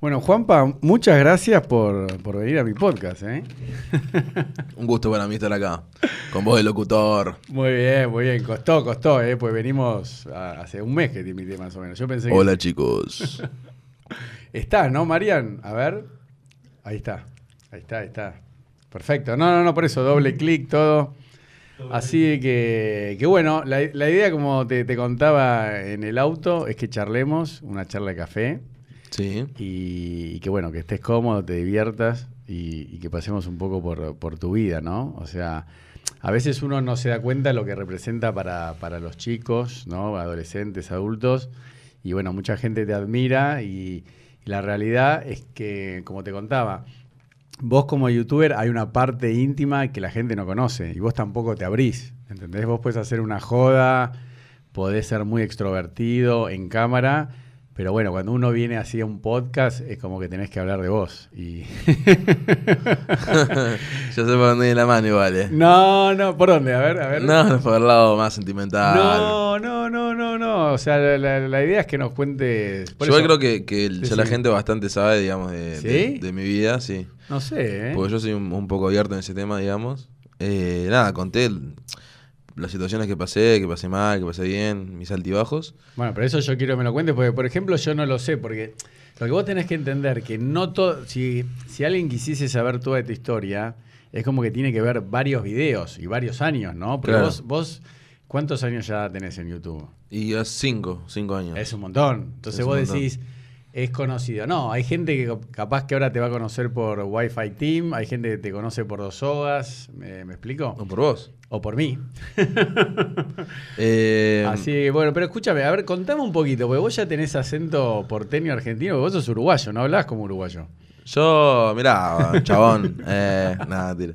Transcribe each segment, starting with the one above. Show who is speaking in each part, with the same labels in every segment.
Speaker 1: Bueno, Juanpa, muchas gracias por, por venir a mi podcast. ¿eh?
Speaker 2: Un gusto para mí estar acá, con vos de locutor.
Speaker 1: Muy bien, muy bien. Costó, costó, ¿eh? pues venimos a- hace un mes que te invité más o menos. Yo pensé
Speaker 2: Hola chicos.
Speaker 1: que. Está, ¿no, Marian? A ver. Ahí está. Ahí está, ahí está. Perfecto. No, no, no, por eso, doble clic, todo. Así que, que bueno, la, la idea, como te, te contaba en el auto, es que charlemos, una charla de café.
Speaker 2: Sí.
Speaker 1: Y, y que bueno, que estés cómodo, te diviertas y, y que pasemos un poco por, por tu vida, ¿no? O sea, a veces uno no se da cuenta lo que representa para, para los chicos, ¿no? Adolescentes, adultos. Y bueno, mucha gente te admira y, y la realidad es que, como te contaba, vos como youtuber hay una parte íntima que la gente no conoce y vos tampoco te abrís, ¿entendés? Vos puedes hacer una joda, podés ser muy extrovertido en cámara, pero bueno, cuando uno viene así a un podcast es como que tenés que hablar de vos. Y...
Speaker 2: ya sé por dónde viene la mano y vale.
Speaker 1: no, no, ¿por dónde? A ver, a ver.
Speaker 2: No, no por el lado más sentimental.
Speaker 1: no, no, no, no, no. O sea, la, la- la idea es que nos cuentes... por
Speaker 2: Yo
Speaker 1: eso,
Speaker 2: creo que, que el-
Speaker 1: Sí,
Speaker 2: ya la
Speaker 1: sí.
Speaker 2: gente bastante sabe, digamos, de, de-
Speaker 1: ¿Sí?
Speaker 2: de mi vida, sí.
Speaker 1: No sé, ¿eh?
Speaker 2: Porque yo soy un, un poco abierto en ese tema, digamos. Eh, nada, conté el- las situaciones que pasé, que pasé mal, que pasé bien, mis altibajos.
Speaker 1: Bueno, pero eso yo quiero que me lo cuentes, porque por ejemplo yo no lo sé, porque lo que vos tenés que entender que no todo, si, si alguien quisiese saber toda tu historia, es como que tiene que ver varios videos y varios años, ¿no? Porque
Speaker 2: Claro.
Speaker 1: vos, vos, ¿cuántos años ya tenés en YouTube?
Speaker 2: Y hace cinco, cinco años.
Speaker 1: Es un montón. Entonces
Speaker 2: Es un
Speaker 1: vos
Speaker 2: montón.
Speaker 1: decís, es conocido. No, hay gente que cap- capaz que ahora te va a conocer por Wi-Fi Team, hay gente que te conoce por dos hogas, ¿me, me
Speaker 2: No
Speaker 1: explico?
Speaker 2: por vos.
Speaker 1: O por mí.
Speaker 2: Eh,
Speaker 1: Así que, bueno, pero escúchame, a ver, contame un poquito, porque vos ya tenés acento porteño argentino, porque vos sos uruguayo, no hablás como uruguayo.
Speaker 2: Yo, mirá, chabón. eh, nada, tira.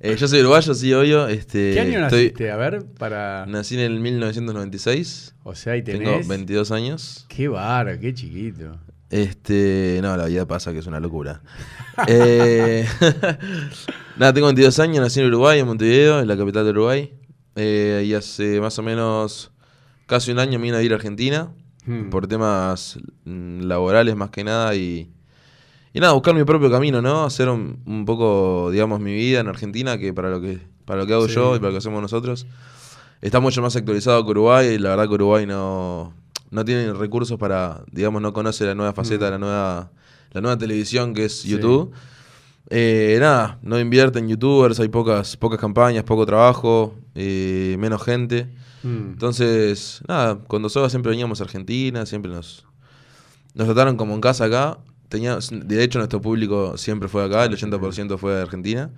Speaker 2: Eh, yo soy uruguayo, sí, obvio. Este,
Speaker 1: ¿Qué año
Speaker 2: estoy-
Speaker 1: naciste? A ver, para.
Speaker 2: Nací en el 1996.
Speaker 1: O sea, y tenés.
Speaker 2: Tengo 22 años.
Speaker 1: Qué barro, qué chiquito.
Speaker 2: Este, no, la vida pasa que es una locura. Eh, nada, tengo 22 años, nací en Uruguay, en Montevideo, en la capital de Uruguay. Eh, y hace más o menos casi un año me vine a ir a Argentina
Speaker 1: Hmm.
Speaker 2: por temas mm, laborales más que nada y, y nada, buscar mi propio camino, ¿no? Hacer un, un poco, digamos, mi vida en Argentina, que para lo que, para lo que hago
Speaker 1: Sí.
Speaker 2: yo y para lo que hacemos nosotros, está mucho más actualizado que Uruguay y la verdad que Uruguay no, no tiene recursos para, digamos, no conoce la nueva faceta, la, nueva, la nueva televisión que es
Speaker 1: Hmm. Sí.
Speaker 2: YouTube. Eh, nada, no invierte en youtubers, hay pocas, pocas campañas, poco trabajo, eh, menos gente.
Speaker 1: Hmm.
Speaker 2: Entonces, nada, cuando Soga siempre veníamos a Argentina, siempre nos, nos trataron como en casa acá. Tenía, de hecho, nuestro público siempre fue acá, el 80% fue de Argentina,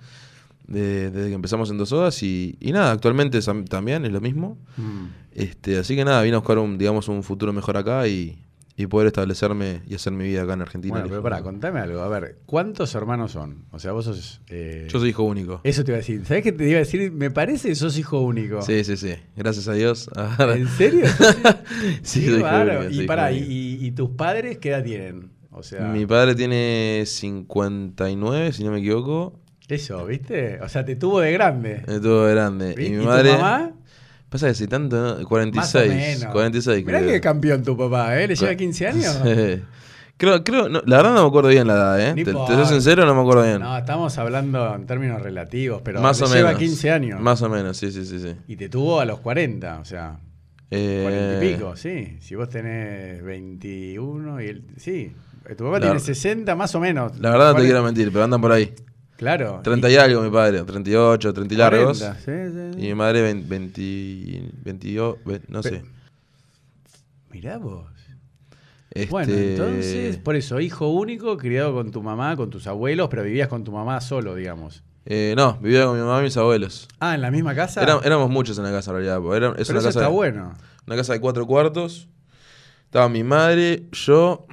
Speaker 2: de- desde que empezamos en Dos Sogas. Y, y nada, actualmente sam- también es lo mismo.
Speaker 1: Hmm.
Speaker 2: Este, así que nada, vine a buscar un, digamos, un futuro mejor acá y, y poder establecerme y hacer mi vida acá en Argentina.
Speaker 1: Bueno, pero pará, contame algo. A ver, ¿cuántos hermanos son? O sea, vos sos. eh,
Speaker 2: Yo soy hijo único.
Speaker 1: Eso te iba a decir. ¿Sabés qué te iba a decir? Me parece que sos hijo único.
Speaker 2: Sí, sí, sí. Gracias a Dios.
Speaker 1: ¿En serio? Qué
Speaker 2: Sí, soy hijo
Speaker 1: bárbaro.
Speaker 2: único, soy
Speaker 1: Y
Speaker 2: hijo
Speaker 1: pará, ¿y,
Speaker 2: único.
Speaker 1: y- y tus padres qué edad tienen? O sea.
Speaker 2: Mi padre tiene 59, si no me equivoco.
Speaker 1: Eso, ¿viste? O sea, te tuvo de grande.
Speaker 2: Me tuvo grande.
Speaker 1: ¿Vi?
Speaker 2: Y Eh, mi
Speaker 1: tu
Speaker 2: madre.
Speaker 1: mamá?
Speaker 2: Pasa que si tanto, ¿no?
Speaker 1: Más o
Speaker 2: 46.
Speaker 1: menos.
Speaker 2: 46,
Speaker 1: Mirá
Speaker 2: creo.
Speaker 1: que campeón tu papá, ¿eh? ¿Le lleva
Speaker 2: Cu-
Speaker 1: 15 años?
Speaker 2: Sí. creo, creo, no, la verdad no me acuerdo bien la edad, ¿eh?
Speaker 1: Ni
Speaker 2: Te, te
Speaker 1: por-
Speaker 2: soy sincero, no me acuerdo bien.
Speaker 1: No, estamos hablando en términos relativos, pero
Speaker 2: más
Speaker 1: le
Speaker 2: o
Speaker 1: lleva
Speaker 2: menos.
Speaker 1: 15 años.
Speaker 2: Más o menos, sí, sí, sí. sí.
Speaker 1: Y te tuvo a los 40, o sea,
Speaker 2: Eh,
Speaker 1: 40 y pico, sí. Si vos tenés 21 y él, sí. Tu papá
Speaker 2: La-
Speaker 1: tiene 60 más o menos.
Speaker 2: La verdad no
Speaker 1: 40.
Speaker 2: te quiero mentir, pero andan por ahí.
Speaker 1: Claro.
Speaker 2: 30 y algo mi padre, 38, 30 y
Speaker 1: 40,
Speaker 2: largos.
Speaker 1: sí,
Speaker 2: Y
Speaker 1: sí.
Speaker 2: mi madre 20, 20, 22, ve- no
Speaker 1: Pe-
Speaker 2: sé.
Speaker 1: Mirá vos.
Speaker 2: Este,
Speaker 1: Bueno, entonces, por eso, hijo único, criado con tu mamá, con tus abuelos, pero vivías con tu mamá solo, digamos.
Speaker 2: eh, no, vivía con mi mamá y mis abuelos.
Speaker 1: Ah, en la misma casa.
Speaker 2: Era- éramos muchos en la casa en realidad. porque Era, es
Speaker 1: pero
Speaker 2: una
Speaker 1: eso
Speaker 2: casa
Speaker 1: está
Speaker 2: de-
Speaker 1: bueno.
Speaker 2: Una casa de cuatro cuartos. Estaba mi madre, yo,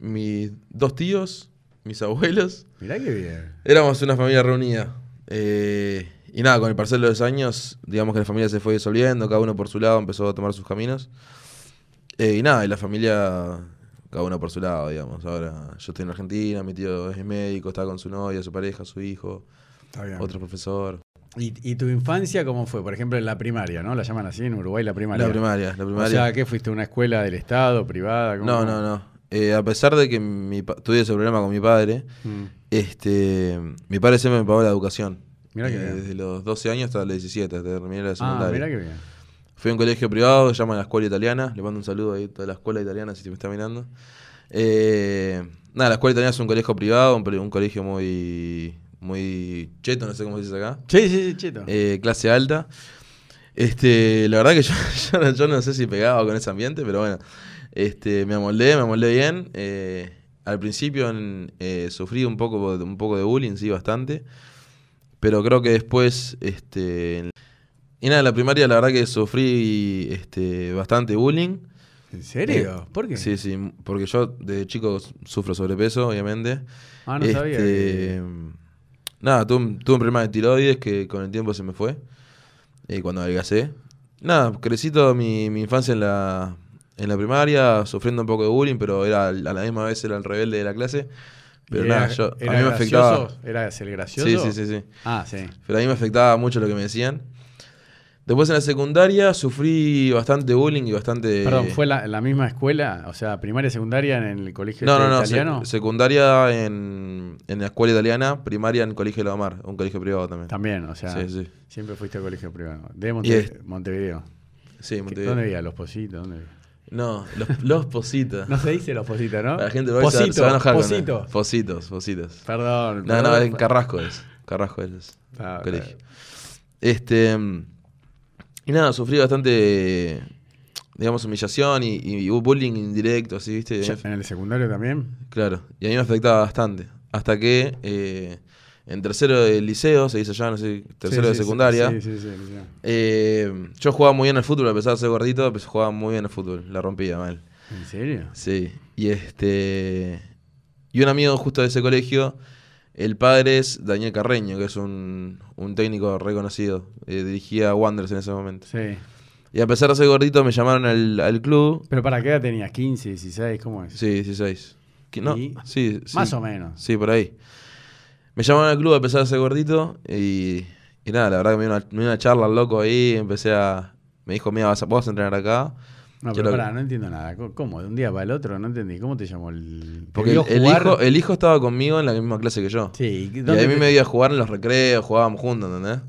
Speaker 2: mis dos tíos, mis abuelos.
Speaker 1: Mirá qué bien.
Speaker 2: Éramos una familia reunida. Eh, y nada, con el parcelo de los años, digamos que la familia se fue disolviendo, cada uno por su lado empezó a tomar sus caminos. Eh, y nada, y la familia, cada uno por su lado, digamos. Ahora yo estoy en Argentina, mi tío es médico, está con su novia, su pareja, su hijo,
Speaker 1: Está bien.
Speaker 2: otro profesor.
Speaker 1: ¿Y, y tu infancia cómo fue? Por ejemplo, en la primaria, ¿no? La llaman así en Uruguay la primaria.
Speaker 2: La primaria, la primaria.
Speaker 1: O sea, ¿qué fuiste? ¿Una escuela del Estado, privada? ¿Cómo?
Speaker 2: No, no, no. eh, a pesar de que mi pa- tuve ese problema con mi padre,
Speaker 1: Mm.
Speaker 2: este, mi padre siempre me pagó la educación.
Speaker 1: Mirá qué
Speaker 2: Eh,
Speaker 1: bien.
Speaker 2: desde los 12 años hasta los 17, hasta terminar la
Speaker 1: Ah, mirá
Speaker 2: secundaria.
Speaker 1: qué bien.
Speaker 2: Fui a un colegio privado, se llama la Escuela Italiana. Le mando un saludo ahí a toda la Escuela Italiana si me está mirando. Eh, nada, la Escuela Italiana es un colegio privado, un, pre- un colegio muy, muy cheto, no sé cómo se dice acá.
Speaker 1: Sí, sí, sí, cheto.
Speaker 2: Eh, clase alta. Este, la verdad que yo, yo no, yo no sé si pegaba con ese ambiente, pero bueno. Este, me amoldé, me amoldé bien. Eh, al principio en- eh, sufrí un poco, de- un poco de bullying, sí, bastante. Pero creo que después, este. en- Y nada, en la primaria la verdad que sufrí este, bastante bullying.
Speaker 1: ¿En serio?
Speaker 2: Eh,
Speaker 1: ¿Por qué?
Speaker 2: Sí, sí, porque yo de chico sufro sobrepeso, obviamente.
Speaker 1: Ah, no sabía.
Speaker 2: Este,
Speaker 1: que-
Speaker 2: Nada, tuve un, tuve un problema de tiroides que con el tiempo se me fue. eh, cuando adelgacé. Nada, crecí toda mi, mi infancia en la, en la primaria, sufriendo un poco de bullying, pero era al- a la misma vez era el rebelde de la clase. Pero
Speaker 1: ¿Era-
Speaker 2: nada, yo, a mí
Speaker 1: era
Speaker 2: me afectaba.
Speaker 1: gracioso? ¿Eras el gracioso?
Speaker 2: Sí, sí, sí, sí.
Speaker 1: Ah, sí.
Speaker 2: Pero a mí me afectaba mucho lo que me decían. Después en la secundaria sufrí bastante bullying y bastante.
Speaker 1: Perdón, ¿fue la, la misma escuela? O sea, primaria y secundaria en el colegio
Speaker 2: No,
Speaker 1: este
Speaker 2: no, no. sec-
Speaker 1: italiano.
Speaker 2: secundaria en, en la escuela italiana, primaria en el Colegio de la Mar, un colegio privado también.
Speaker 1: También, o sea,
Speaker 2: Sí, sí.
Speaker 1: siempre fuiste a colegio privado. De
Speaker 2: Y
Speaker 1: Monte-
Speaker 2: es-
Speaker 1: Montevideo.
Speaker 2: Sí,
Speaker 1: ¿Qué-
Speaker 2: Montevideo.
Speaker 1: ¿Dónde vivía? ¿Los Positos? ¿Dónde vivía?
Speaker 2: No, los, los positos.
Speaker 1: No se dice los Positos, ¿no?
Speaker 2: La gente lo va,
Speaker 1: Positos,
Speaker 2: se, se va a enojar. con-
Speaker 1: Positos.
Speaker 2: Positos, positos.
Speaker 1: Perdón.
Speaker 2: No, no,
Speaker 1: perdón.
Speaker 2: en Carrasco es. Carrasco es.
Speaker 1: Ah,
Speaker 2: el colegio. Este. mm, Y nada, sufrí bastante, digamos, humillación y, y bullying indirecto, así, ¿viste?
Speaker 1: Ya, ¿En el secundario también?
Speaker 2: Claro, y a mí me afectaba bastante. Hasta que eh, en tercero de liceo, se dice ya, no sé, tercero
Speaker 1: Sí,
Speaker 2: de
Speaker 1: sí, sí,
Speaker 2: secundaria,
Speaker 1: Sí, sí, sí. sí.
Speaker 2: eh, yo jugaba muy bien al fútbol, a pesar de ser gordito, pues jugaba muy bien al fútbol, la rompía mal.
Speaker 1: ¿En serio?
Speaker 2: Sí, y este. Y un amigo justo de ese colegio, el padre es Daniel Carreño, que es un, un técnico reconocido, eh, dirigía a Wanderers en ese momento.
Speaker 1: Sí.
Speaker 2: Y a pesar de ser gordito, me llamaron al, al club.
Speaker 1: ¿Pero para qué edad tenías? ¿15, 16? ¿Cómo es?
Speaker 2: Sí, 16. Que No,
Speaker 1: Y-
Speaker 2: sí,
Speaker 1: Más
Speaker 2: sí.
Speaker 1: o menos.
Speaker 2: Sí, por ahí. Me llamaron al club a pesar de ser gordito y, y nada, la verdad que me dio una, me dio una charla al loco ahí, empecé a... Me dijo, mira, vas a, vos a entrenar acá.
Speaker 1: No,
Speaker 2: Yo
Speaker 1: pero
Speaker 2: lo-
Speaker 1: pará, no entiendo nada. Co- ¿Cómo? De un día para el otro, no entendí. ¿Cómo te llamó el. te
Speaker 2: Porque el,
Speaker 1: vio
Speaker 2: el
Speaker 1: jugar?
Speaker 2: hijo, el hijo estaba conmigo en la misma clase que yo.
Speaker 1: Sí,
Speaker 2: y a
Speaker 1: ¿dónde
Speaker 2: mí
Speaker 1: te-
Speaker 2: me iba a jugar en los recreos, jugábamos juntos, ¿entendés?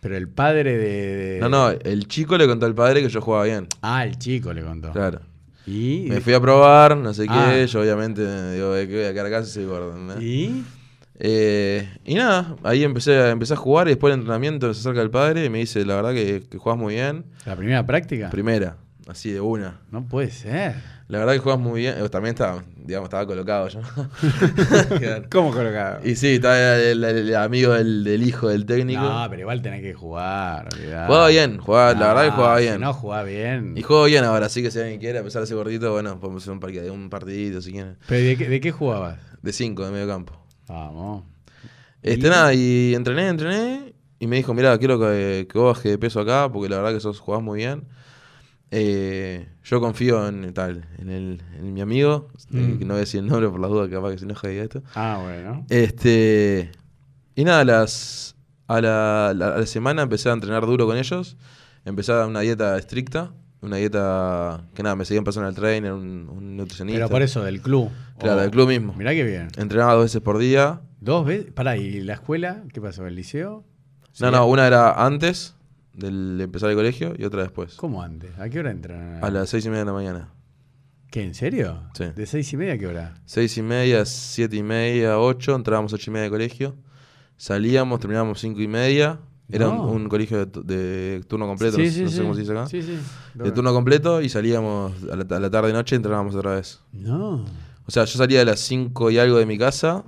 Speaker 1: Pero el padre de. de-
Speaker 2: No, no, el chico le contó al padre que yo jugaba bien.
Speaker 1: Ah, el chico le contó.
Speaker 2: Claro.
Speaker 1: ¿Y?
Speaker 2: Me fui a probar, no sé
Speaker 1: Ah.
Speaker 2: qué, yo obviamente digo, "Eh, que voy a quedar acá si soy gordo, ¿entendés?
Speaker 1: ¿Y?
Speaker 2: Eh, y nada, ahí empecé, empecé a jugar y después el entrenamiento se acerca el padre y me dice, la verdad que, que jugás muy bien.
Speaker 1: ¿La primera práctica?
Speaker 2: Primera, así de una.
Speaker 1: no puede ser.
Speaker 2: La verdad que jugás muy bien. Eh, También estaba, digamos, estaba colocado yo. Claro.
Speaker 1: ¿Cómo colocado?
Speaker 2: y sí, estaba el, el- el amigo del, del hijo del técnico.
Speaker 1: No, pero igual tenés que jugar. olvidá.
Speaker 2: jugaba bien, jugaba, la
Speaker 1: Ah,
Speaker 2: verdad que jugaba
Speaker 1: si
Speaker 2: bien.
Speaker 1: no, jugaba bien.
Speaker 2: Y juego bien ahora, así que si alguien quiere, a pesar de ser gordito, bueno, podemos hacer un, parque- un partidito si quieren.
Speaker 1: ¿Pero de qué, de qué jugabas?
Speaker 2: De cinco, de medio campo.
Speaker 1: Vamos.
Speaker 2: Este,
Speaker 1: ¿Y?
Speaker 2: nada, y entrené, entrené. Y me dijo, mirá, quiero que, que vos bajes de peso acá, porque la verdad que sos jugás muy bien. Eh, yo confío en tal, en, el, en mi amigo, eh,
Speaker 1: Mm.
Speaker 2: que no voy a decir el nombre por las dudas, capaz que se enoja y diga esto.
Speaker 1: Ah, bueno.
Speaker 2: Este, y nada, a las, a, la, la- a la semana empecé a entrenar duro con ellos. Empecé a una dieta estricta, una dieta que nada, me seguían pasando al trainer, un, un nutricionista.
Speaker 1: Pero por eso, del club.
Speaker 2: Claro,
Speaker 1: Oh,
Speaker 2: del club mismo.
Speaker 1: Mirá qué bien.
Speaker 2: Entrenaba dos veces por día.
Speaker 1: Dos veces. Pará, ¿y la escuela? ¿Qué pasó? ¿El liceo?
Speaker 2: No, no, una era antes del, de empezar el colegio y otra después.
Speaker 1: ¿Cómo antes? ¿A qué hora entran?
Speaker 2: A las seis y media de la mañana.
Speaker 1: ¿Qué, en serio?
Speaker 2: Sí.
Speaker 1: ¿De seis y media a qué hora?
Speaker 2: Seis y media, siete y media, ocho, entrábamos ocho y media de colegio. Salíamos, terminábamos cinco y media. Era un-
Speaker 1: No.
Speaker 2: un, colegio de, tu- de turno completo,
Speaker 1: Sí,
Speaker 2: no,
Speaker 1: sí,
Speaker 2: no sé
Speaker 1: sí.
Speaker 2: cómo se dice acá.
Speaker 1: Sí, sí.
Speaker 2: De turno completo y salíamos a la, a la tarde noche entrenábamos otra vez.
Speaker 1: No.
Speaker 2: O sea, yo salía a las 5 y algo de mi casa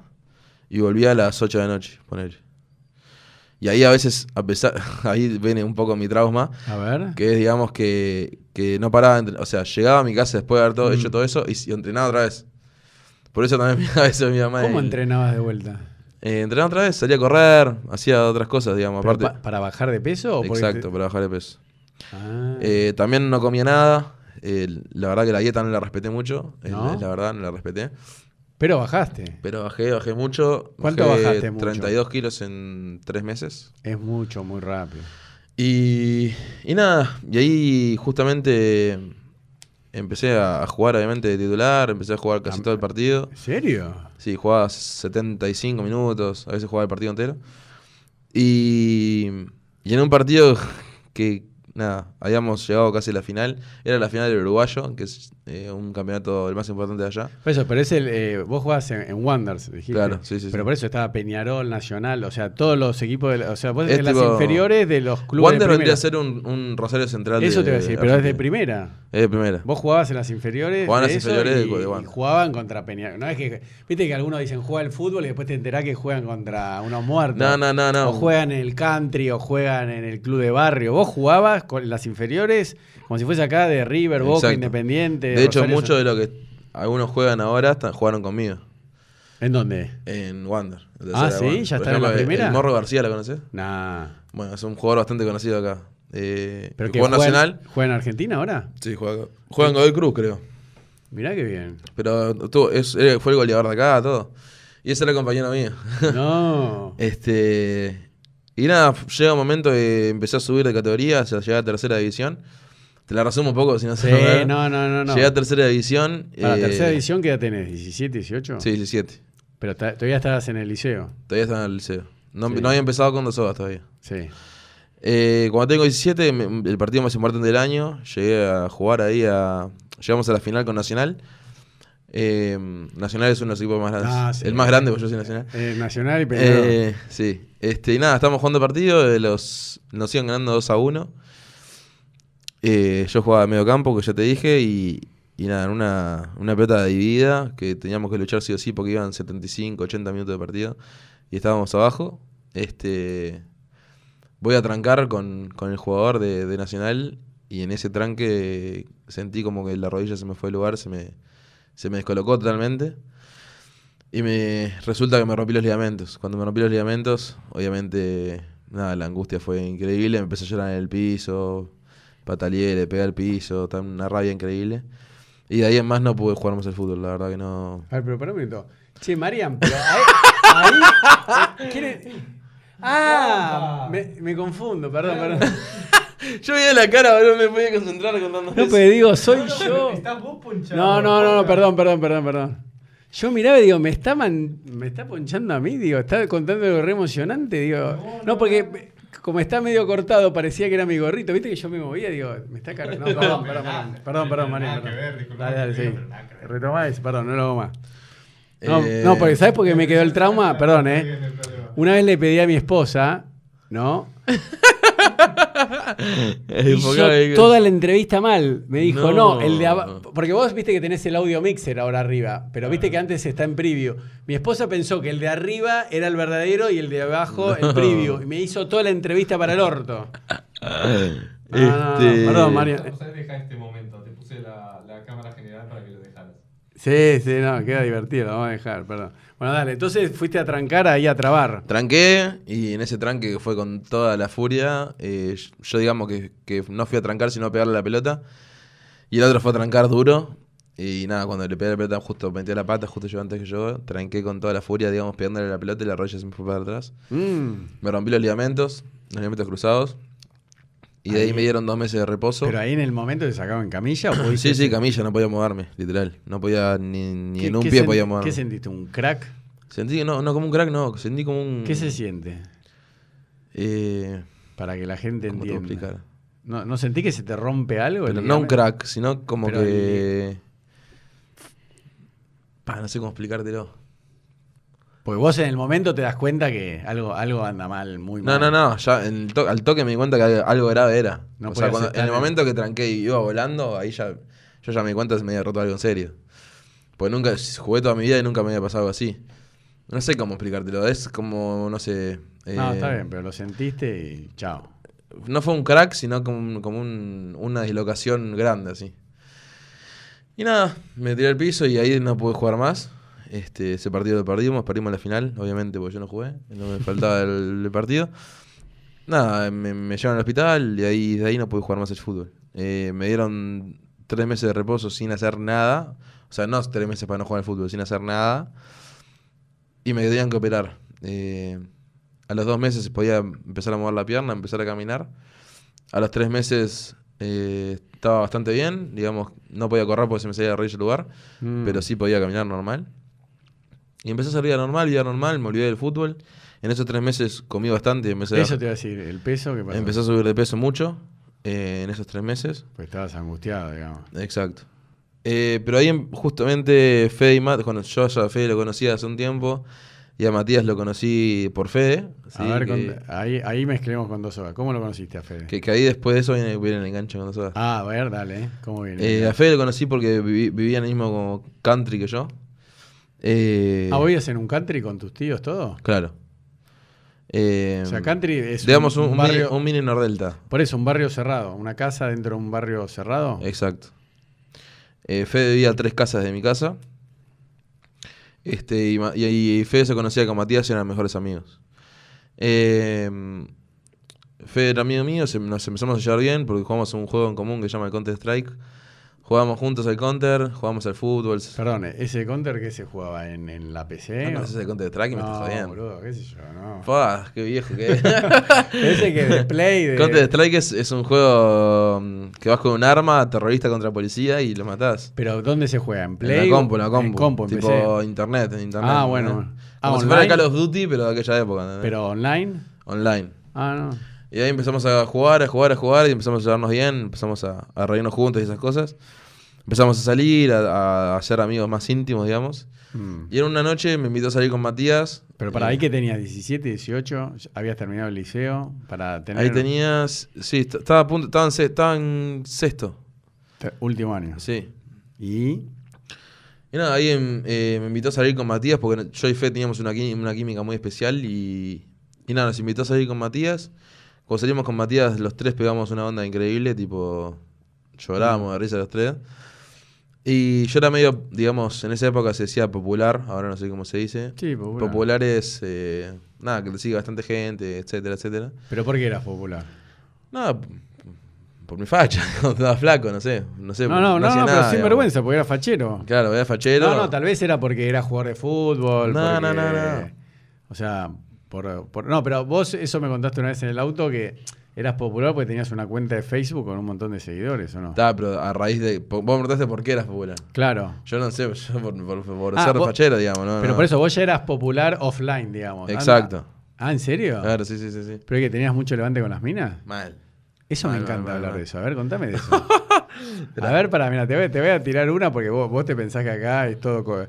Speaker 2: y volvía a las 8 de la noche, poner. Y ahí a veces, a pesar, ahí viene un poco mi trauma,
Speaker 1: A ver.
Speaker 2: que es digamos que, que no paraba, de entre- o sea, llegaba a mi casa después de haber todo,
Speaker 1: Mm.
Speaker 2: hecho todo eso y, y entrenaba otra vez. Por eso también a veces mi mamá...
Speaker 1: ¿Cómo
Speaker 2: el-
Speaker 1: entrenabas de vuelta?
Speaker 2: eh, entrenaba otra vez, salía a correr, hacía otras cosas, digamos,
Speaker 1: ¿Pero
Speaker 2: aparte...
Speaker 1: pa- ¿Para bajar de peso? o porque te-
Speaker 2: Exacto, para bajar de peso.
Speaker 1: Ah.
Speaker 2: Eh, también no comía nada. Eh, la verdad que la dieta no la respeté mucho. Es-
Speaker 1: ¿No?
Speaker 2: es la verdad, no la respeté.
Speaker 1: Pero bajaste.
Speaker 2: Pero bajé, bajé mucho.
Speaker 1: ¿Cuánto
Speaker 2: bajé
Speaker 1: bajaste mucho?
Speaker 2: 32 kilos en 3 meses.
Speaker 1: Es mucho, muy rápido.
Speaker 2: Y, y nada, y ahí justamente Empecé a a jugar, obviamente, de titular, empecé a jugar casi
Speaker 1: Am-
Speaker 2: todo el partido.
Speaker 1: ¿En serio?
Speaker 2: Sí, jugaba 75 minutos, a veces jugaba el partido entero. Y, y en un partido que, nada, habíamos llegado casi a la final, era la final del Uruguayo, que es eh, un campeonato el más importante de allá.
Speaker 1: Por eso, pero es el. eh, vos jugabas en, en Wanderers, dijiste.
Speaker 2: Claro, sí, sí, sí.
Speaker 1: Pero por eso estaba Peñarol, Nacional, o sea, todos los equipos. de la- o sea, vos
Speaker 2: Es
Speaker 1: en las
Speaker 2: tipo-
Speaker 1: inferiores de los clubes.
Speaker 2: Wander
Speaker 1: de primera.
Speaker 2: vendría a ser un, un Rosario Central.
Speaker 1: Eso
Speaker 2: de-
Speaker 1: te voy a decir, pero es de
Speaker 2: Argentina.
Speaker 1: primera.
Speaker 2: Es de primera.
Speaker 1: Vos jugabas en las inferiores.
Speaker 2: Jugaban
Speaker 1: de
Speaker 2: las
Speaker 1: eso
Speaker 2: inferiores
Speaker 1: y,
Speaker 2: de- de
Speaker 1: y
Speaker 2: Wander.
Speaker 1: jugaban contra Peñarol. No es que. Viste que algunos dicen juega al fútbol y después te enterás que juegan contra unos muertos.
Speaker 2: No, no, no, no.
Speaker 1: O juegan en el country o juegan en el club de barrio. Vos jugabas con las inferiores como si fuese acá de River, Boca,
Speaker 2: Exacto.
Speaker 1: Independiente.
Speaker 2: De hecho,
Speaker 1: Rosario,
Speaker 2: muchos de lo que algunos juegan ahora están- jugaron conmigo
Speaker 1: ¿En dónde?
Speaker 2: en Wander. en
Speaker 1: Ah,
Speaker 2: tercera
Speaker 1: sí, ya
Speaker 2: Wander. Por
Speaker 1: están en la
Speaker 2: ejemplo, el-
Speaker 1: primera.
Speaker 2: El Morro García, ¿lo conoces?
Speaker 1: Nah.
Speaker 2: Bueno, es un jugador bastante conocido acá. Eh,
Speaker 1: ¿Pero
Speaker 2: que
Speaker 1: que
Speaker 2: jugó en
Speaker 1: juega,
Speaker 2: Nacional.
Speaker 1: juega en Argentina ahora?
Speaker 2: Sí, juega, juega en Godoy Cruz, creo.
Speaker 1: Mirá qué bien.
Speaker 2: Pero tuvo- es- eh, fue el goleador de acá, todo. Y ese era el compañero mío.
Speaker 1: No.
Speaker 2: Este, y nada, llega un momento que empecé a subir de categoría, o sea, llegué a tercera división. Te la resumo un poco, si no
Speaker 1: Sí,
Speaker 2: se me-
Speaker 1: no, no, no, no.
Speaker 2: Llegué a tercera división.
Speaker 1: Para
Speaker 2: eh,
Speaker 1: la tercera edición, ¿qué edad tenés? ¿17, 18?
Speaker 2: Sí, 17.
Speaker 1: Pero ta- todavía estabas en el liceo.
Speaker 2: Todavía estaba en el liceo. No,
Speaker 1: Sí.
Speaker 2: no había empezado con dos horas todavía.
Speaker 1: Sí.
Speaker 2: Eh, cuando tengo 17, me- el partido más importante del año, llegué a jugar ahí a... Llegamos a la final con Nacional. Eh, Nacional es uno de los equipos más grandes.
Speaker 1: Ah, sí.
Speaker 2: El más grande, porque yo soy Nacional.
Speaker 1: Eh, Nacional y Peñarol.
Speaker 2: Eh, sí. Este, y nada, estamos jugando partido, eh, los, nos iban ganando 2 a 1. Eh, yo jugaba de medio campo, que ya te dije, y, y nada, en una, una pelota dividida, que teníamos que luchar sí o sí, porque iban 75, 80 minutos de partido, y estábamos abajo. Este, voy a trancar con, con el jugador de, de Nacional, y en ese tranque sentí como que la rodilla se me fue del lugar, se me, se me descolocó totalmente. Y me resulta que me rompí los ligamentos. Cuando me rompí los ligamentos, obviamente, nada, la angustia fue increíble. Me empecé a llorar en el piso, pataleé, le pegué al piso, tan- una rabia increíble. Y de ahí en más no pude jugar más al fútbol, la verdad que no.
Speaker 1: A ver, pero para un minuto. Che, Marian, pero ahí. ahí- eh, ¿quién es? Ah, me, me confundo, perdón, perdón.
Speaker 2: Yo veía la cara, boludo, me podía concentrar contando
Speaker 1: No,
Speaker 2: eso.
Speaker 1: pero digo, soy yo.
Speaker 3: Estás vos ponchado.
Speaker 1: No, no, no, no, perdón, perdón, perdón, perdón. Yo miraba y digo, me está, man- me está ponchando a mí, digo, está contando algo re emocionante, digo. No, porque como está medio cortado, parecía que era mi gorrito, viste que yo me movía, digo, me está cargando. No, perdón, perdón, perdón, perdón, perdón,
Speaker 3: Nada
Speaker 1: Mariano,
Speaker 3: que
Speaker 1: perdón.
Speaker 3: ver, disculpa,
Speaker 1: Dale, dale,
Speaker 3: te digo,
Speaker 1: sí.
Speaker 3: pero nada que ver.
Speaker 1: Retomá eso, perdón, no lo hago más. No,
Speaker 2: Eh,
Speaker 1: no, porque ¿sabes por qué me quedó el trauma? Perdón, eh. Una vez le pedí a mi esposa, ¿no?
Speaker 2: Eh,
Speaker 1: Hizo
Speaker 2: enfocame-
Speaker 1: toda la entrevista mal. Me dijo, no,
Speaker 2: No.
Speaker 1: el de abajo. Porque vos viste que tenés el audio mixer ahora arriba, pero viste que antes está en preview. Mi esposa pensó que el de arriba era el verdadero y el de abajo el preview. Y me hizo toda la entrevista para el orto. Ah, No, no, no,
Speaker 2: Ah, Este-
Speaker 1: perdón, Mario.
Speaker 3: deja este momento. Te puse la, la cámara general para que lo dejaras.
Speaker 1: Sí, sí, no, queda divertido, lo vamos a dejar, perdón. Bueno, dale, entonces fuiste a trancar ahí a trabar.
Speaker 2: Tranqué y en ese tranque que fue con toda la furia, eh, yo digamos que, que no fui a trancar sino a pegarle la pelota y el otro fue a trancar duro y nada, cuando le pegué la pelota justo metí la pata justo yo antes que yo, tranqué con toda la furia digamos pegándole la pelota y la rodilla se me fue para atrás.
Speaker 1: Mm,
Speaker 2: Me rompí los ligamentos, los ligamentos cruzados y de ahí me dieron dos meses de reposo.
Speaker 1: Pero ahí en el momento te sacaban camilla o pudiste-
Speaker 2: Sí, sí, camilla, no podía moverme, literal. No podía ni, ni
Speaker 1: ¿Qué-
Speaker 2: en un
Speaker 1: qué
Speaker 2: pie
Speaker 1: sen-
Speaker 2: podía moverme.
Speaker 1: ¿Qué sentiste? ¿Un crack?
Speaker 2: Sentí que no, no como un crack, no, sentí como un...
Speaker 1: ¿Qué se siente?
Speaker 2: eh,
Speaker 1: Para que la gente
Speaker 2: ¿Cómo te puedo
Speaker 1: entienda.
Speaker 2: explicar?
Speaker 1: ¿No, ¿No sentí que se te rompe algo?
Speaker 2: Pero
Speaker 1: El
Speaker 2: no un
Speaker 1: ligamento?
Speaker 2: crack, sino como
Speaker 1: Pero
Speaker 2: que. Pa, no sé cómo explicártelo.
Speaker 1: Porque vos en el momento te das cuenta que algo, algo anda mal, muy
Speaker 2: No,
Speaker 1: mal.
Speaker 2: no, no. Ya en el to- al toque me di cuenta que algo grave era.
Speaker 1: No
Speaker 2: o sea,
Speaker 1: podías
Speaker 2: cuando-
Speaker 1: estar
Speaker 2: en
Speaker 1: en-
Speaker 2: el momento que tranqué y iba volando, ahí ya. Yo ya me di cuenta que se me había roto algo en serio. Porque nunca. Jugué toda mi vida y nunca me había pasado algo así. No sé cómo explicártelo. Es como, no sé.
Speaker 1: No,
Speaker 2: eh,
Speaker 1: está bien, pero lo sentiste y chao.
Speaker 2: No fue un crack, sino como, un- como un- una dislocación grande, así. Y nada, me tiré al piso y ahí no pude jugar más. Este, ese partido lo perdimos, perdimos la final, obviamente, porque yo no jugué, no me faltaba el, el partido. Nada, me, me llevaron al hospital y ahí, de ahí no pude jugar más el fútbol. Eh, me dieron tres meses de reposo sin hacer nada. O sea, no tres meses para no jugar al fútbol, sin hacer nada. Y me tenían que operar. Eh, a los dos meses podía empezar a mover la pierna, empezar a caminar. A los tres meses Eh, estaba bastante bien, digamos, no podía correr porque se me salía de raíz el lugar,
Speaker 1: Mm.
Speaker 2: pero sí podía caminar normal. Y empecé a hacer vida normal, vida normal, me olvidé del fútbol. En esos tres meses comí bastante, empecé, a-
Speaker 1: Eso te iba a decir, el peso que pasó.
Speaker 2: empecé a subir de peso mucho eh, en esos tres meses.
Speaker 1: Pues estabas angustiado, digamos.
Speaker 2: Exacto. Eh, pero ahí em- justamente Fede y Matt, bueno, yo ya a Fede lo conocía hace un tiempo y a Matías lo conocí por Fede.
Speaker 1: A
Speaker 2: ¿sí? eh,
Speaker 1: ver,
Speaker 2: que,
Speaker 1: con- ahí, ahí mezclemos con dos horas. ¿Cómo lo conociste a Fede?
Speaker 2: que- que ahí después de eso viene, viene el enganche con nosotros.
Speaker 1: Ah, a ver, dale, ¿eh? ¿cómo viene?
Speaker 2: Eh, a Fede lo conocí porque viví- vivía en el mismo country que yo. Eh,
Speaker 1: ah, ¿vos vivías en un country con tus tíos todo?
Speaker 2: Claro. Eh,
Speaker 1: O sea, country es
Speaker 2: digamos un, un mini,
Speaker 1: barrio.
Speaker 2: un mini Nordelta.
Speaker 1: Por eso, un barrio cerrado. Una casa dentro de un barrio cerrado.
Speaker 2: Exacto. Eh, Fede vivía a tres casas de mi casa. Este, y, Ma- y- y Fede se conocía con Matías y eran mejores amigos. Eh, Fede era amigo mío, se- nos empezamos a llevar bien porque jugamos un juego en común que se llama el Counter Strike. Jugábamos juntos al Counter, jugábamos al fútbol.
Speaker 1: Perdón, ¿ese counter que se jugaba en, en la PC?
Speaker 2: No, no,
Speaker 1: o-
Speaker 2: ese es el Counter Strike, me estás
Speaker 1: No,
Speaker 2: jodiendo.
Speaker 1: boludo, qué sé yo, no.
Speaker 2: Fua, qué viejo que es.
Speaker 1: Ese que de Play de...
Speaker 2: Counter Strike es, es un juego mm, que vas con un arma terrorista contra policía y lo matás.
Speaker 1: Pero ¿dónde se juega? ¿En Play?
Speaker 2: en la compu, en la
Speaker 1: En
Speaker 2: compu.
Speaker 1: en
Speaker 2: tipo eh.
Speaker 1: PC.
Speaker 2: internet, en internet.
Speaker 1: Ah,
Speaker 2: ¿no?
Speaker 1: bueno. Ah,
Speaker 2: Como si fuera
Speaker 1: online,
Speaker 2: Call of Duty, pero de aquella época. ¿no?
Speaker 1: Pero online.
Speaker 2: Online.
Speaker 1: Ah, no.
Speaker 2: Y ahí empezamos a jugar, a jugar, a jugar y empezamos a llevarnos bien, empezamos a, a reírnos juntos y esas cosas. Empezamos a salir, a, a, a ser amigos más íntimos, digamos.
Speaker 1: Mm.
Speaker 2: Y en una noche me invitó a salir con Matías.
Speaker 1: Pero para
Speaker 2: Eh,
Speaker 1: ahí que tenías 17, 18, ya habías terminado el liceo. Para tener
Speaker 2: Eh, Ahí tenías. Sí, est- estaba, a punto, estaba, en, se- estaba en sexto.
Speaker 1: te- último año.
Speaker 2: Sí.
Speaker 1: Y
Speaker 2: Y nada, ahí em, eh, me invitó a salir con Matías porque yo y Fe teníamos una, quí- una química muy especial y, y nada, nos invitó a salir con Matías. Cuando salimos con Matías, los tres pegamos una onda increíble, tipo, llorábamos de risa los tres. Y yo era medio, digamos, en esa época se decía popular, ahora no sé cómo se dice.
Speaker 1: sí, popular.
Speaker 2: Popular es, eh, nada, que te sigue bastante gente, etcétera, etcétera.
Speaker 1: Pero ¿por qué eras popular?
Speaker 2: Nada, p- por mi facha, cuando estaba flaco, no sé, no sé.
Speaker 1: no, no, no,
Speaker 2: hacía
Speaker 1: no, pero
Speaker 2: nada,
Speaker 1: sin
Speaker 2: digamos.
Speaker 1: vergüenza, porque era fachero.
Speaker 2: Claro, era fachero.
Speaker 1: No, no, tal vez era porque era jugador de fútbol.
Speaker 2: No,
Speaker 1: porque-
Speaker 2: no, no, no.
Speaker 1: O sea, por, por- No, pero vos eso me contaste una vez en el auto que eras popular porque tenías una cuenta de Facebook con un montón de seguidores, ¿o no?
Speaker 2: Está, Ah. pero a raíz de. po- Vos me preguntaste por qué eras popular.
Speaker 1: Claro.
Speaker 2: Yo no sé, yo por, por, por
Speaker 1: Ah,
Speaker 2: ser
Speaker 1: vos-
Speaker 2: fachero, digamos, ¿no?
Speaker 1: Pero
Speaker 2: no.
Speaker 1: por eso vos ya eras popular offline, digamos. Anda.
Speaker 2: Exacto.
Speaker 1: Ah, ¿en serio?
Speaker 2: Claro, sí, sí, sí, sí.
Speaker 1: ¿Pero es que tenías mucho levante con las minas?
Speaker 2: Mal.
Speaker 1: Eso me
Speaker 2: Mal,
Speaker 1: encanta
Speaker 2: mal, mal,
Speaker 1: hablar
Speaker 2: mal.
Speaker 1: de eso. A ver, contame de eso. a ver, para, mira, te voy, te voy a tirar una porque vos, vos te pensás que acá es todo, co-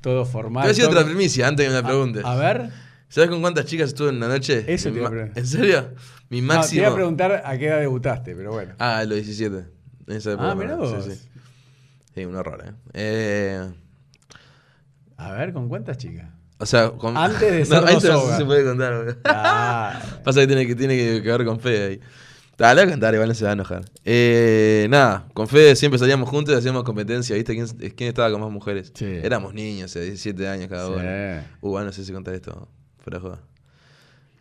Speaker 1: todo
Speaker 2: Te
Speaker 1: formal.
Speaker 2: voy a decir
Speaker 1: todo-
Speaker 2: otra primicia antes de que me la preguntes.
Speaker 1: Ah, A ver,
Speaker 2: ¿Sabes con cuántas chicas estuve en una noche?
Speaker 1: Eso
Speaker 2: Mi
Speaker 1: te iba a
Speaker 2: ma-
Speaker 1: preguntar.
Speaker 2: ¿En serio? Mi
Speaker 1: no, te
Speaker 2: máximo.
Speaker 1: iba a preguntar a qué edad debutaste, pero bueno.
Speaker 2: ah, a los 17. En esa época.
Speaker 1: Ah, mirá
Speaker 2: ¿no?
Speaker 1: vos.
Speaker 2: Sí, sí. Sí, un horror, ¿eh? eh
Speaker 1: A ver, ¿con cuántas chicas?
Speaker 2: o sea, con.
Speaker 1: Antes de ser
Speaker 2: no, ahí
Speaker 1: dos
Speaker 2: no
Speaker 1: hogas.
Speaker 2: se puede contar, boludo.
Speaker 1: Ah,
Speaker 2: Pasa que tiene que, tiene que ver con Fede ahí. Dale le voy a cantar, igual no se va a enojar. Eh, nada, con Fede siempre salíamos juntos y hacíamos competencia, ¿viste? ¿Quién, quién estaba con más mujeres?
Speaker 1: Sí.
Speaker 2: Éramos niños, o sea, 17 años cada
Speaker 1: sí.
Speaker 2: uno. Uh, ah, no sé si contar esto, fuera de joda.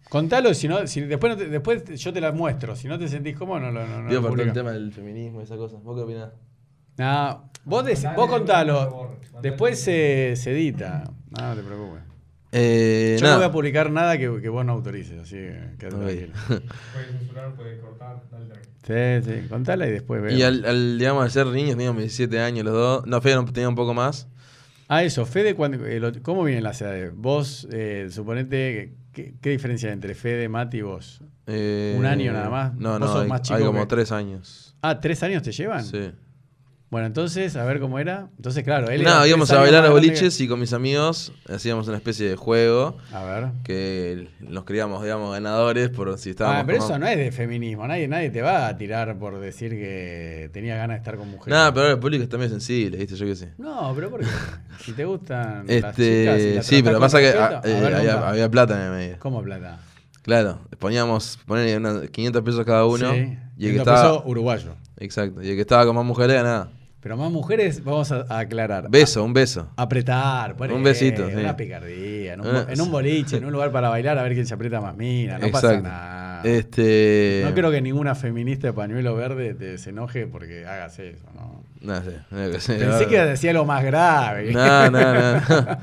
Speaker 1: Contalo, si no, si después, no te- después yo te la muestro. Si no te sentís cómodo, no lo no, no
Speaker 2: Digo,
Speaker 1: lo
Speaker 2: por todo el
Speaker 1: publicas.
Speaker 2: tema del feminismo y esas cosas. ¿Vos qué opinás?
Speaker 1: No, Ah, vos, dec-
Speaker 3: Mandale,
Speaker 1: vos
Speaker 3: por
Speaker 1: contalo.
Speaker 3: favor, mandale.
Speaker 1: Después se, se edita. No, no te preocupes.
Speaker 2: Eh,
Speaker 1: Yo no voy a publicar nada que, que vos no autorices, así que quédate
Speaker 2: Ok.
Speaker 1: tranquilo.
Speaker 3: Puedes censurar, puedes cortar, dale tranquilo.
Speaker 1: Sí, sí, contala y después veo.
Speaker 2: Y al, al, digamos, al ser niños, teníamos 17 años los dos. No, Fede no- tenía un poco más.
Speaker 1: Ah, eso, Fede, cuando, eh, lo- ¿cómo vienen las edades? Vos, eh, suponete, ¿qué, qué diferencia hay entre Fede, Mati y vos?
Speaker 2: Eh,
Speaker 1: ¿Un año nada más?
Speaker 2: No,
Speaker 1: Vos
Speaker 2: no,
Speaker 1: sos
Speaker 2: hay,
Speaker 1: más chico
Speaker 2: hay como
Speaker 1: que-
Speaker 2: 3 años.
Speaker 1: Ah, ¿tres años te llevan?
Speaker 2: Sí.
Speaker 1: Bueno, entonces, a ver cómo era. Entonces, claro, él
Speaker 2: Nada,
Speaker 1: era
Speaker 2: íbamos
Speaker 1: tres
Speaker 2: a
Speaker 1: años
Speaker 2: bailar
Speaker 1: más
Speaker 2: a
Speaker 1: grande que-
Speaker 2: boliches y con mis amigos hacíamos una especie de juego.
Speaker 1: A ver.
Speaker 2: que nos creíamos, digamos, ganadores por si
Speaker 1: Ah,
Speaker 2: estábamos.
Speaker 1: pero
Speaker 2: con
Speaker 1: eso
Speaker 2: mam-
Speaker 1: no es de feminismo. Nadie, nadie te va a tirar por decir que tenía ganas de estar con mujeres.
Speaker 2: Nada, pero ahora el público está medio sensible, ¿viste? Yo qué sé.
Speaker 1: No, pero ¿por qué? Si te gustan las chicas y
Speaker 2: Este,
Speaker 1: las tratás
Speaker 2: sí, pero
Speaker 1: con
Speaker 2: pasa que
Speaker 1: respeto,
Speaker 2: ah,
Speaker 1: a
Speaker 2: eh,
Speaker 1: ver,
Speaker 2: había,
Speaker 1: contá.
Speaker 2: había plata en el medio.
Speaker 1: ¿Cómo plata?
Speaker 2: Claro, poníamos, ponerle unas 500 pesos cada uno.
Speaker 1: Sí.
Speaker 2: Y el que
Speaker 1: Lo
Speaker 2: estaba.
Speaker 1: empezó uruguayo.
Speaker 2: Exacto, y el que estaba con más mujeres ganaba.
Speaker 1: Pero más mujeres, vamos a, a aclarar.
Speaker 2: Beso, un beso.
Speaker 1: A- apretar, por
Speaker 2: Un
Speaker 1: ahí,
Speaker 2: besito,
Speaker 1: Una
Speaker 2: sí. Ah,
Speaker 1: picardía, en un,
Speaker 2: Una-
Speaker 1: bo- en un boliche, en un lugar para bailar, a ver quién se aprieta más mina. No pasa
Speaker 2: Exacto.
Speaker 1: nada.
Speaker 2: Este.
Speaker 1: no creo que ninguna feminista de pañuelo verde te, se enoje porque hagas eso, ¿no?
Speaker 2: No sé. no sé,
Speaker 1: Pensé que decía lo más grave.
Speaker 2: No, no, no.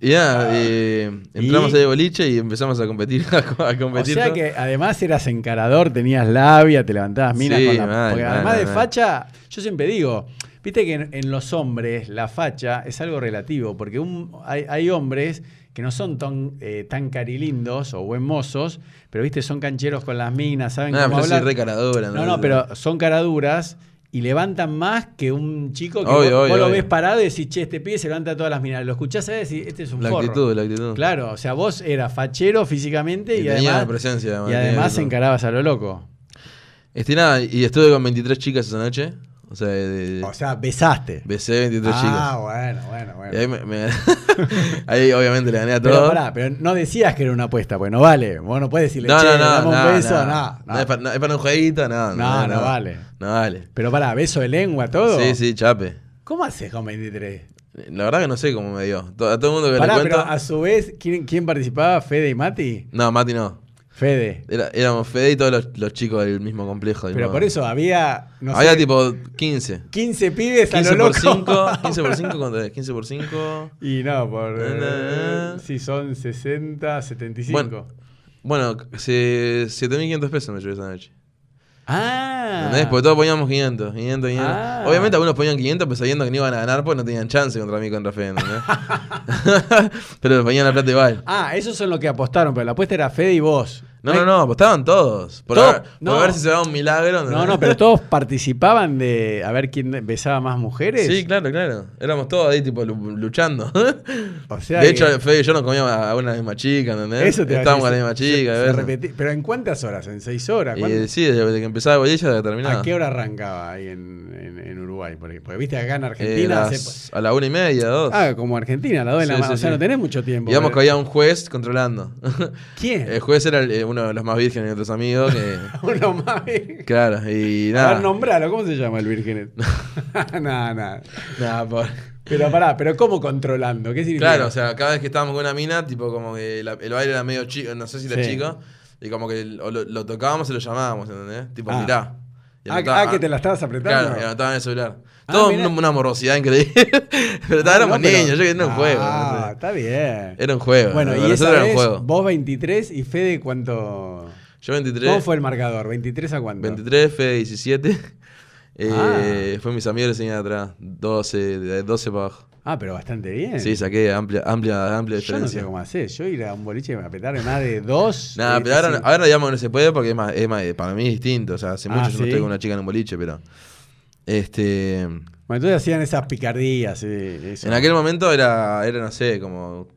Speaker 2: y nada, eh, entramos
Speaker 1: Ah, ¿Y?
Speaker 2: ahí de boliche y empezamos a competir. A, co- a
Speaker 1: O
Speaker 2: competir
Speaker 1: sea
Speaker 2: todo.
Speaker 1: que además eras encarador, tenías labia, te levantabas minas
Speaker 2: Sí,
Speaker 1: con la-
Speaker 2: mal,
Speaker 1: porque
Speaker 2: mal,
Speaker 1: además
Speaker 2: mal,
Speaker 1: de
Speaker 2: mal.
Speaker 1: facha, yo siempre digo, viste que en, en los hombres la facha es algo relativo, porque un- hay, hay hombres que no son tan, eh, tan carilindos o buen mozos, pero viste, son cancheros con las minas, saben
Speaker 2: No,
Speaker 1: cómo
Speaker 2: Ah, pero yo soy
Speaker 1: hablar.
Speaker 2: re caradora.
Speaker 1: No, no, pero son caraduras y levantan más que un chico que
Speaker 2: Obvio,
Speaker 1: vos, vos
Speaker 2: obvio,
Speaker 1: lo
Speaker 2: obvio.
Speaker 1: ves parado y decís, che, este pibe se levanta todas las minas. Lo escuchás a decís, este es un
Speaker 2: La
Speaker 1: forro.
Speaker 2: actitud, la actitud.
Speaker 1: Claro, o sea, vos eras fachero físicamente y,
Speaker 2: Y tenía
Speaker 1: además,
Speaker 2: presencia, además,
Speaker 1: y
Speaker 2: tenía
Speaker 1: además
Speaker 2: actitud.
Speaker 1: encarabas a lo loco.
Speaker 2: Este, nada, y estuve con 23 chicas esa noche. O sea, de- de-
Speaker 1: O sea, besaste.
Speaker 2: besé 23
Speaker 1: Oh, ah,
Speaker 2: chicas.
Speaker 1: bueno, bueno, bueno.
Speaker 2: Y ahí, me- me- ahí obviamente le gané a
Speaker 1: pero
Speaker 2: todo.
Speaker 1: pará, pero no decías que era una apuesta, pues no vale. Vos no puedes decirle,
Speaker 2: no,
Speaker 1: che,
Speaker 2: no, no,
Speaker 1: dame un
Speaker 2: no,
Speaker 1: beso,
Speaker 2: no.
Speaker 1: no. No,
Speaker 2: No, es, para, no, es para un jueguito, no.
Speaker 1: No, no vale.
Speaker 2: No vale.
Speaker 1: Pero pará, beso de lengua, todo.
Speaker 2: Sí, sí, chape.
Speaker 1: ¿Cómo haces con 23?
Speaker 2: La verdad que no sé cómo me dio. To- A todo el mundo que
Speaker 1: Pará,
Speaker 2: le
Speaker 1: pero
Speaker 2: cuento.
Speaker 1: a su vez, ¿quién, quién participaba? ¿Fede y Mati?
Speaker 2: No, Mati no.
Speaker 1: Fede.
Speaker 2: Era- éramos Fede y todos los, los chicos del mismo complejo. del
Speaker 1: Pero
Speaker 2: mismo-
Speaker 1: por eso había, no
Speaker 2: Había
Speaker 1: sé,
Speaker 2: tipo 15.
Speaker 1: 15 pibes a
Speaker 2: 15
Speaker 1: lo
Speaker 2: por
Speaker 1: loco.
Speaker 2: 5. 15 por 5 contra 15 por 5.
Speaker 1: Y no, por.
Speaker 2: Na, na,
Speaker 1: eh,
Speaker 2: na.
Speaker 1: si son 60, 75.
Speaker 2: Bueno. Bueno, se- 7.500 pesos me llevé esa noche.
Speaker 1: Ah.
Speaker 2: ¿Entendés? Porque todos poníamos 500, 500, 500.
Speaker 1: Ah.
Speaker 2: Obviamente algunos ponían 500, pero sabiendo que no iban a ganar, pues no tenían chance contra mí, contra Fede, ¿entendés? pero le ponían la plata igual.
Speaker 1: Ah, esos son los que apostaron, pero la apuesta era Fede y vos.
Speaker 2: No, no, no, apostaban todos. Por,
Speaker 1: Todo-
Speaker 2: haber- por
Speaker 1: no.
Speaker 2: ver si se daba un milagro. ¿entendés?
Speaker 1: No, no, pero todos participaban de a ver quién besaba más mujeres.
Speaker 2: Sí, claro, claro. Éramos todos ahí, tipo, lu- luchando.
Speaker 1: O sea
Speaker 2: de
Speaker 1: que-
Speaker 2: hecho, Fede y yo nos comíamos a una misma chica, ¿entendés?
Speaker 1: Eso te
Speaker 2: Estábamos con la
Speaker 1: decir,
Speaker 2: misma
Speaker 1: se-
Speaker 2: chica.
Speaker 1: se
Speaker 2: ¿ves?
Speaker 1: repetí- pero ¿en cuántas horas? ¿En seis horas?
Speaker 2: y
Speaker 1: ¿Cuándo-
Speaker 2: eh, sí, desde que empezaba el boliche hasta que terminaba.
Speaker 1: ¿A qué hora arrancaba ahí en, en- en Uruguay? Porque, porque, viste acá en
Speaker 2: Eh,
Speaker 1: Argentina.
Speaker 2: las-
Speaker 1: se-
Speaker 2: A la una y media, dos.
Speaker 1: Ah, como Argentina, a la dos de la
Speaker 2: Sí,
Speaker 1: ma-
Speaker 2: sí,
Speaker 1: O sea,
Speaker 2: sí.
Speaker 1: no tenés mucho tiempo. eh.
Speaker 2: Digamos que
Speaker 1: pero-
Speaker 2: había un juez controlando.
Speaker 1: ¿Quién?
Speaker 2: El juez era el- eh, uno de los más vírgenes de nuestros amigos. que-
Speaker 1: Uno más. bien.
Speaker 2: claro, y
Speaker 1: A
Speaker 2: nada.
Speaker 1: ver, nombralo, ¿cómo se llama el virgen? nada, nada.
Speaker 2: Nada, por-
Speaker 1: Pero pará, pero ¿cómo controlando? ¿Qué significa?
Speaker 2: Claro, o sea, cada vez que estábamos con una mina, tipo como que la- el baile era medio chico, no sé si era
Speaker 1: Sí.
Speaker 2: chico, y como que el- o lo, lo tocábamos y lo llamábamos, ¿entendés? Tipo,
Speaker 1: Ah.
Speaker 2: mirá. Y
Speaker 1: Ah,
Speaker 2: anotaba-
Speaker 1: ah, que te la estabas apretando.
Speaker 2: Claro, y anotaban en el celular.
Speaker 1: Ah,
Speaker 2: Todo
Speaker 1: mirá.
Speaker 2: una, una morbosidad increíble. pero
Speaker 1: Ah,
Speaker 2: está, éramos
Speaker 1: no, pero-
Speaker 2: niños, yo que era un juego.
Speaker 1: Ah,
Speaker 2: no sé.
Speaker 1: está bien.
Speaker 2: Era un juego.
Speaker 1: Bueno,
Speaker 2: para
Speaker 1: y esa
Speaker 2: Eh, nosotros era un
Speaker 1: vez,
Speaker 2: juego.
Speaker 1: vos 23 y Fede, ¿cuánto?
Speaker 2: Yo 23.
Speaker 1: ¿Cómo fue el marcador? ¿23 a cuánto?
Speaker 2: 23, Fede 17. Eh,
Speaker 1: Ah.
Speaker 2: Fue mis amigos que atrás. 12, de 12 para abajo.
Speaker 1: Ah, pero bastante bien.
Speaker 2: Sí, saqué amplia, amplia, amplia
Speaker 1: Yo no
Speaker 2: diferencia.
Speaker 1: sé cómo hacer. Yo ir a un boliche y me apretaron más de dos.
Speaker 2: Nada,
Speaker 1: eh,
Speaker 2: pero ahora,
Speaker 1: sí.
Speaker 2: ahora digamos que no se puede porque es más, es más- eh, para mí es distinto. O sea, hace
Speaker 1: Ah,
Speaker 2: mucho yo no
Speaker 1: ¿sí?
Speaker 2: estoy con una chica en un boliche, pero. Este.
Speaker 1: Bueno, entonces hacían esas picardías. eh, eso.
Speaker 2: En aquel momento era, era, no sé, como.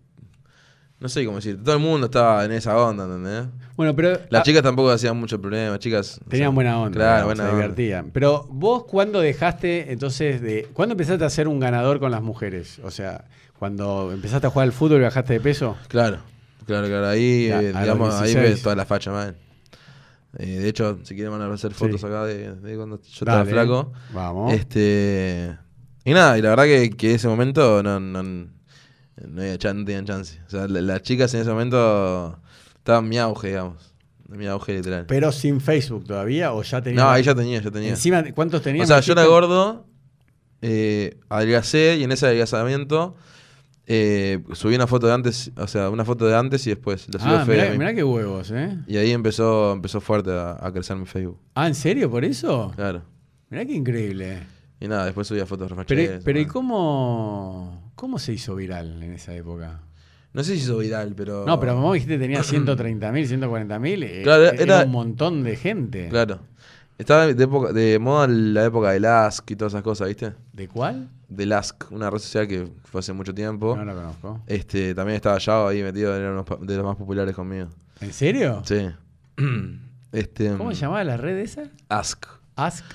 Speaker 2: No sé cómo decir. Todo el mundo estaba en esa onda, ¿entendés?
Speaker 1: Bueno, pero.
Speaker 2: Las
Speaker 1: ah,
Speaker 2: chicas tampoco hacían mucho problema, chicas. o
Speaker 1: Tenían
Speaker 2: sea,
Speaker 1: buena onda,
Speaker 2: Claro,
Speaker 1: digamos,
Speaker 2: buena
Speaker 1: se
Speaker 2: onda.
Speaker 1: divertían. Pero vos, ¿cuándo dejaste entonces de. ¿Cuándo empezaste a ser un ganador con las mujeres? O sea, cuando empezaste a jugar al fútbol y bajaste de peso.
Speaker 2: Claro, claro, claro. Ahí,
Speaker 1: Ya,
Speaker 2: eh,
Speaker 1: a
Speaker 2: digamos,
Speaker 1: los
Speaker 2: ahí
Speaker 1: 16.
Speaker 2: ves toda la facha, man. Eh, de hecho, si quieren van a hacer fotos acá de, de cuando yo estaba
Speaker 1: Dale.
Speaker 2: flaco.
Speaker 1: Vamos.
Speaker 2: Este. Y nada, y la verdad que, que ese momento no, no, no había chan- no tenían chance. O sea, la- las chicas en ese momento estaban en mi auge, digamos. En mi auge literal.
Speaker 1: Pero sin Facebook todavía, o ya tenías.
Speaker 2: no, ahí ya tenía, ya tenía.
Speaker 1: Encima, ¿cuántos tenías?
Speaker 2: O sea,
Speaker 1: me
Speaker 2: yo era
Speaker 1: dijiste?
Speaker 2: gordo, eh, adelgacé y en ese adelgazamiento eh, subí una foto de antes, o sea, una foto de antes y después. Lo subí a
Speaker 1: Ah, mirá,
Speaker 2: Facebook.
Speaker 1: mirá qué huevos, ¿eh?
Speaker 2: Y ahí empezó, empezó fuerte a, a crecer mi Facebook.
Speaker 1: Ah, ¿en serio por eso?
Speaker 2: Claro.
Speaker 1: Mirá qué increíble.
Speaker 2: Y nada, después subía fotos refacheras,
Speaker 1: Pero, pero ¿y
Speaker 2: bueno.
Speaker 1: cómo, cómo se hizo viral en esa época?
Speaker 2: No sé si hizo viral, pero.
Speaker 1: No, pero vos dijiste que tenía 130 mil, 140 mil.
Speaker 2: Oh.
Speaker 1: eh,
Speaker 2: Claro,
Speaker 1: era,
Speaker 2: era-
Speaker 1: un montón de gente.
Speaker 2: Claro. Estaba de, época- de moda la época del Ask y todas esas cosas, ¿viste?
Speaker 1: ¿De cuál?
Speaker 2: Del Ask, una red social que fue hace mucho tiempo.
Speaker 1: No lo conozco.
Speaker 2: Este, también estaba Java ahí metido, era uno pa- de los más populares conmigo.
Speaker 1: ¿En serio?
Speaker 2: Sí. Este,
Speaker 1: ¿Cómo se llamaba la red esa?
Speaker 2: Ask.
Speaker 1: Ask.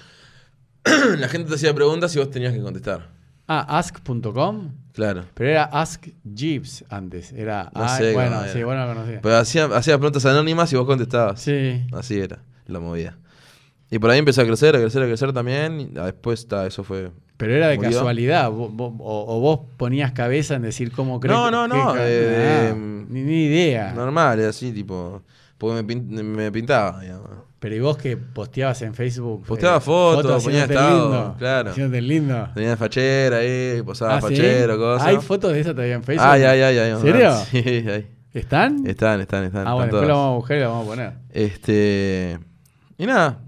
Speaker 2: la gente te hacía preguntas y vos tenías que contestar.
Speaker 1: Ah, ask.com.
Speaker 2: Claro.
Speaker 1: Pero era Ask Jeeves antes. Era.
Speaker 2: No
Speaker 1: ah,
Speaker 2: sé
Speaker 1: bueno,
Speaker 2: cómo era.
Speaker 1: sí, bueno, lo conocía.
Speaker 2: Pero hacía, hacía preguntas anónimas y vos contestabas.
Speaker 1: sí.
Speaker 2: Así era la movida. Y por ahí empezó a crecer, a crecer, a crecer también. Y después ta, eso fue.
Speaker 1: Pero era de
Speaker 2: murió.
Speaker 1: casualidad. vo- vo- o, o vos ponías cabeza en decir cómo crees.
Speaker 2: No,
Speaker 1: que-
Speaker 2: no, no,
Speaker 1: que-
Speaker 2: eh,
Speaker 1: Ah,
Speaker 2: de-
Speaker 1: ni, ni idea.
Speaker 2: Normal, era así, tipo. Porque me, pin- me pintaba, digamos.
Speaker 1: Pero y vos que posteabas en Facebook.
Speaker 2: Posteaba fotos, ponía
Speaker 1: haciéndote
Speaker 2: estado,
Speaker 1: lindo,
Speaker 2: claro.
Speaker 1: Haciéndote lindo.
Speaker 2: Tenía fachera ahí, posaba
Speaker 1: Ah, ¿sí?
Speaker 2: fachero, cosas.
Speaker 1: Hay fotos de esas todavía en Facebook.
Speaker 2: Ay, ay, ay, ay.
Speaker 1: ¿En serio?
Speaker 2: Sí, ahí.
Speaker 1: ¿Están?
Speaker 2: Están, están,
Speaker 1: ah,
Speaker 2: están. están
Speaker 1: bueno,
Speaker 2: todas.
Speaker 1: después la vamos a buscar y la vamos a poner.
Speaker 2: Este. Y nada.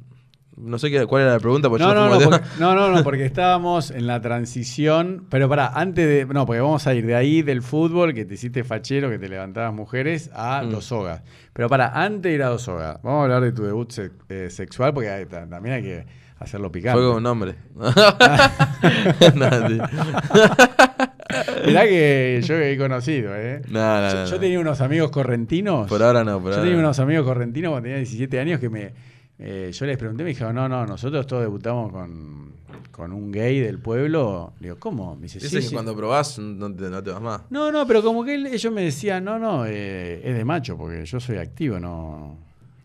Speaker 2: No sé qué, cuál era la pregunta, porque
Speaker 1: No,
Speaker 2: yo
Speaker 1: no,
Speaker 2: me
Speaker 1: no,
Speaker 2: fui muy
Speaker 1: porque, no, no, no, porque estábamos en la transición. Pero pará, antes de. No, porque vamos a ir de ahí del fútbol, que te hiciste fachero, que te levantabas mujeres, a
Speaker 2: Mm.
Speaker 1: Dos Hogas. Pero pará, antes de ir a Dos Hogas, vamos a hablar de tu debut se- eh, sexual, porque ahí ta- también hay que hacerlo picante.
Speaker 2: Fue con un nombre. Nada, tío.
Speaker 1: Mirá que yo he conocido, ¿eh? Yo,
Speaker 2: Nada, nada,
Speaker 1: yo
Speaker 2: nada.
Speaker 1: tenía unos amigos correntinos.
Speaker 2: Por ahora no, por
Speaker 1: yo
Speaker 2: ahora.
Speaker 1: tenía
Speaker 2: no.
Speaker 1: unos amigos correntinos cuando tenía 17 años que me. eh, yo les pregunté, me dijeron, no, no, nosotros todos debutamos con, con un gay del pueblo. Le digo, ¿cómo? Me dice,
Speaker 2: Dicen
Speaker 1: "Sí,
Speaker 2: que
Speaker 1: sí".
Speaker 2: cuando probás no te, no te vas más.
Speaker 1: No, no, pero como que él- ellos me decían, no, no, eh, es de macho, porque yo soy activo, no.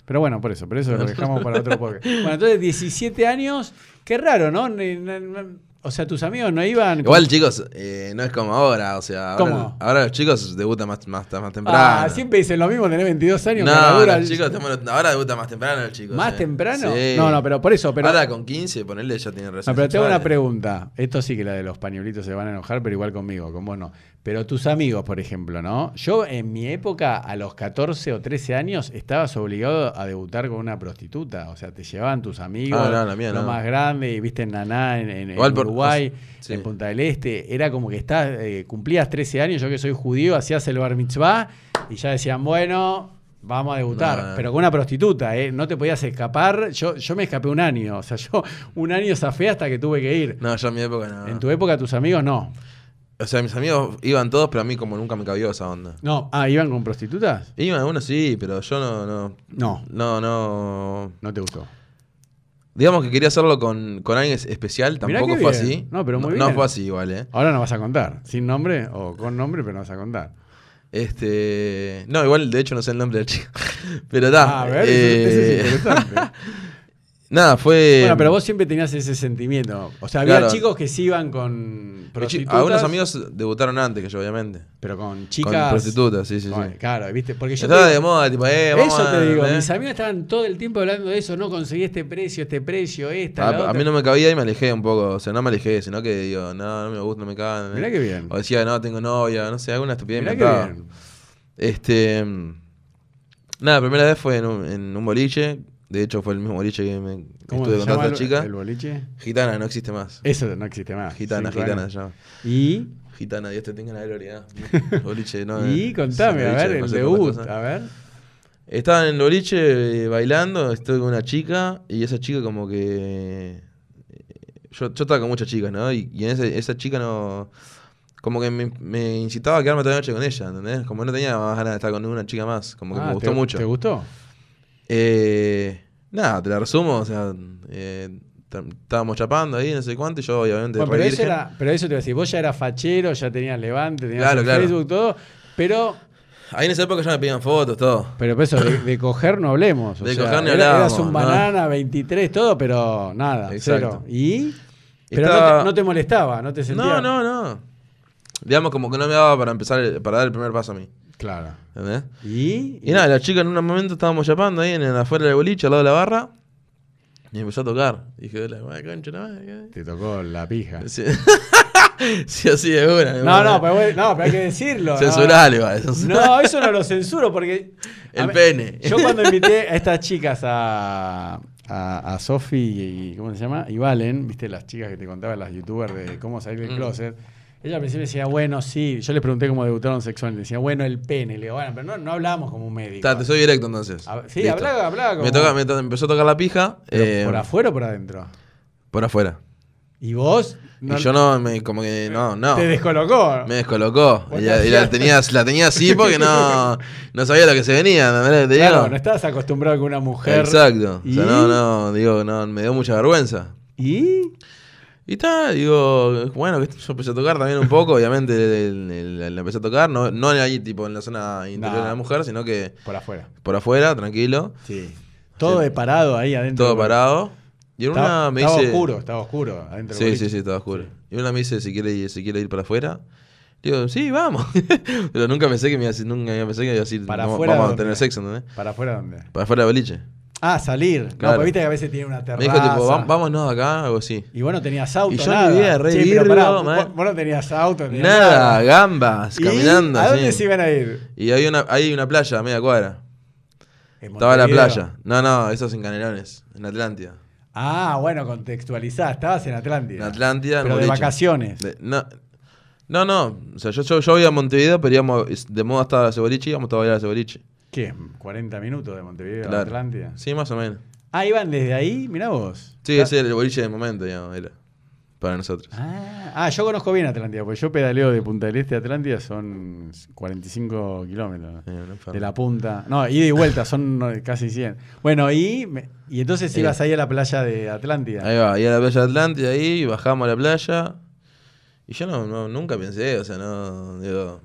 Speaker 1: Pero bueno, por eso, por eso lo dejamos para otro podcast. Bueno, entonces 17 años, qué raro, ¿no? Ni- ni- ni- O sea, tus amigos no iban. con-
Speaker 2: Igual, chicos, eh, no es como ahora, o sea, ahora,
Speaker 1: ¿Cómo?
Speaker 2: ahora los chicos debutan más, más, más temprano.
Speaker 1: Ah, siempre dicen lo mismo, tenés 22 años.
Speaker 2: No,
Speaker 1: caradura.
Speaker 2: los chicos, estamos- ahora debutan más temprano los chicos.
Speaker 1: ¿Más
Speaker 2: eh.
Speaker 1: temprano?
Speaker 2: Sí.
Speaker 1: No, no, pero por eso. Pero,
Speaker 2: Ahora con 15, ponerle ya tienen
Speaker 1: No,
Speaker 2: relaciones
Speaker 1: pero tengo una
Speaker 2: sexuales.
Speaker 1: pregunta. Esto sí que la de los pañuelitos se van a enojar, pero igual conmigo, con vos no. Pero tus amigos, por ejemplo, ¿no? Yo en mi época, a los 14 o 13 años, estabas obligado a debutar con una prostituta. O sea, te llevaban tus amigos,
Speaker 2: Ah, no, la mía
Speaker 1: lo
Speaker 2: no.
Speaker 1: más grande, y viste en Naná, en, en- en
Speaker 2: Igual por-
Speaker 1: Uruguay,
Speaker 2: o sea, sí.
Speaker 1: en Punta del Este. Era como que estás, eh, cumplías 13 años, yo que soy judío, hacías el bar mitzvah y ya decían, bueno, vamos a debutar.
Speaker 2: No.
Speaker 1: Pero con una prostituta, ¿eh? No te podías escapar. Yo, yo me escapé un año. O sea, yo un año zafé hasta que tuve que ir.
Speaker 2: No, yo en mi época no.
Speaker 1: En tu época, tus amigos no.
Speaker 2: O sea, mis amigos iban todos, pero a mí como nunca me cabió esa onda.
Speaker 1: No. Ah, ¿iban con prostitutas?
Speaker 2: Iban algunos sí, pero yo no, no.
Speaker 1: No.
Speaker 2: No, no.
Speaker 1: No te gustó.
Speaker 2: Digamos que quería hacerlo con, con alguien es- especial,
Speaker 1: Mirá
Speaker 2: tampoco
Speaker 1: qué
Speaker 2: fue
Speaker 1: bien.
Speaker 2: así.
Speaker 1: No, pero muy
Speaker 2: No
Speaker 1: bien.
Speaker 2: fue así igual, eh.
Speaker 1: Ahora no vas a contar. Sin nombre o con nombre, pero no vas a contar.
Speaker 2: Este. No, igual de hecho no sé el nombre del chico. Pero da.
Speaker 1: Ah, a ver, eso- eso,
Speaker 2: eh,
Speaker 1: es interesante.
Speaker 2: nada, fue.
Speaker 1: bueno, pero vos siempre tenías ese sentimiento. O sea, había
Speaker 2: Claro.
Speaker 1: chicos que sí iban con
Speaker 2: Mi chi-
Speaker 1: prostitutas.
Speaker 2: Algunos amigos debutaron antes que yo, obviamente.
Speaker 1: Pero con chicas.
Speaker 2: Con prostitutas, sí, sí, sí.
Speaker 1: Bueno, Claro, viste. Porque yo
Speaker 2: Estaba
Speaker 1: te-
Speaker 2: de moda, tipo, eh, vamos
Speaker 1: Eso
Speaker 2: a-
Speaker 1: te digo,
Speaker 2: eh.
Speaker 1: mis amigos estaban todo el tiempo hablando de eso, no conseguí este precio, este precio, esta,
Speaker 2: A,
Speaker 1: la
Speaker 2: Ah, a
Speaker 1: otra.
Speaker 2: mí no me cabía y me alejé un poco. O sea, no me alejé, sino que digo, no, no me gusta, no me cagan.
Speaker 1: Mirá que bien.
Speaker 2: O decía, no, tengo novia, no sé, alguna estupidez
Speaker 1: Mirá
Speaker 2: inventada.
Speaker 1: que bien.
Speaker 2: Este. mm, Nada, la primera vez fue en un, en un boliche. De hecho, fue el mismo boliche que me
Speaker 1: ¿Cómo se
Speaker 2: estuve con
Speaker 1: llama
Speaker 2: otra
Speaker 1: el-
Speaker 2: chica.
Speaker 1: el boliche?
Speaker 2: Gitana, no existe más.
Speaker 1: Eso no existe más.
Speaker 2: Gitana,
Speaker 1: Cinco
Speaker 2: gitana
Speaker 1: años.
Speaker 2: se llama.
Speaker 1: Y,
Speaker 2: Gitana, Dios te tenga la gloria. Boliche, no.
Speaker 1: y
Speaker 2: eh,
Speaker 1: contame,
Speaker 2: boliche,
Speaker 1: a ver, el
Speaker 2: pasé por
Speaker 1: debut,
Speaker 2: cosas.
Speaker 1: a ver.
Speaker 2: Estaba en el boliche eh, bailando, estoy con una chica y esa chica como que... eh, Yo, yo estaba con muchas chicas, ¿no? Y, y en ese- esa chica no... Como que me, me incitaba a quedarme toda la noche con ella, ¿entendés? Como no tenía más ganas de estar con una chica más, como que
Speaker 1: Ah,
Speaker 2: me gustó
Speaker 1: ¿te-
Speaker 2: mucho.
Speaker 1: ¿Te gustó?
Speaker 2: Eh, nada, te la resumo, o sea, eh, tam- estábamos chapando ahí, no sé cuánto, y yo obviamente...
Speaker 1: Bueno,
Speaker 2: re
Speaker 1: pero, eso
Speaker 2: virgen.
Speaker 1: era, pero eso te iba a decir, vos ya eras fachero, ya tenías Levante, tenías
Speaker 2: ¿eh? Claro,
Speaker 1: el
Speaker 2: claro.
Speaker 1: Facebook, todo, pero,
Speaker 2: Ahí en esa época ya me pedían fotos, todo.
Speaker 1: pero por eso, de, de coger no hablemos. o
Speaker 2: De
Speaker 1: sea,
Speaker 2: coger no
Speaker 1: era- Eras
Speaker 2: hablábamos,
Speaker 1: un
Speaker 2: no.
Speaker 1: banana, 23, todo, pero nada, cero.
Speaker 2: Exacto.
Speaker 1: ¿Y? Pero no,
Speaker 2: Estaba-
Speaker 1: te, no te molestaba, no te sentías...
Speaker 2: No, no, no. Digamos como que no me daba para empezar, el- para dar el primer paso a mí,
Speaker 1: Claro.
Speaker 2: ¿entendés?
Speaker 1: ¿Y?
Speaker 2: Y nada, la chica en un momento estábamos chapando ahí en el afuera del boliche, al lado de la barra. Y empezó a tocar. Dije, la madre, concha, la madre.
Speaker 1: Te tocó la pija.
Speaker 2: ¿qué?". Sí. sí, así de una.
Speaker 1: No, no, pero, bueno, no, pero hay que decirlo. ¿no?
Speaker 2: Censurale, va. censurale.
Speaker 1: No, eso no lo censuro porque... a
Speaker 2: El
Speaker 1: ver,
Speaker 2: pene.
Speaker 1: Yo cuando invité a estas chicas a, a, a Sofi y, ¿cómo se llama? Y Valen, viste las chicas que te contaba, las youtubers de cómo salir del
Speaker 2: Mm.
Speaker 1: closet. Ella al principio decía, bueno, sí. Yo les pregunté cómo debutaron sexualmente. Decía, bueno, el pene. Le digo, bueno, pero no, no hablamos como un médico.
Speaker 2: Ta, te soy directo entonces.
Speaker 1: A- sí,
Speaker 2: Listo.
Speaker 1: hablaba, hablaba como...
Speaker 2: Me, toca, me to- empezó a tocar la pija.
Speaker 1: pero
Speaker 2: eh,
Speaker 1: ¿Por afuera o por adentro?
Speaker 2: por afuera.
Speaker 1: ¿Y vos?
Speaker 2: y yo no, me, como que no, no.
Speaker 1: Te descolocó.
Speaker 2: Me descolocó.
Speaker 1: Vos
Speaker 2: Y,
Speaker 1: te
Speaker 2: la- y la,
Speaker 1: hacías-
Speaker 2: tenía, la tenía así porque no, no sabía lo que se venía. ¿entendés? Te digo.
Speaker 1: Claro, no estabas acostumbrado con una mujer.
Speaker 2: Exacto. O sea,
Speaker 1: ¿Y?
Speaker 2: no, no, digo, no, me dio mucha vergüenza.
Speaker 1: ¿Y?
Speaker 2: Y está, digo, bueno, que yo empecé a tocar también un poco, obviamente el- el- el- la empecé a tocar, no, no ahí tipo en la zona interior
Speaker 1: No.
Speaker 2: de la mujer, sino que
Speaker 1: Por afuera.
Speaker 2: por afuera, tranquilo,
Speaker 1: Sí. Todo de parado ahí adentro.
Speaker 2: todo parado. Y en
Speaker 1: Estaba,
Speaker 2: una me
Speaker 1: estaba
Speaker 2: dice...
Speaker 1: oscuro, estaba oscuro adentro. del
Speaker 2: Sí,
Speaker 1: boliche.
Speaker 2: sí, sí, estaba oscuro. Y una me dice si quiere, ir- si quiere ir para afuera. Digo, sí, vamos. Pero nunca pensé que me iba a decir, nunca pensé que me iba a decir,
Speaker 1: Para
Speaker 2: "Vamos-
Speaker 1: afuera,
Speaker 2: vamos a
Speaker 1: ¿dónde?
Speaker 2: tener sexo, ¿entendés?
Speaker 1: ¿Para afuera dónde?
Speaker 2: Para afuera del boliche.
Speaker 1: Ah, salir. No,
Speaker 2: Claro.
Speaker 1: pero viste que a veces tiene una terraza.
Speaker 2: Me dijo, tipo, "Vam- vámonos de acá, algo así.
Speaker 1: Y vos no tenías auto,
Speaker 2: Y yo
Speaker 1: nada.
Speaker 2: mi vida re
Speaker 1: Che, pero
Speaker 2: virgo,
Speaker 1: pará, vos-
Speaker 2: man.
Speaker 1: Vos no tenías auto, no tenías
Speaker 2: Nada, gambas,
Speaker 1: ¿Y
Speaker 2: caminando.
Speaker 1: ¿A dónde
Speaker 2: sí.
Speaker 1: se iban a ir?
Speaker 2: Y hay una, hay una playa a media cuadra.
Speaker 1: En
Speaker 2: Estaba la
Speaker 1: Montevideo.
Speaker 2: playa. No, no, eso es en Canelones, en Atlántida.
Speaker 1: Ah, bueno, contextualizá. Estabas en Atlántida.
Speaker 2: En Atlántida, en
Speaker 1: Pero de
Speaker 2: boliche.
Speaker 1: vacaciones.
Speaker 2: De- no, no, no. O sea, yo, yo, yo iba a Montevideo, pero íbamos es- de moda hasta Ceboliche, íbamos a bailar a Ceboliche.
Speaker 1: ¿Qué? ¿40 minutos de Montevideo a
Speaker 2: Claro.
Speaker 1: Atlántida?
Speaker 2: Sí, más o menos.
Speaker 1: Ah, iban desde ahí, mirá vos.
Speaker 2: Sí, ese era el boliche del momento, digamos, era. Para nosotros.
Speaker 1: Ah, ah, yo conozco bien Atlántida, porque yo pedaleo de Punta del Este a Atlántida, son 45 kilómetros.
Speaker 2: Eh, un enfermo.
Speaker 1: De la punta. No, ida y vuelta, son no, casi 100. Bueno, y, me- y entonces
Speaker 2: Eh.
Speaker 1: ibas ahí a la playa de Atlántida.
Speaker 2: Ahí va, y a la playa de Atlántida, ahí bajamos a la playa. Y yo no, no- nunca pensé, o sea, no. Digo,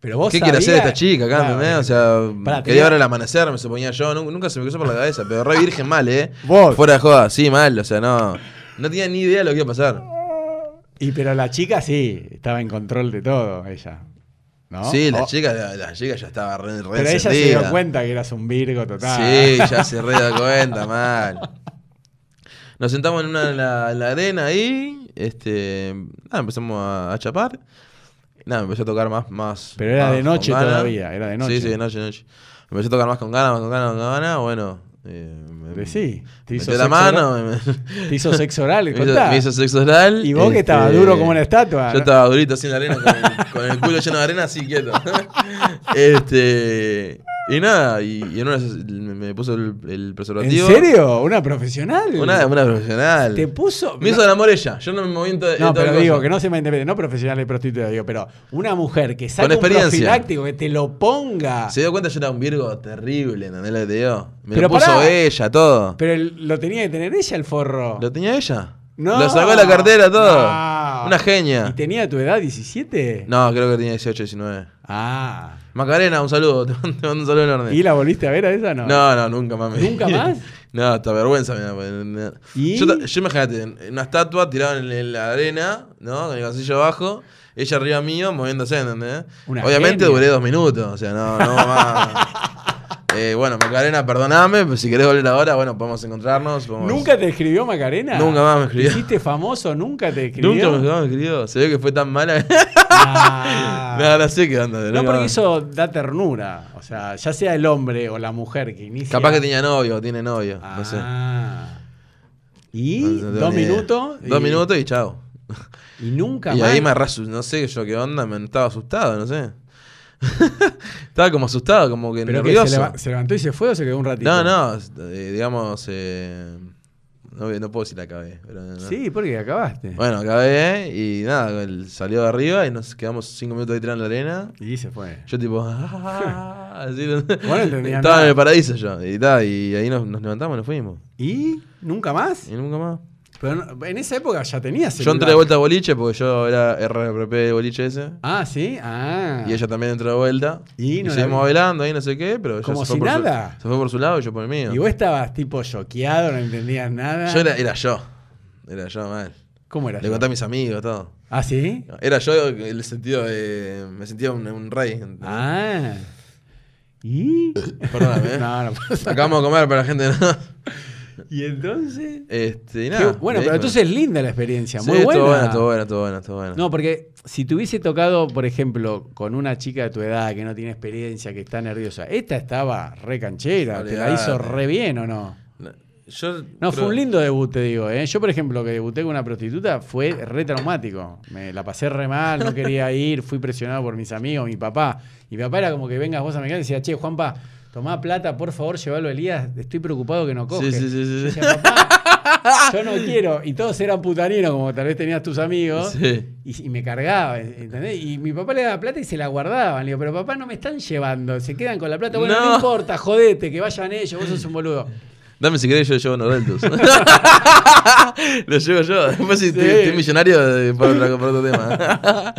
Speaker 1: Pero vos
Speaker 2: ¿Qué quiere hacer
Speaker 1: sabías-
Speaker 2: esta chica acá?
Speaker 1: Claro,
Speaker 2: ¿entendés? o sea,
Speaker 1: Pará,
Speaker 2: quería
Speaker 1: tenía-
Speaker 2: ver el amanecer, me suponía yo. nu- Nunca se me cruzó por la cabeza, pero re virgen mal, ¿eh?
Speaker 1: Vos.
Speaker 2: Fuera de joda, sí, mal, o sea, no. No tenía ni idea de lo que iba a pasar.
Speaker 1: Y pero la chica sí, estaba en control de todo, ella. ¿No?
Speaker 2: Sí, la
Speaker 1: O-
Speaker 2: chica, la, la chica ya estaba re, re
Speaker 1: Pero ella se
Speaker 2: encendida.
Speaker 1: dio cuenta que eras un Virgo total.
Speaker 2: Sí, ya se re dio cuenta, mal. Nos sentamos en una en la, en la arena ahí, este, nada, empezamos a, a chapar. Nada, me empezó a tocar más, más.
Speaker 1: Pero era
Speaker 2: más
Speaker 1: de noche
Speaker 2: con ganas.
Speaker 1: todavía, era de noche.
Speaker 2: Sí, sí, de noche, de noche. Me empezó a tocar más con ganas, más con ganas, más con ganas. Bueno, eh, me,
Speaker 1: Pero sí, te
Speaker 2: me
Speaker 1: hizo
Speaker 2: metió
Speaker 1: sexo
Speaker 2: la mano,
Speaker 1: oral-
Speaker 2: me,
Speaker 1: Te hizo sexo oral,
Speaker 2: me hizo,
Speaker 1: contá.
Speaker 2: me hizo sexo oral. este,
Speaker 1: Y vos que estabas duro como una estatua,
Speaker 2: Yo
Speaker 1: ¿no?
Speaker 2: estaba durito así en la arena, con el, con el culo lleno de arena, así quieto. este. Y nada, y, y en una se- me, me puso el, el
Speaker 1: ¿En
Speaker 2: preservativo.
Speaker 1: serio? ¿Una profesional?
Speaker 2: Una, una profesional.
Speaker 1: Te puso.
Speaker 2: Me hizo
Speaker 1: no,
Speaker 2: el amor ella, yo no me moví en to- en
Speaker 1: no,
Speaker 2: todo
Speaker 1: pero
Speaker 2: el coso.
Speaker 1: digo, que no se malinterprete, no profesional de prostituta, digo, pero una mujer que saca
Speaker 2: Con
Speaker 1: un
Speaker 2: experiencia.
Speaker 1: profiláctico, que te lo ponga.
Speaker 2: Se dio cuenta yo era un Virgo terrible, ¿entendés lo que te digo? Me
Speaker 1: Pero
Speaker 2: lo puso
Speaker 1: pará.
Speaker 2: ella, todo.
Speaker 1: Pero el- lo tenía que tener ella el forro.
Speaker 2: ¿Lo tenía ella?
Speaker 1: No.
Speaker 2: Lo sacó de la cartera, todo.
Speaker 1: No.
Speaker 2: Una genia.
Speaker 1: ¿Y tenía tu edad, 17?
Speaker 2: No, creo que tenía 18, 19.
Speaker 1: Ah.
Speaker 2: Macarena, un saludo, te mando un saludo enorme.
Speaker 1: ¿Y la volviste a ver a esa? No.
Speaker 2: No, no, nunca más. me-
Speaker 1: Ah. ¿Nunca más?
Speaker 2: no, hasta vergüenza. me da, porque- no.
Speaker 1: ¿Y?
Speaker 2: Yo, ta- yo imagínate, en- en una estatua tirada en, en la arena, ¿no? Con el casillo abajo, ella arriba mío, moviéndose, ¿entendés?
Speaker 1: Una
Speaker 2: Obviamente
Speaker 1: genia.
Speaker 2: duré dos minutos, o sea, no, no más. Eh, bueno, Macarena, perdoname, pero si querés volver ahora, bueno, podemos encontrarnos. podemos-
Speaker 1: ¿Nunca te escribió Macarena?
Speaker 2: Nunca más me escribió.
Speaker 1: ¿Te hiciste famoso? ¿Nunca te escribió?
Speaker 2: Nunca me me escribió. Se ve que fue tan mala.
Speaker 1: Ah.
Speaker 2: no, no sé qué onda. nunca
Speaker 1: No, porque
Speaker 2: más.
Speaker 1: eso da ternura. O sea, ya sea el hombre o la mujer que inicia.
Speaker 2: Capaz que tenía novio, tiene novio,
Speaker 1: Ah.
Speaker 2: no sé.
Speaker 1: Y
Speaker 2: No- no tengo
Speaker 1: dos
Speaker 2: ni idea.
Speaker 1: minutos.
Speaker 2: Dos
Speaker 1: y-
Speaker 2: minutos y chao.
Speaker 1: Y nunca
Speaker 2: Y
Speaker 1: más.
Speaker 2: ahí me arrasu, no sé yo qué onda, me estaba asustado, no sé. estaba como asustado, como que
Speaker 1: Pero que se,
Speaker 2: nervioso.
Speaker 1: leva- se levantó y se fue o se quedó un ratito.
Speaker 2: no, no, eh, digamos, eh, no, no puedo decir la acabé. pero no.
Speaker 1: Sí, porque acabaste.
Speaker 2: Bueno, acabé y nada, él salió de arriba y nos quedamos cinco minutos ahí tirando en la arena.
Speaker 1: Y se fue.
Speaker 2: Yo tipo, "Ah", así,
Speaker 1: entendías
Speaker 2: estaba
Speaker 1: nada.
Speaker 2: en el paraíso yo. Y, ta, y ahí nos, nos levantamos y nos fuimos.
Speaker 1: ¿Y? ¿Nunca más?
Speaker 2: Y nunca más.
Speaker 1: Pero no- en esa época ya tenías.
Speaker 2: Yo entré de vuelta a boliche porque yo era RRP de boliche ese.
Speaker 1: Ah, sí. Ah.
Speaker 2: Y ella también entró de vuelta.
Speaker 1: Y
Speaker 2: Y,
Speaker 1: no la
Speaker 2: seguimos
Speaker 1: vi.
Speaker 2: bailando ahí, no sé qué, pero ella
Speaker 1: Como
Speaker 2: se
Speaker 1: si
Speaker 2: fue por su-
Speaker 1: nada.
Speaker 2: se fue por su lado y yo por el mío.
Speaker 1: Y vos estabas tipo choqueado, no entendías nada.
Speaker 2: Yo era, era yo. Era yo, mal.
Speaker 1: ¿Cómo eras?
Speaker 2: Le conté a mis amigos, todo.
Speaker 1: ¿Ah, sí?
Speaker 2: Era yo en el sentido de. Me sentía un, un rey.
Speaker 1: Ah. ¿Y?
Speaker 2: Perdóname, ¿eh?
Speaker 1: no, no pasa nada.
Speaker 2: Acabamos de comer para la gente, ¿no?
Speaker 1: ¿Y entonces?
Speaker 2: Este,
Speaker 1: Qué-
Speaker 2: y nada.
Speaker 1: bueno,
Speaker 2: de
Speaker 1: pero
Speaker 2: ahí fue.
Speaker 1: entonces es linda la experiencia,
Speaker 2: Sí,
Speaker 1: muy buena.
Speaker 2: Todo bueno, todo bueno, todo bueno, todo bueno.
Speaker 1: No, porque si te hubiese tocado, por ejemplo, con una chica de tu edad que no tiene experiencia, que está nerviosa, esta estaba re canchera, te la hizo
Speaker 2: Olvidate.
Speaker 1: re bien o no.
Speaker 2: Yo
Speaker 1: No,
Speaker 2: creo-
Speaker 1: fue un lindo debut, te digo. ¿eh? Yo, por ejemplo, que debuté con una prostituta, fue re traumático. Me la pasé re mal, no quería ir, fui presionado por mis amigos, mi papá. Y mi papá era como que vengas vos a mi casa y decía, che, Juanpa, tomá plata, por favor, llévalo a Elías, estoy preocupado que no coge.
Speaker 2: sí,
Speaker 1: Yo
Speaker 2: sí, sí, sí.
Speaker 1: decía, papá, yo no quiero. Y todos eran putarinos, como tal vez tenías tus amigos.
Speaker 2: Sí.
Speaker 1: Y, y me cargaba, ¿entendés? Y mi papá le daba plata y se la guardaban. Le digo, pero papá, no me están llevando, se quedan con la plata. Bueno, no,
Speaker 2: No.
Speaker 1: importa, jodete, que vayan ellos, vos sos un boludo.
Speaker 2: Dame si querés, yo llevo unos rentos. Lo llevo yo. Después si estoy, estoy millonario eh, para, otra- para otro tema.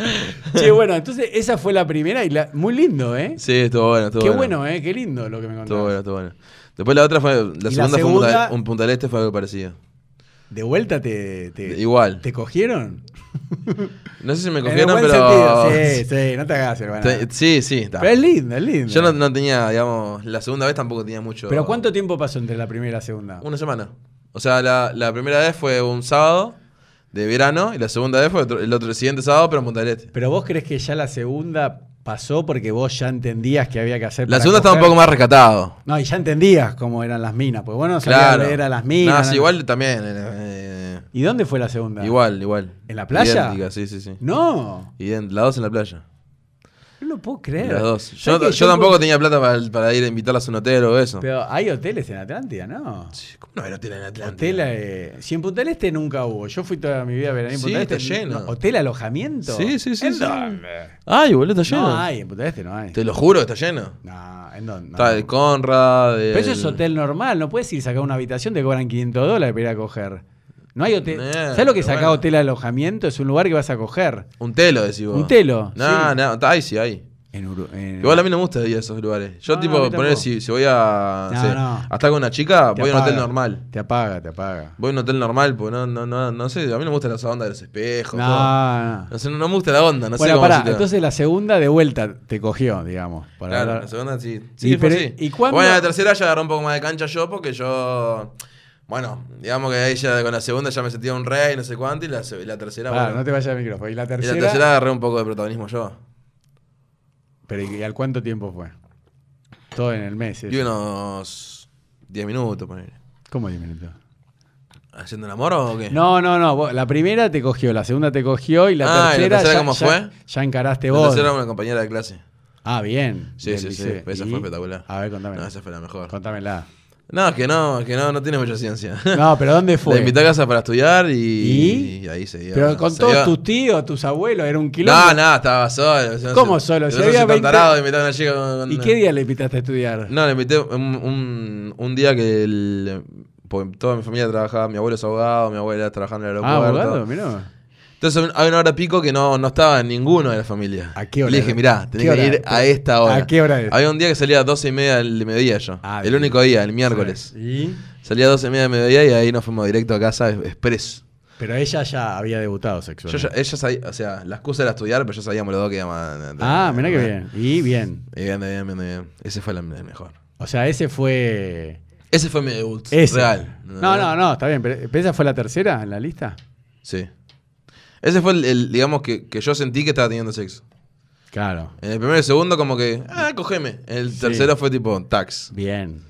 Speaker 1: Che, bueno, entonces esa fue la primera y la, muy lindo, ¿eh?
Speaker 2: sí, estuvo bueno, estuvo
Speaker 1: Qué
Speaker 2: bueno.
Speaker 1: bueno, ¿eh? Qué lindo lo que me contaste.
Speaker 2: Estuvo bueno, estuvo bueno. Después la otra fue. La
Speaker 1: Y la
Speaker 2: segunda, fue un
Speaker 1: segunda-
Speaker 2: punta, un Punta del Este, fue algo parecido.
Speaker 1: ¿De vuelta te, te-
Speaker 2: Igual.
Speaker 1: ¿Te cogieron?
Speaker 2: No sé si me
Speaker 1: En el
Speaker 2: cogieron,
Speaker 1: buen
Speaker 2: pero.
Speaker 1: sentido. Sí, sí, no te hagas, hermano.
Speaker 2: Te- Sí, sí, está.
Speaker 1: Pero es lindo, es lindo.
Speaker 2: Yo no, no tenía, digamos, la segunda vez tampoco tenía mucho.
Speaker 1: Pero ¿cuánto tiempo pasó entre la primera y la segunda?
Speaker 2: Una semana. O sea, la, la primera vez fue un sábado de verano y la segunda vez fue otro- el otro el siguiente sábado, pero en Punta del Este.
Speaker 1: Pero vos crees que ya la segunda pasó porque vos ya entendías que había que hacer.
Speaker 2: La
Speaker 1: para
Speaker 2: segunda estaba un
Speaker 1: coger?
Speaker 2: poco más rescatado.
Speaker 1: No, y ya entendías cómo eran las minas. Pues bueno, sabías
Speaker 2: Claro.
Speaker 1: leer a las minas.
Speaker 2: No,
Speaker 1: no-
Speaker 2: sí, igual también. eh,
Speaker 1: ¿Y dónde fue la segunda?
Speaker 2: igual, igual.
Speaker 1: ¿En la playa?
Speaker 2: Idéntica, sí, sí, sí.
Speaker 1: No,
Speaker 2: Idén- las dos en la playa.
Speaker 1: no lo puedo creer.
Speaker 2: Las dos.
Speaker 1: ¿Sabés
Speaker 2: Yo,
Speaker 1: que
Speaker 2: yo tampoco tenía plata para, para ir a invitarlas a un hotel o eso.
Speaker 1: Pero hay hoteles en Atlántida, ¿no?
Speaker 2: Sí, ¿Cómo no había hotel en Atlanta?
Speaker 1: Hotel, eh, si en Punta del Este nunca hubo. Yo fui toda mi vida a veranear en
Speaker 2: Sí,
Speaker 1: Punta del Este.
Speaker 2: está lleno.
Speaker 1: no, ¿Hotel alojamiento?
Speaker 2: Sí, sí, sí,
Speaker 1: ¿En
Speaker 2: sí.
Speaker 1: dónde?
Speaker 2: Ay, boludo, está lleno.
Speaker 1: No hay, en Punta del Este no hay.
Speaker 2: Te lo juro, está lleno.
Speaker 1: No, ¿en dónde? No.
Speaker 2: Está el Conrad.
Speaker 1: Pero eso
Speaker 2: el-
Speaker 1: es hotel normal, no puedes ir a sacar una habitación, te cobran 500 dólares para ir a coger. No hay hotel.
Speaker 2: Eh,
Speaker 1: ¿Sabes lo que
Speaker 2: pero
Speaker 1: saca
Speaker 2: bueno.
Speaker 1: hotel alojamiento? Es un lugar que vas a coger.
Speaker 2: Un telo, decís vos.
Speaker 1: Un telo,
Speaker 2: No,
Speaker 1: sí.
Speaker 2: no, está ahí sí, ahí.
Speaker 1: En Uru- en-
Speaker 2: Igual a mí no me gusta ir a esos lugares. Yo,
Speaker 1: No,
Speaker 2: tipo,
Speaker 1: no, Ah, a mí
Speaker 2: poner
Speaker 1: tampoco.
Speaker 2: si, si voy a.
Speaker 1: No,
Speaker 2: sí,
Speaker 1: no.
Speaker 2: a estar con una chica,
Speaker 1: te
Speaker 2: voy a un hotel
Speaker 1: apaga.
Speaker 2: normal.
Speaker 1: Te apaga, te apaga.
Speaker 2: Voy a un hotel normal, porque no, no, no, no sé. A mí no me gusta esa onda de los espejos.
Speaker 1: No,
Speaker 2: todo.
Speaker 1: no.
Speaker 2: No, sé, no, no me gusta la onda, no sé
Speaker 1: bueno,
Speaker 2: cómo
Speaker 1: pará,
Speaker 2: se te-
Speaker 1: entonces la segunda de vuelta te cogió, digamos. para
Speaker 2: Claro,
Speaker 1: hablar-
Speaker 2: la segunda sí.
Speaker 1: Y
Speaker 2: Sí, fue
Speaker 1: pero-
Speaker 2: así.
Speaker 1: ¿y cuándo-
Speaker 2: Bueno, la tercera ya agarró un poco más de cancha yo, porque yo. Bueno, digamos que ahí ya con la segunda ya me sentía un rey, no sé cuánto, y la, se- y la tercera.
Speaker 1: Pará,
Speaker 2: bueno,
Speaker 1: no te vayas al micrófono. Y la
Speaker 2: y
Speaker 1: tercera.
Speaker 2: la tercera agarré un poco de protagonismo yo.
Speaker 1: Pero ¿y al cuánto tiempo fue? Todo en el mes. ¿eh?
Speaker 2: Y unos 10 minutos, ponele.
Speaker 1: ¿Cómo 10 minutos?
Speaker 2: ¿Haciendo el amor o qué?
Speaker 1: No, no, no. vos- La primera te cogió, la segunda te cogió y la
Speaker 2: Eh. Ah, ¿y la
Speaker 1: tercera.
Speaker 2: tercera
Speaker 1: ya,
Speaker 2: cómo
Speaker 1: ya-
Speaker 2: fue?
Speaker 1: ya encaraste
Speaker 2: La
Speaker 1: vos.
Speaker 2: tercera era una compañera de clase.
Speaker 1: Ah, bien.
Speaker 2: Sí,
Speaker 1: Del
Speaker 2: sí, sí,
Speaker 1: liceo.
Speaker 2: esa
Speaker 1: ¿Y?
Speaker 2: fue espectacular.
Speaker 1: A ver, contámela.
Speaker 2: No, esa fue la mejor.
Speaker 1: Contámela.
Speaker 2: No, es que no, es que no, no tiene mucha ciencia.
Speaker 1: No, pero ¿dónde
Speaker 2: La
Speaker 1: fue?
Speaker 2: invité a casa para estudiar y,
Speaker 1: ¿Y?
Speaker 2: y ahí seguía.
Speaker 1: pero con
Speaker 2: Se
Speaker 1: todos
Speaker 2: iba-
Speaker 1: tus tíos, tus abuelos, era un
Speaker 2: No,
Speaker 1: kilómetro.
Speaker 2: no, estaba solo. o sea, no
Speaker 1: ¿Cómo
Speaker 2: sé,
Speaker 1: solo?
Speaker 2: no
Speaker 1: Si
Speaker 2: sé
Speaker 1: había
Speaker 2: tan
Speaker 1: 20
Speaker 2: tarado de invitar a una chica con-
Speaker 1: ¿Y qué día le invitaste a estudiar?
Speaker 2: No, le invité un, un, un día que el- porque toda mi familia trabajaba, mi abuelo es abogado, mi abuela trabajaba en el
Speaker 1: ah,
Speaker 2: aeropuerto.
Speaker 1: abogado, mirá.
Speaker 2: Entonces hay una hora pico que no, no estaba ninguno de la familia.
Speaker 1: ¿A qué hora
Speaker 2: Le dije,
Speaker 1: era?
Speaker 2: mirá, tenés
Speaker 1: ¿Qué hora
Speaker 2: que ir
Speaker 1: era?
Speaker 2: a esta hora.
Speaker 1: ¿A qué hora es?
Speaker 2: Había un día que salía a 12 y media del mediodía yo.
Speaker 1: Ah,
Speaker 2: el
Speaker 1: bien.
Speaker 2: único día, el miércoles.
Speaker 1: ¿Y?
Speaker 2: Salía a 12 y media del mediodía y ahí nos fuimos directo a casa es- express.
Speaker 1: Pero ella ya había debutado
Speaker 2: Yo,
Speaker 1: sexualmente.
Speaker 2: ya- ella sabía, o sea, la excusa era estudiar, pero ya sabíamos los dos que íbamos a-
Speaker 1: Ah, mirá qué bien. Y bien.
Speaker 2: Y bien, bien, bien, bien. Ese fue la- el mejor.
Speaker 1: O sea, ese fue.
Speaker 2: Ese fue mi debut.
Speaker 1: Ese.
Speaker 2: Real.
Speaker 1: No, no, no, está bien. Pero ¿pero esa fue la tercera en la lista?
Speaker 2: Sí. Ese fue el, el, digamos, que, que yo sentí que estaba teniendo sexo.
Speaker 1: Claro.
Speaker 2: En el primero y segundo, como que, ah, cogeme. El
Speaker 1: Sí.
Speaker 2: tercero fue tipo, tax.
Speaker 1: Bien.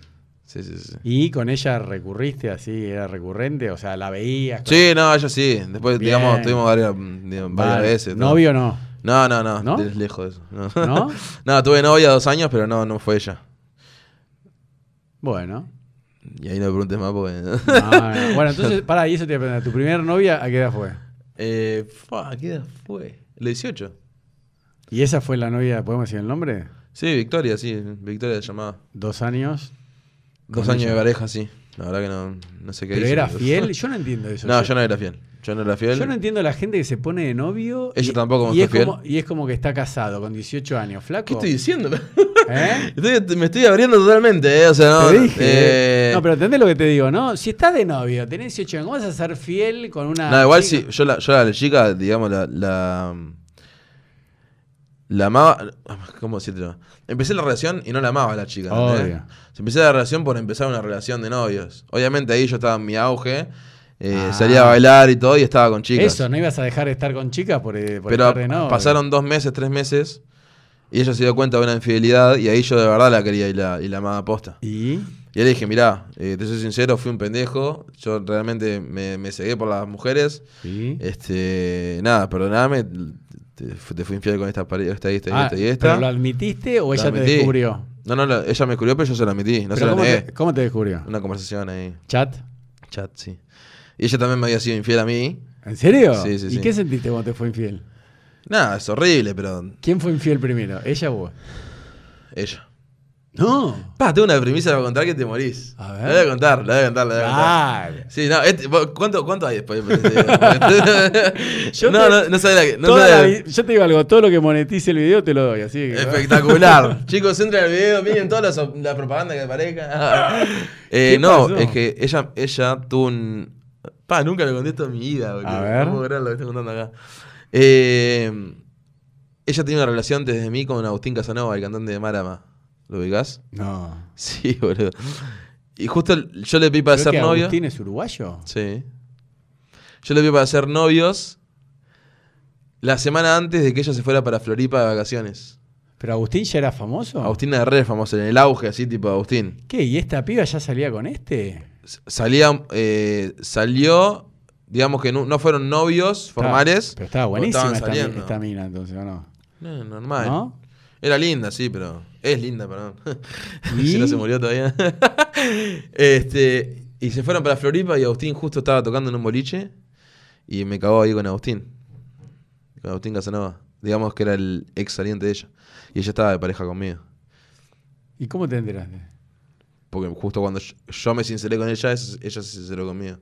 Speaker 2: Sí, sí, sí.
Speaker 1: ¿Y con ella recurriste así? ¿Era recurrente? O sea, ¿la veías?
Speaker 2: Sí, no, ella sí. Después,
Speaker 1: Bien.
Speaker 2: digamos, tuvimos varias, mm, digamos, varias
Speaker 1: Vale.
Speaker 2: veces. todo.
Speaker 1: ¿Novio o no?
Speaker 2: No, no, no.
Speaker 1: ¿No?
Speaker 2: de- Lejos de eso. No.
Speaker 1: ¿No?
Speaker 2: No, tuve novia dos años, pero no, no fue ella.
Speaker 1: Bueno.
Speaker 2: Y ahí no me preguntes más porque.
Speaker 1: No, no. Bueno, entonces, pará, y eso te voy a preguntar. ¿Tu primer novia a qué edad fue?
Speaker 2: eh, fa, ¿qué edad fue? ¿Los 18?
Speaker 1: ¿Y esa fue la novia, podemos decir el nombre?
Speaker 2: Sí, Victoria, sí. Victoria se llamaba.
Speaker 1: Dos años.
Speaker 2: Dos
Speaker 1: Con
Speaker 2: años
Speaker 1: ella.
Speaker 2: de pareja, sí. La verdad que no, no sé qué
Speaker 1: ¿Pero
Speaker 2: hice.
Speaker 1: era fiel? Yo no entiendo eso.
Speaker 2: No,
Speaker 1: Yo-
Speaker 2: yo no era fiel. Yo no era fiel.
Speaker 1: Yo no entiendo la gente que se pone de novio.
Speaker 2: Ella tampoco me
Speaker 1: y es,
Speaker 2: fue
Speaker 1: como, y es como que está casado con 18 años, flaco.
Speaker 2: ¿Qué estoy diciendo?
Speaker 1: ¿Eh?
Speaker 2: Estoy- me estoy abriendo totalmente, ¿eh? O sea, no.
Speaker 1: Te dije.
Speaker 2: eh,
Speaker 1: No, pero entendés lo que te digo, ¿no? Si estás de novio, tenés 18 años, ¿cómo vas a ser fiel con una.
Speaker 2: No, igual
Speaker 1: chica?
Speaker 2: sí. Yo la, yo la chica, digamos, la. La, la amaba. ¿Cómo decirlo? Empecé la relación y no la amaba a la chica. ¿entendés?
Speaker 1: Obvio.
Speaker 2: Empecé la relación por empezar una relación de novios. Obviamente ahí yo estaba en mi auge. eh,
Speaker 1: Ah.
Speaker 2: Salía a bailar y todo y estaba con chicas.
Speaker 1: Eso, no ibas a dejar de estar con chicas por, eh, por
Speaker 2: Pero
Speaker 1: estar de novio.
Speaker 2: pasaron dos meses, tres meses. Y ella se dio cuenta de una infidelidad. Y ahí yo de verdad la quería y la, y la amaba posta.
Speaker 1: ¿Y?
Speaker 2: Y le dije, mirá, eh, te soy sincero, fui un pendejo. Yo realmente me, me cegué por las mujeres.
Speaker 1: ¿Y?
Speaker 2: Este, nada, perdoname. Te, fu- te fui infiel con esta, pare- esta y esta y
Speaker 1: Ah,
Speaker 2: esta este y esta.
Speaker 1: ¿Pero lo admitiste o
Speaker 2: Lo
Speaker 1: ella te
Speaker 2: admití.
Speaker 1: descubrió?
Speaker 2: No, no, lo- ella me descubrió, pero yo se la admití. No se
Speaker 1: ¿Pero
Speaker 2: la
Speaker 1: ¿cómo,
Speaker 2: negué.
Speaker 1: te, cómo te descubrió?
Speaker 2: Una conversación ahí.
Speaker 1: ¿Chat?
Speaker 2: Chat, sí. Y ella también me había sido infiel a mí.
Speaker 1: ¿En serio?
Speaker 2: Sí, sí,
Speaker 1: ¿Y
Speaker 2: sí.
Speaker 1: qué sentiste cuando te fue infiel?
Speaker 2: Nada, es horrible, pero
Speaker 1: ¿Quién fue infiel primero? ¿Ella o vos?
Speaker 2: ella.
Speaker 1: No.
Speaker 2: Pa, tengo una premisa para contar que te morís.
Speaker 1: A
Speaker 2: La
Speaker 1: ver.
Speaker 2: voy a contar, la voy a contar, la voy a contar.
Speaker 1: Claro.
Speaker 2: Sí, no, este- vos- ¿cuánto, ¿cuánto hay después? no, no, no sabés la que. No
Speaker 1: Toda la
Speaker 2: sabés la-
Speaker 1: vi- yo te digo algo, todo lo que monetice el video te lo doy, así que.
Speaker 2: Espectacular. Chicos, entren al video, miren toda la, la propaganda que aparezca. Eh,
Speaker 1: ¿Qué
Speaker 2: no,
Speaker 1: pasó?
Speaker 2: es que ella, ella tuvo un. Pa, nunca lo conté esto en mi vida, boludo.
Speaker 1: A ver.
Speaker 2: No puedo creer lo que estoy contando acá. Eh, ella tenía una relación antes de mí con Agustín Casanova, el cantante de Marama. ¿Lo ubicás?
Speaker 1: No.
Speaker 2: Sí, boludo. Y justo yo le pedí para
Speaker 1: Creo
Speaker 2: ser
Speaker 1: que
Speaker 2: novio.
Speaker 1: Agustín es uruguayo?
Speaker 2: Sí. Yo le pedí para ser novios la semana antes de que ella se fuera para Floripa de vacaciones.
Speaker 1: ¿Pero Agustín ya era famoso?
Speaker 2: Agustín era re famoso, en el auge, así tipo Agustín.
Speaker 1: ¿Qué? ¿Y esta piba ya salía con este?
Speaker 2: S- Salía, eh, salió, digamos que no, no fueron novios
Speaker 1: Estaba-
Speaker 2: formales.
Speaker 1: Pero estaba
Speaker 2: o
Speaker 1: buenísima
Speaker 2: estaban
Speaker 1: esta, mi-
Speaker 2: saliendo.
Speaker 1: esta mina, entonces, ¿o no?
Speaker 2: No, normal.
Speaker 1: ¿No?
Speaker 2: Era linda, sí, pero. Es linda, perdón.
Speaker 1: ¿Y?
Speaker 2: si no se murió todavía. este. Y se fueron para Floripa y Agustín justo estaba tocando en un boliche. Y me cagó ahí con Agustín. Con Agustín Casanova. Digamos que era el ex saliente de ella. Y ella estaba de pareja conmigo.
Speaker 1: ¿Y cómo te enteraste?
Speaker 2: Porque justo cuando yo, yo me sinceré con ella, es- ella se sinceró conmigo.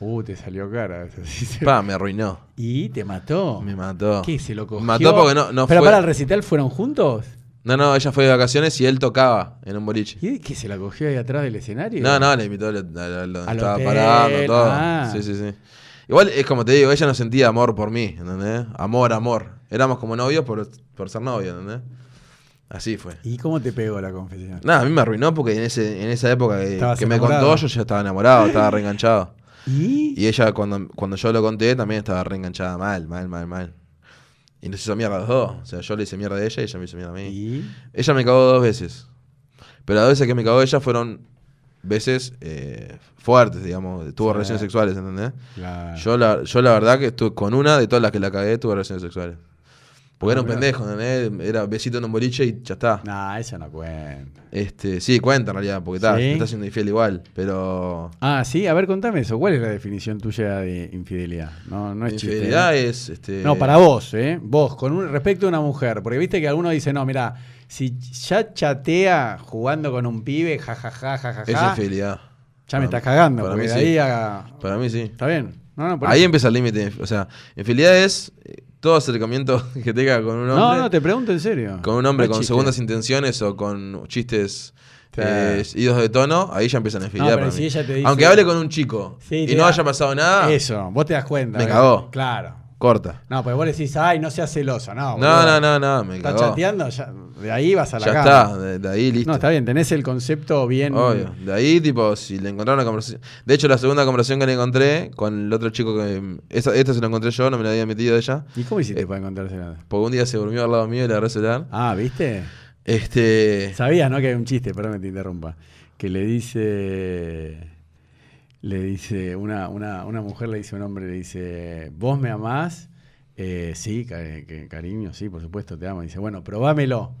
Speaker 1: Uh, te salió cara.
Speaker 2: Pa, me arruinó.
Speaker 1: ¿Y te mató?
Speaker 2: Me mató.
Speaker 1: ¿Qué? ¿Se lo cogió?
Speaker 2: Mató porque no, no
Speaker 1: ¿Pero
Speaker 2: fue.
Speaker 1: para el recital fueron juntos?
Speaker 2: No, no, ella fue de vacaciones y él tocaba en un boliche.
Speaker 1: ¿Y qué? ¿Se la cogió ahí atrás del escenario?
Speaker 2: No, no, le invitó a lo- a lo- a lo-
Speaker 1: Al
Speaker 2: estaba
Speaker 1: hotel,
Speaker 2: parando, todo.
Speaker 1: ah.
Speaker 2: Sí, sí, sí. Igual es como te digo, ella no sentía amor por mí, ¿entendés? Amor, amor. Éramos como novios por, por ser novios, ¿entendés? Así fue.
Speaker 1: ¿Y cómo te pegó la confesión?
Speaker 2: Nada, a mí me arruinó porque en, ese, en esa época que,
Speaker 1: Estabas
Speaker 2: que me
Speaker 1: enamorado.
Speaker 2: contó yo ya estaba enamorado, estaba reenganchado.
Speaker 1: ¿Y?
Speaker 2: Y ella cuando, cuando yo lo conté también estaba reenganchada mal, mal, mal, mal. Y nos hizo mierda los dos. O sea, yo le hice mierda a ella y ella me hizo mierda a mí.
Speaker 1: ¿Y?
Speaker 2: Ella me cagó dos veces. Pero las veces que me cagó ella fueron veces eh, fuertes, digamos. Tuvo
Speaker 1: Sí.
Speaker 2: relaciones sexuales, ¿entendés?
Speaker 1: Claro.
Speaker 2: Yo, la, yo la verdad que estuve con una de todas las que la cagué, tuve relaciones sexuales. Porque era un
Speaker 1: mirá.
Speaker 2: pendejo, ¿entendés? Era besito en un boliche y ya está.
Speaker 1: Nah, eso no cuenta.
Speaker 2: Este, sí, cuenta en realidad, porque está,
Speaker 1: Sí.
Speaker 2: te está siendo infiel igual. Pero
Speaker 1: Ah, sí, a ver, contame eso. ¿Cuál es la definición tuya de infidelidad? No, no
Speaker 2: la
Speaker 1: es chiste,
Speaker 2: infidelidad
Speaker 1: ¿eh?
Speaker 2: es... Este,
Speaker 1: No, para vos, ¿eh? Vos, con un, respecto a una mujer. Porque viste que alguno dice, no, mira, si ya chatea jugando con un pibe, jajaja, jajaja,
Speaker 2: Es infidelidad.
Speaker 1: ya me
Speaker 2: Para-
Speaker 1: estás cagando.
Speaker 2: para
Speaker 1: Porque
Speaker 2: mí
Speaker 1: de
Speaker 2: sí.
Speaker 1: ahí a...
Speaker 2: Para mí sí.
Speaker 1: ¿Está bien? No, no, por
Speaker 2: Ahí
Speaker 1: eso.
Speaker 2: empieza el límite. O sea, infidelidad es eh, todo acercamiento que tenga con un hombre.
Speaker 1: No, no, te pregunto en serio.
Speaker 2: Con un hombre
Speaker 1: No es
Speaker 2: con
Speaker 1: chiste.
Speaker 2: segundas intenciones o con chistes
Speaker 1: Claro.
Speaker 2: eh, idos de tono, ahí ya empiezan a
Speaker 1: No,
Speaker 2: infidelidad
Speaker 1: pero
Speaker 2: para
Speaker 1: si
Speaker 2: mí.
Speaker 1: ella te dice...
Speaker 2: Aunque hable con un chico
Speaker 1: Sí,
Speaker 2: y
Speaker 1: te
Speaker 2: no
Speaker 1: da-
Speaker 2: haya pasado nada,
Speaker 1: Eso, vos te das cuenta.
Speaker 2: Ah. Me
Speaker 1: ¿eh?
Speaker 2: cagó.
Speaker 1: Claro.
Speaker 2: corta.
Speaker 1: No, pero vos decís, ay, no seas celoso. No,
Speaker 2: No,
Speaker 1: boludo.
Speaker 2: no, no, no, me
Speaker 1: Estás
Speaker 2: cagó.
Speaker 1: chateando, ya- de ahí vas a la
Speaker 2: ya
Speaker 1: cama.
Speaker 2: está, de, de ahí listo.
Speaker 1: No, está bien, tenés el concepto bien.
Speaker 2: Obvio. De ahí, tipo, si le encontraba una conversación. De hecho, la segunda conversación que le encontré con el otro chico que. esa- esta se la encontré yo, no me la había metido ella.
Speaker 1: ¿Y cómo
Speaker 2: Eh.
Speaker 1: hiciste para encontrarse nada?
Speaker 2: Porque un día se durmió al lado mío y le agarré el celular.
Speaker 1: Ah, ¿viste?
Speaker 2: Este.
Speaker 1: Sabías, ¿no? Que hay un chiste, perdón que te interrumpa. Que le dice. Le dice. Una, una, una mujer le dice a un hombre, le dice. ¿Vos me amás? Eh, sí, ca- que- cariño, sí, por supuesto, te amo. Dice, bueno, probámelo.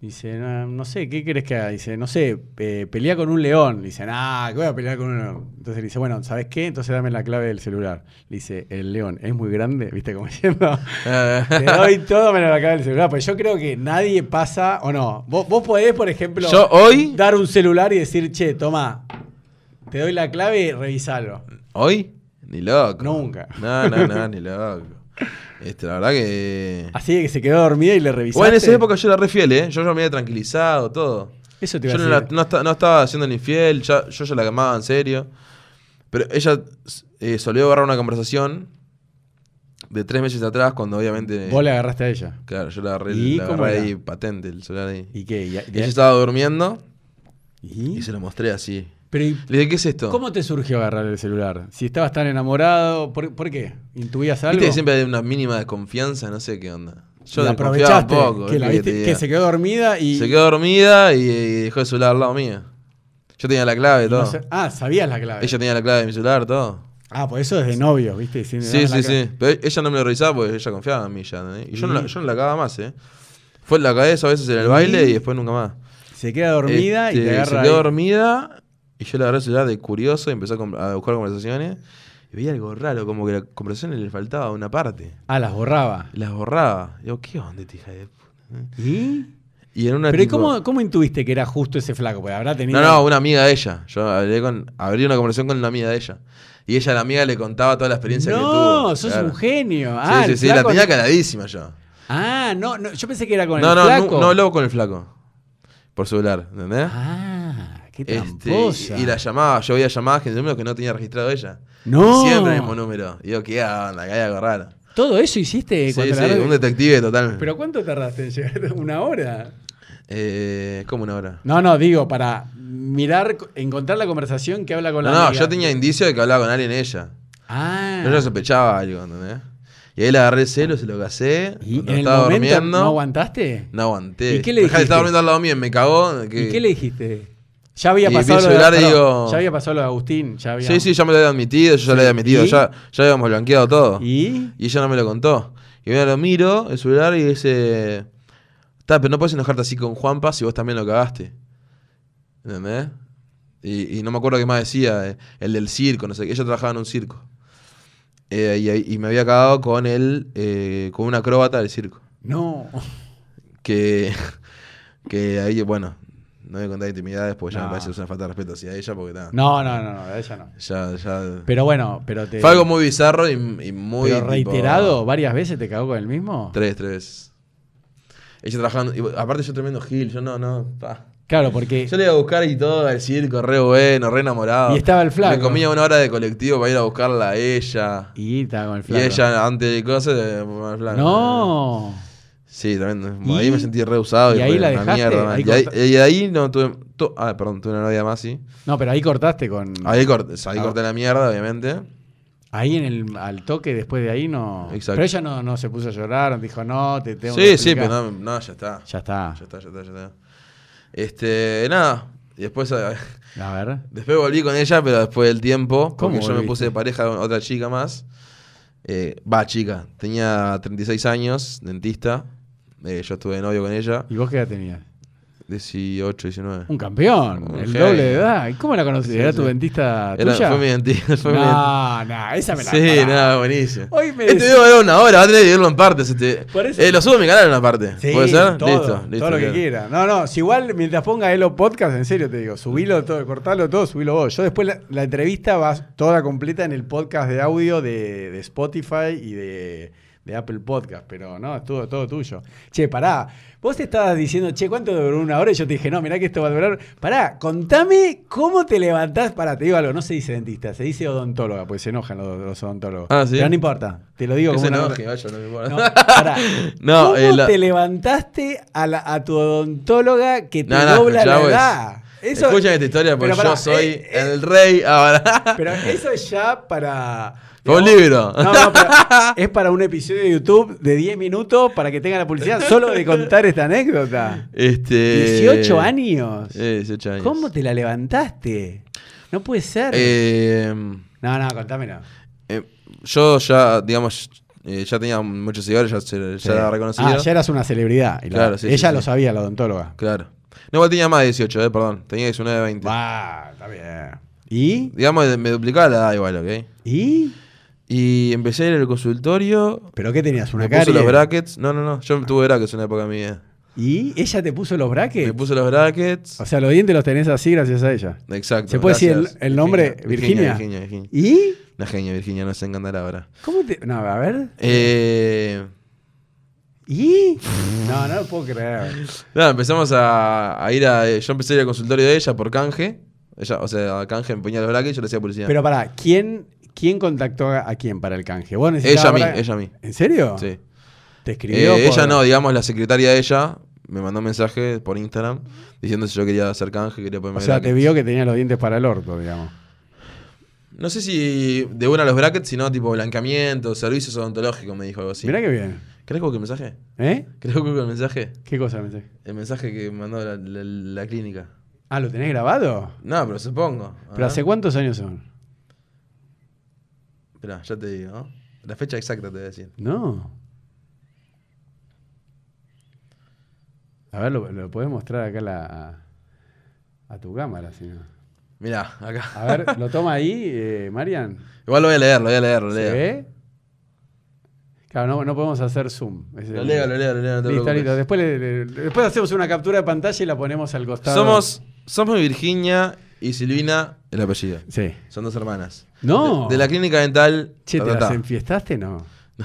Speaker 1: Dice, no, no sé, ¿qué querés que haga? Dice, no sé, eh, pelea con un león. Dice, ah, que voy a pelear con un león. Entonces le dice, bueno, ¿sabes qué? Entonces dame la clave del celular. Le dice, el león es muy grande, ¿viste? Como diciendo, te doy todo menos la clave del celular. Pues yo creo que nadie pasa, o no. Vos, vos podés, por ejemplo,
Speaker 2: yo hoy.
Speaker 1: dar un celular y decir, che, toma, te doy la clave y revisalo.
Speaker 2: ¿Hoy? Ni loco.
Speaker 1: Nunca.
Speaker 2: No, no, no, ni loco. Este, la verdad que.
Speaker 1: Así que se quedó dormida y le revisaste.
Speaker 2: Bueno, en esa época yo era re fiel, ¿eh? Yo ya me había tranquilizado, todo.
Speaker 1: Eso te iba a
Speaker 2: Yo no, la-
Speaker 1: decir.
Speaker 2: no esta- no estaba siendo el infiel, ya- yo ya la quemaba en serio. Pero ella eh, solía agarrar una conversación de tres meses atrás cuando obviamente...
Speaker 1: Vos le agarraste a ella.
Speaker 2: Claro, yo la agarré,
Speaker 1: ¿Y
Speaker 2: la
Speaker 1: cómo
Speaker 2: agarré
Speaker 1: era?
Speaker 2: ahí patente, el celular ahí.
Speaker 1: ¿Y qué? ¿Y-
Speaker 2: ella estaba durmiendo
Speaker 1: ¿Y?
Speaker 2: y se lo mostré así.
Speaker 1: Pero, ¿y
Speaker 2: Le dije, ¿qué es esto?
Speaker 1: ¿Cómo te surgió agarrar el celular? Si estabas tan enamorado, ¿por, por qué? ¿Intuías algo?
Speaker 2: Viste que siempre hay una mínima desconfianza, no sé qué onda. Yo
Speaker 1: La
Speaker 2: desconfiaba un
Speaker 1: aprovechaste,
Speaker 2: poco.
Speaker 1: que, la
Speaker 2: ¿qué te
Speaker 1: viste-
Speaker 2: diga?
Speaker 1: que se quedó dormida y...
Speaker 2: Se quedó dormida y, y dejó el celular al lado mío. Yo tenía la clave,
Speaker 1: no
Speaker 2: todo.
Speaker 1: sé- ah, sabías la clave.
Speaker 2: Ella tenía la clave de mi celular, todo.
Speaker 1: Ah, por eso desde novios, ¿viste? Diciendo,
Speaker 2: Sí,
Speaker 1: ah, la
Speaker 2: sí,
Speaker 1: clave.
Speaker 2: sí. Pero ella no me lo revisaba porque ella confiaba en mí ya. ¿entendés? Y yo, no la,
Speaker 1: Mm.
Speaker 2: yo no la cagaba más, ¿eh? Fue la cabeza a veces en el baile y después nunca más.
Speaker 1: Se queda dormida y
Speaker 2: Este,
Speaker 1: te agarra
Speaker 2: Se quedó
Speaker 1: ahí.
Speaker 2: dormida y yo le agarré el celular de curioso y empecé a, com- a buscar conversaciones. Y veía algo raro, como que la conversación le faltaba una parte.
Speaker 1: Ah, las borraba.
Speaker 2: Y Las borraba. Digo, ¿qué onda, esta hija de puta?
Speaker 1: ¿Y?
Speaker 2: Y en una
Speaker 1: Pero ¿y
Speaker 2: tipo-
Speaker 1: cómo, cómo intuiste que era justo ese flaco? Porque habrá tenido...
Speaker 2: No, no, una amiga de ella. Yo hablé con, abrí una conversación con una amiga de ella. Y ella, la amiga, le contaba toda la experiencia que tuvo.
Speaker 1: No, sos
Speaker 2: Claro.
Speaker 1: un genio. Ah,
Speaker 2: sí,
Speaker 1: el
Speaker 2: sí, sí, la
Speaker 1: flaco-
Speaker 2: tenía caladísima yo.
Speaker 1: Ah, no, no, yo pensé que era con
Speaker 2: No,
Speaker 1: el
Speaker 2: no,
Speaker 1: flaco.
Speaker 2: no, no hablaba con el flaco. Por celular, ¿entendés?
Speaker 1: Ah, qué Qué
Speaker 2: Este,
Speaker 1: tramposa.
Speaker 2: y, y la llamaba, yo veía llamadas que números que no tenía registrado ella.
Speaker 1: No.
Speaker 2: Siempre el mismo número. Y yo, ¿qué onda? ¿Qué hay algo raro?
Speaker 1: Todo eso hiciste
Speaker 2: Sí,
Speaker 1: cuando
Speaker 2: sí,
Speaker 1: la radio-
Speaker 2: un detective total.
Speaker 1: Pero ¿cuánto tardaste en llegar? ¿Una hora?
Speaker 2: Eh, como una hora.
Speaker 1: No, no, digo, para mirar, encontrar la conversación que habla con
Speaker 2: No,
Speaker 1: la
Speaker 2: no,
Speaker 1: amiga.
Speaker 2: yo tenía indicio de que hablaba con alguien ella.
Speaker 1: Ah.
Speaker 2: Yo ya sospechaba algo, ¿entendés? Y ahí le agarré el celo, se lo casé.
Speaker 1: ¿Y en
Speaker 2: cuando
Speaker 1: el
Speaker 2: estaba
Speaker 1: momento
Speaker 2: durmiendo.
Speaker 1: no aguantaste?
Speaker 2: No aguanté.
Speaker 1: ¿Y qué le
Speaker 2: Dejá de
Speaker 1: dijiste?
Speaker 2: estar durmiendo al lado mío, me cagó. que-
Speaker 1: ¿Y qué le dijiste? Ya había
Speaker 2: Y
Speaker 1: pasado
Speaker 2: vi
Speaker 1: lo
Speaker 2: el
Speaker 1: de,
Speaker 2: celular y
Speaker 1: perdón,
Speaker 2: digo-
Speaker 1: ya había pasado lo de Agustín, ya había...
Speaker 2: Sí, sí, ya me lo había admitido, yo ya lo había admitido,
Speaker 1: ¿Y?
Speaker 2: ya, ya habíamos blanqueado todo. ¿Y?
Speaker 1: ¿Y?
Speaker 2: ella no me lo contó. Y mira, lo miro, el celular, y dice. Está, pero no puedes enojarte así con Juanpa si vos también lo cagaste. ¿Entendés? Y, y no me acuerdo qué más decía, eh, el del circo, no sé qué. Ella trabajaba en un circo. Eh, y, ahí- y me había cagado con él, eh, con un acróbata del circo.
Speaker 1: No.
Speaker 2: Que, que ahí, bueno, no voy a contar intimidades porque ya
Speaker 1: No.
Speaker 2: me parece que es una falta de respeto hacia ella, porque nada.
Speaker 1: No, no, no, no, de ella no.
Speaker 2: Ya, ya.
Speaker 1: Pero bueno, pero te...
Speaker 2: Fue algo muy bizarro y, y muy.
Speaker 1: pero
Speaker 2: tipo,
Speaker 1: reiterado, varias veces te cagó con el mismo.
Speaker 2: tres, tres. Ella trabajando. y aparte, yo tremendo Gil, yo no, no. pa.
Speaker 1: Claro, porque...
Speaker 2: Yo le iba a buscar y todo al circo, re bueno, re enamorado.
Speaker 1: Y estaba el flaco.
Speaker 2: Me comía una hora de colectivo para ir a buscarla a ella. Y,
Speaker 1: Y estaba con el flaco.
Speaker 2: ella, antes de cosas, eh, al flaco.
Speaker 1: No.
Speaker 2: Sí, tremendo.
Speaker 1: ¿Y?
Speaker 2: Ahí me sentí re usado.
Speaker 1: ¿Y ahí
Speaker 2: fue
Speaker 1: la
Speaker 2: una
Speaker 1: dejaste?
Speaker 2: mierda, man.
Speaker 1: Ahí
Speaker 2: y, ahí,
Speaker 1: corta-
Speaker 2: y ahí no tuve. tu- ah, perdón, tuve una novia más, sí.
Speaker 1: No, pero ahí cortaste con...
Speaker 2: Ahí corté, ahí
Speaker 1: Ah.
Speaker 2: corté la mierda, obviamente.
Speaker 1: Ahí en el al toque, después de ahí no...
Speaker 2: Exacto.
Speaker 1: Pero ella no, no se puso a llorar, no dijo, no, te tengo que
Speaker 2: Sí, sí,
Speaker 1: explicar".
Speaker 2: pero no, no, ya está.
Speaker 1: Ya está.
Speaker 2: Ya está, ya está, ya está. Este, nada. Y después, eh,
Speaker 1: A ver.
Speaker 2: después volví con ella, pero después del tiempo.
Speaker 1: ¿Cómo
Speaker 2: Porque yo me
Speaker 1: volviste?
Speaker 2: puse de pareja con otra chica más. Eh, Va, chica. Tenía 36 años, dentista. Eh, yo estuve de novio con ella.
Speaker 1: ¿Y vos qué edad tenías?
Speaker 2: 18, 19.
Speaker 1: Un campeón,
Speaker 2: Un
Speaker 1: el
Speaker 2: genio.
Speaker 1: doble de edad. ¿Y cómo la conociste?
Speaker 2: Sí,
Speaker 1: ¿Era
Speaker 2: sí.
Speaker 1: tu dentista
Speaker 2: Era-
Speaker 1: tuya?
Speaker 2: fue mi dentista. Fue mi
Speaker 1: No,
Speaker 2: dentista.
Speaker 1: no, esa me la
Speaker 2: Sí,
Speaker 1: pará.
Speaker 2: nada, buenísimo.
Speaker 1: Hoy me
Speaker 2: Este
Speaker 1: decís-
Speaker 2: video era una hora, va a tener que dividirlo en partes. Este.
Speaker 1: Por eso-
Speaker 2: Eh, lo subo a mi canal en una parte.
Speaker 1: Sí,
Speaker 2: ¿Puede ser?
Speaker 1: todo,
Speaker 2: listo,
Speaker 1: todo
Speaker 2: listo.
Speaker 1: lo que
Speaker 2: bien.
Speaker 1: quiera. No, no, si igual mientras ponga Elo Podcast, en serio te digo, subilo todo, cortalo todo, subilo vos. Yo después la, la entrevista va toda completa en el podcast de audio de, de Spotify y de, de Apple Podcast, pero no, estuvo todo tuyo. Che, pará, vos te estabas diciendo, che, ¿cuánto duró una hora? Y yo te dije, no, mirá que esto va a durar. Pará, contame cómo te levantás. Pará, te digo algo, no se dice dentista, se dice odontóloga, porque se enojan los, los odontólogos.
Speaker 2: Ah, ¿sí?
Speaker 1: Pero no importa, te lo digo
Speaker 2: Que
Speaker 1: como
Speaker 2: se
Speaker 1: una-
Speaker 2: enoje, vaya, no me importa.
Speaker 1: no, pará.
Speaker 2: No,
Speaker 1: ¿Cómo
Speaker 2: eh, la-
Speaker 1: te levantaste a, la- a tu odontóloga que te
Speaker 2: No, no,
Speaker 1: dobla
Speaker 2: escuchá
Speaker 1: la
Speaker 2: vos.
Speaker 1: edad? Eso,
Speaker 2: Escuchen esta historia porque
Speaker 1: Pero pará,
Speaker 2: yo soy
Speaker 1: eh, eh,
Speaker 2: el rey ahora.
Speaker 1: Pero eso es ya para...
Speaker 2: Fue un
Speaker 1: digamos,
Speaker 2: libro.
Speaker 1: No, no, pero es para un episodio de YouTube de 10 minutos para que tenga la publicidad solo de contar esta anécdota.
Speaker 2: Este,
Speaker 1: 18 años.
Speaker 2: Eh, 18 años.
Speaker 1: ¿Cómo te la levantaste? No puede ser.
Speaker 2: Eh,
Speaker 1: no, no, contámelo.
Speaker 2: eh, yo ya, digamos, eh, ya tenía muchos seguidores, ya, se- ya
Speaker 1: Sí.
Speaker 2: era reconocido.
Speaker 1: Ah, ya eras una celebridad. y la-
Speaker 2: Claro, sí, sí,
Speaker 1: ella
Speaker 2: sí.
Speaker 1: lo sabía, la odontóloga.
Speaker 2: Claro. No, igual tenía más de 18, eh, perdón. Tenía 19, 20.
Speaker 1: Va, está bien. ¿Y?
Speaker 2: Digamos, me duplicaba la edad igual, ¿ok?
Speaker 1: ¿Y?
Speaker 2: Y empecé a ir al consultorio.
Speaker 1: ¿Pero qué tenías? ¿Una
Speaker 2: me puso
Speaker 1: carie?
Speaker 2: los brackets. No, no, no. Yo tuve brackets en una época mía.
Speaker 1: ¿Y ella te puso los
Speaker 2: Me
Speaker 1: brackets?
Speaker 2: puse los brackets.
Speaker 1: O sea, los dientes los tenés así gracias a ella.
Speaker 2: Exacto.
Speaker 1: ¿Se puede decir
Speaker 2: gracias.
Speaker 1: el- el nombre? Virginia.
Speaker 2: Virginia, Virginia.
Speaker 1: ¿Y?
Speaker 2: La genia, Virginia, no se encantará ahora.
Speaker 1: ¿Cómo te.? No, a ver.
Speaker 2: Eh,
Speaker 1: ¿Y? No, no lo puedo creer.
Speaker 2: nada, empezamos a, a ir a. eh, Yo empecé a ir al consultorio de ella por canje. Ella, o sea, canje me ponía los brackets y yo le hacía publicidad.
Speaker 1: Pero pará, ¿quién, quién contactó a a quién para el canje? ¿Vos
Speaker 2: ella a
Speaker 1: necesitabas
Speaker 2: mí,
Speaker 1: bra-
Speaker 2: ella a mí.
Speaker 1: ¿En serio?
Speaker 2: Sí.
Speaker 1: ¿Te escribió?
Speaker 2: Eh,
Speaker 1: por-
Speaker 2: Ella no, digamos, la secretaria de ella me mandó un mensaje por Instagram diciendo si yo quería hacer canje, quería ponerme
Speaker 1: O sea, te
Speaker 2: brackets.
Speaker 1: vio que tenía los dientes para el orto, digamos.
Speaker 2: No sé si de una a los brackets, sino tipo blanqueamiento, servicios odontológicos, me dijo algo así.
Speaker 1: Mirá qué bien.
Speaker 2: ¿Crees que busque el mensaje?
Speaker 1: ¿Eh?
Speaker 2: ¿Crees que busque el mensaje?
Speaker 1: ¿Qué cosa me sé?
Speaker 2: El mensaje que mandó la, la- la clínica.
Speaker 1: Ah, ¿lo tenés grabado?
Speaker 2: No, pero supongo.
Speaker 1: ¿Pero
Speaker 2: Ah.
Speaker 1: hace cuántos años son?
Speaker 2: Esperá, ya te digo. ¿no? La fecha exacta te voy a decir.
Speaker 1: No. A ver, lo, lo podés mostrar acá a la, a, tu cámara, si no.
Speaker 2: Mirá, acá.
Speaker 1: A ver, lo toma ahí, eh, Marian.
Speaker 2: Igual lo voy a leer, lo voy a leer, lo
Speaker 1: ¿Se
Speaker 2: leo.
Speaker 1: ve? Claro, no, no podemos hacer zoom. Ese-
Speaker 2: Lo leo, lo leo, lo leo, no te
Speaker 1: listo,
Speaker 2: preocupes.
Speaker 1: listo. Después, le- le- después hacemos una captura de pantalla y la ponemos al costado.
Speaker 2: Somos, somos Virginia y Silvina, el apellido.
Speaker 1: Sí.
Speaker 2: Son dos hermanas.
Speaker 1: No.
Speaker 2: De, de la clínica dental.
Speaker 1: Che,
Speaker 2: ta,
Speaker 1: ¿te
Speaker 2: ta,
Speaker 1: las
Speaker 2: ta.
Speaker 1: enfiestaste? No.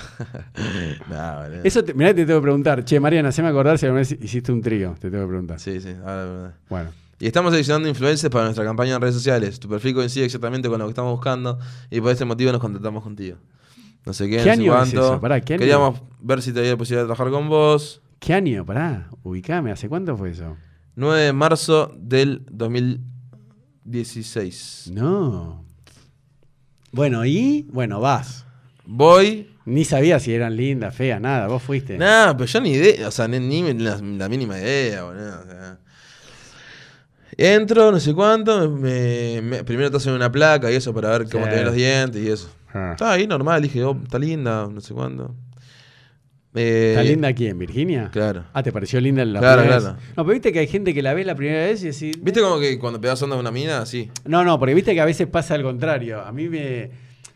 Speaker 2: Nah, boludo.
Speaker 1: Eso, te, mirá, que te tengo que preguntar. Che, Marian, haceme acordar si alguna vez hiciste un trío. Te tengo que preguntar.
Speaker 2: Sí, sí, ahora, ahora.
Speaker 1: Bueno.
Speaker 2: Y estamos seleccionando influencers para nuestra campaña en redes sociales. Tu perfil coincide exactamente con lo que estamos buscando y por este motivo nos contactamos contigo. No sé
Speaker 1: ¿Qué
Speaker 2: qué, no sé
Speaker 1: año es
Speaker 2: cuánto.
Speaker 1: eso? Pará, ¿qué año?
Speaker 2: Queríamos ver si te había posibilidad de trabajar con vos.
Speaker 1: ¿Qué año? Pará, ubicame, ¿hace cuánto fue eso?
Speaker 2: 9 de marzo del 2016.
Speaker 1: No. Bueno, y bueno, vas.
Speaker 2: Voy.
Speaker 1: Ni sabía si eran lindas, feas, nada, vos fuiste.
Speaker 2: Nah, pero yo ni idea, o sea, ni, ni la, la mínima idea, boludo. o sea. Entro, no sé cuánto, me- me- primero te hacen una placa y eso para ver cómo
Speaker 1: Sí.
Speaker 2: tenés los dientes y eso.
Speaker 1: Ah.
Speaker 2: Está ahí normal, dije, oh, está linda, no sé cuánto. Eh,
Speaker 1: ¿Está linda quién, Virginia?
Speaker 2: Claro.
Speaker 1: Ah, ¿te pareció linda la
Speaker 2: Claro,
Speaker 1: primera
Speaker 2: claro.
Speaker 1: vez? No, pero viste que hay gente que la ve la primera vez y decís...
Speaker 2: ¿Viste como que cuando pegas onda a una mina? Así.
Speaker 1: No, no, porque viste que a veces pasa al contrario. A mí me...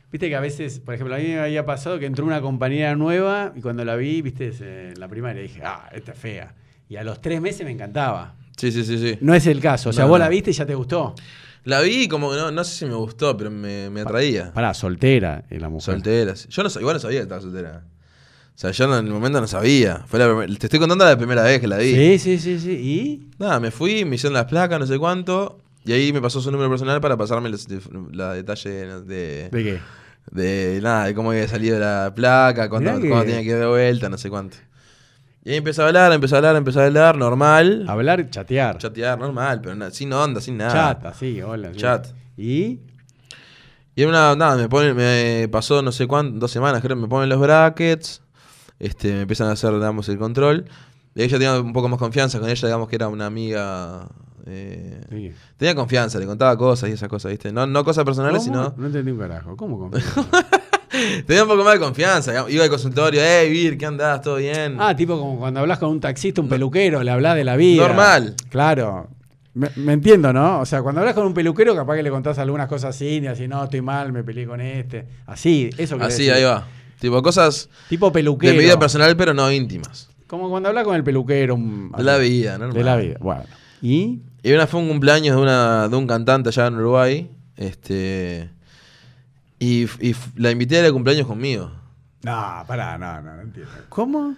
Speaker 1: Viste que a veces, por ejemplo, a mí me había pasado que entró una compañera nueva y cuando la vi, viste, se- en la primaria dije, ah, esta es fea. Y a los tres meses me encantaba.
Speaker 2: Sí, sí, sí, sí.
Speaker 1: No es el caso, o sea,
Speaker 2: No,
Speaker 1: vos
Speaker 2: no.
Speaker 1: la viste y ya te gustó.
Speaker 2: La vi y como que no, no sé si me gustó, pero me, me atraía.
Speaker 1: Pará, soltera eh, la mujer.
Speaker 2: Soltera. sí. Yo no, sa- igual no sabía que estaba soltera. O sea, yo no- en el momento no sabía. Fue la primer- te estoy contando la primera vez que la vi.
Speaker 1: Sí, sí, sí, sí. ¿Y?
Speaker 2: Nada, me fui, me hicieron las placas, no sé cuánto. Y ahí me pasó su número personal para pasarme los, def- la detalle de, de,
Speaker 1: ¿De qué?
Speaker 2: nada, de cómo había salido la placa, cuándo,
Speaker 1: Mirá que-
Speaker 2: cuándo tenía que dar vuelta, no sé cuánto. Y ahí empecé a hablar, empecé a hablar, empecé a hablar, normal.
Speaker 1: Hablar, chatear.
Speaker 2: Chatear, normal, pero na- sin onda, sin nada.
Speaker 1: Chat, sí, hola. sí.
Speaker 2: Chat.
Speaker 1: ¿Y?
Speaker 2: Y era una, nada, me ponen, me pasó no sé cuánto, dos semanas creo, me ponen los brackets, este, me empiezan a hacer, digamos, el control. Y ella tenía un poco más confianza con ella, digamos que era una amiga. eh,
Speaker 1: Sí.
Speaker 2: Tenía confianza, le contaba cosas y esas cosas, ¿viste? No, no cosas personales,
Speaker 1: ¿Cómo?
Speaker 2: sino.
Speaker 1: No entendí un carajo. ¿Cómo confías?
Speaker 2: Tenía un poco más de confianza. digamos. Iba al consultorio, hey, Vir, ¿qué andás? ¿Todo bien?
Speaker 1: ah, tipo como cuando hablas con un taxista, un peluquero, le hablas de la vida.
Speaker 2: Normal.
Speaker 1: Claro. Me, me entiendo, ¿no? O sea, cuando hablas con un peluquero, capaz que le contás algunas cosas así, y así, no, estoy mal, me peleé con este. Así, eso que
Speaker 2: Así, ahí va. Tipo, cosas
Speaker 1: Tipo
Speaker 2: de
Speaker 1: peluquero.
Speaker 2: mi vida personal, pero no íntimas.
Speaker 1: Como cuando hablas con el peluquero. un-
Speaker 2: De la vida, normal.
Speaker 1: De la vida. Bueno. ¿Y?
Speaker 2: Y una fue un cumpleaños de, una, de un cantante allá en Uruguay. Este. Y, f- y f- la invité al cumpleaños conmigo.
Speaker 1: No, pará, no, no, no entiendo. ¿Cómo?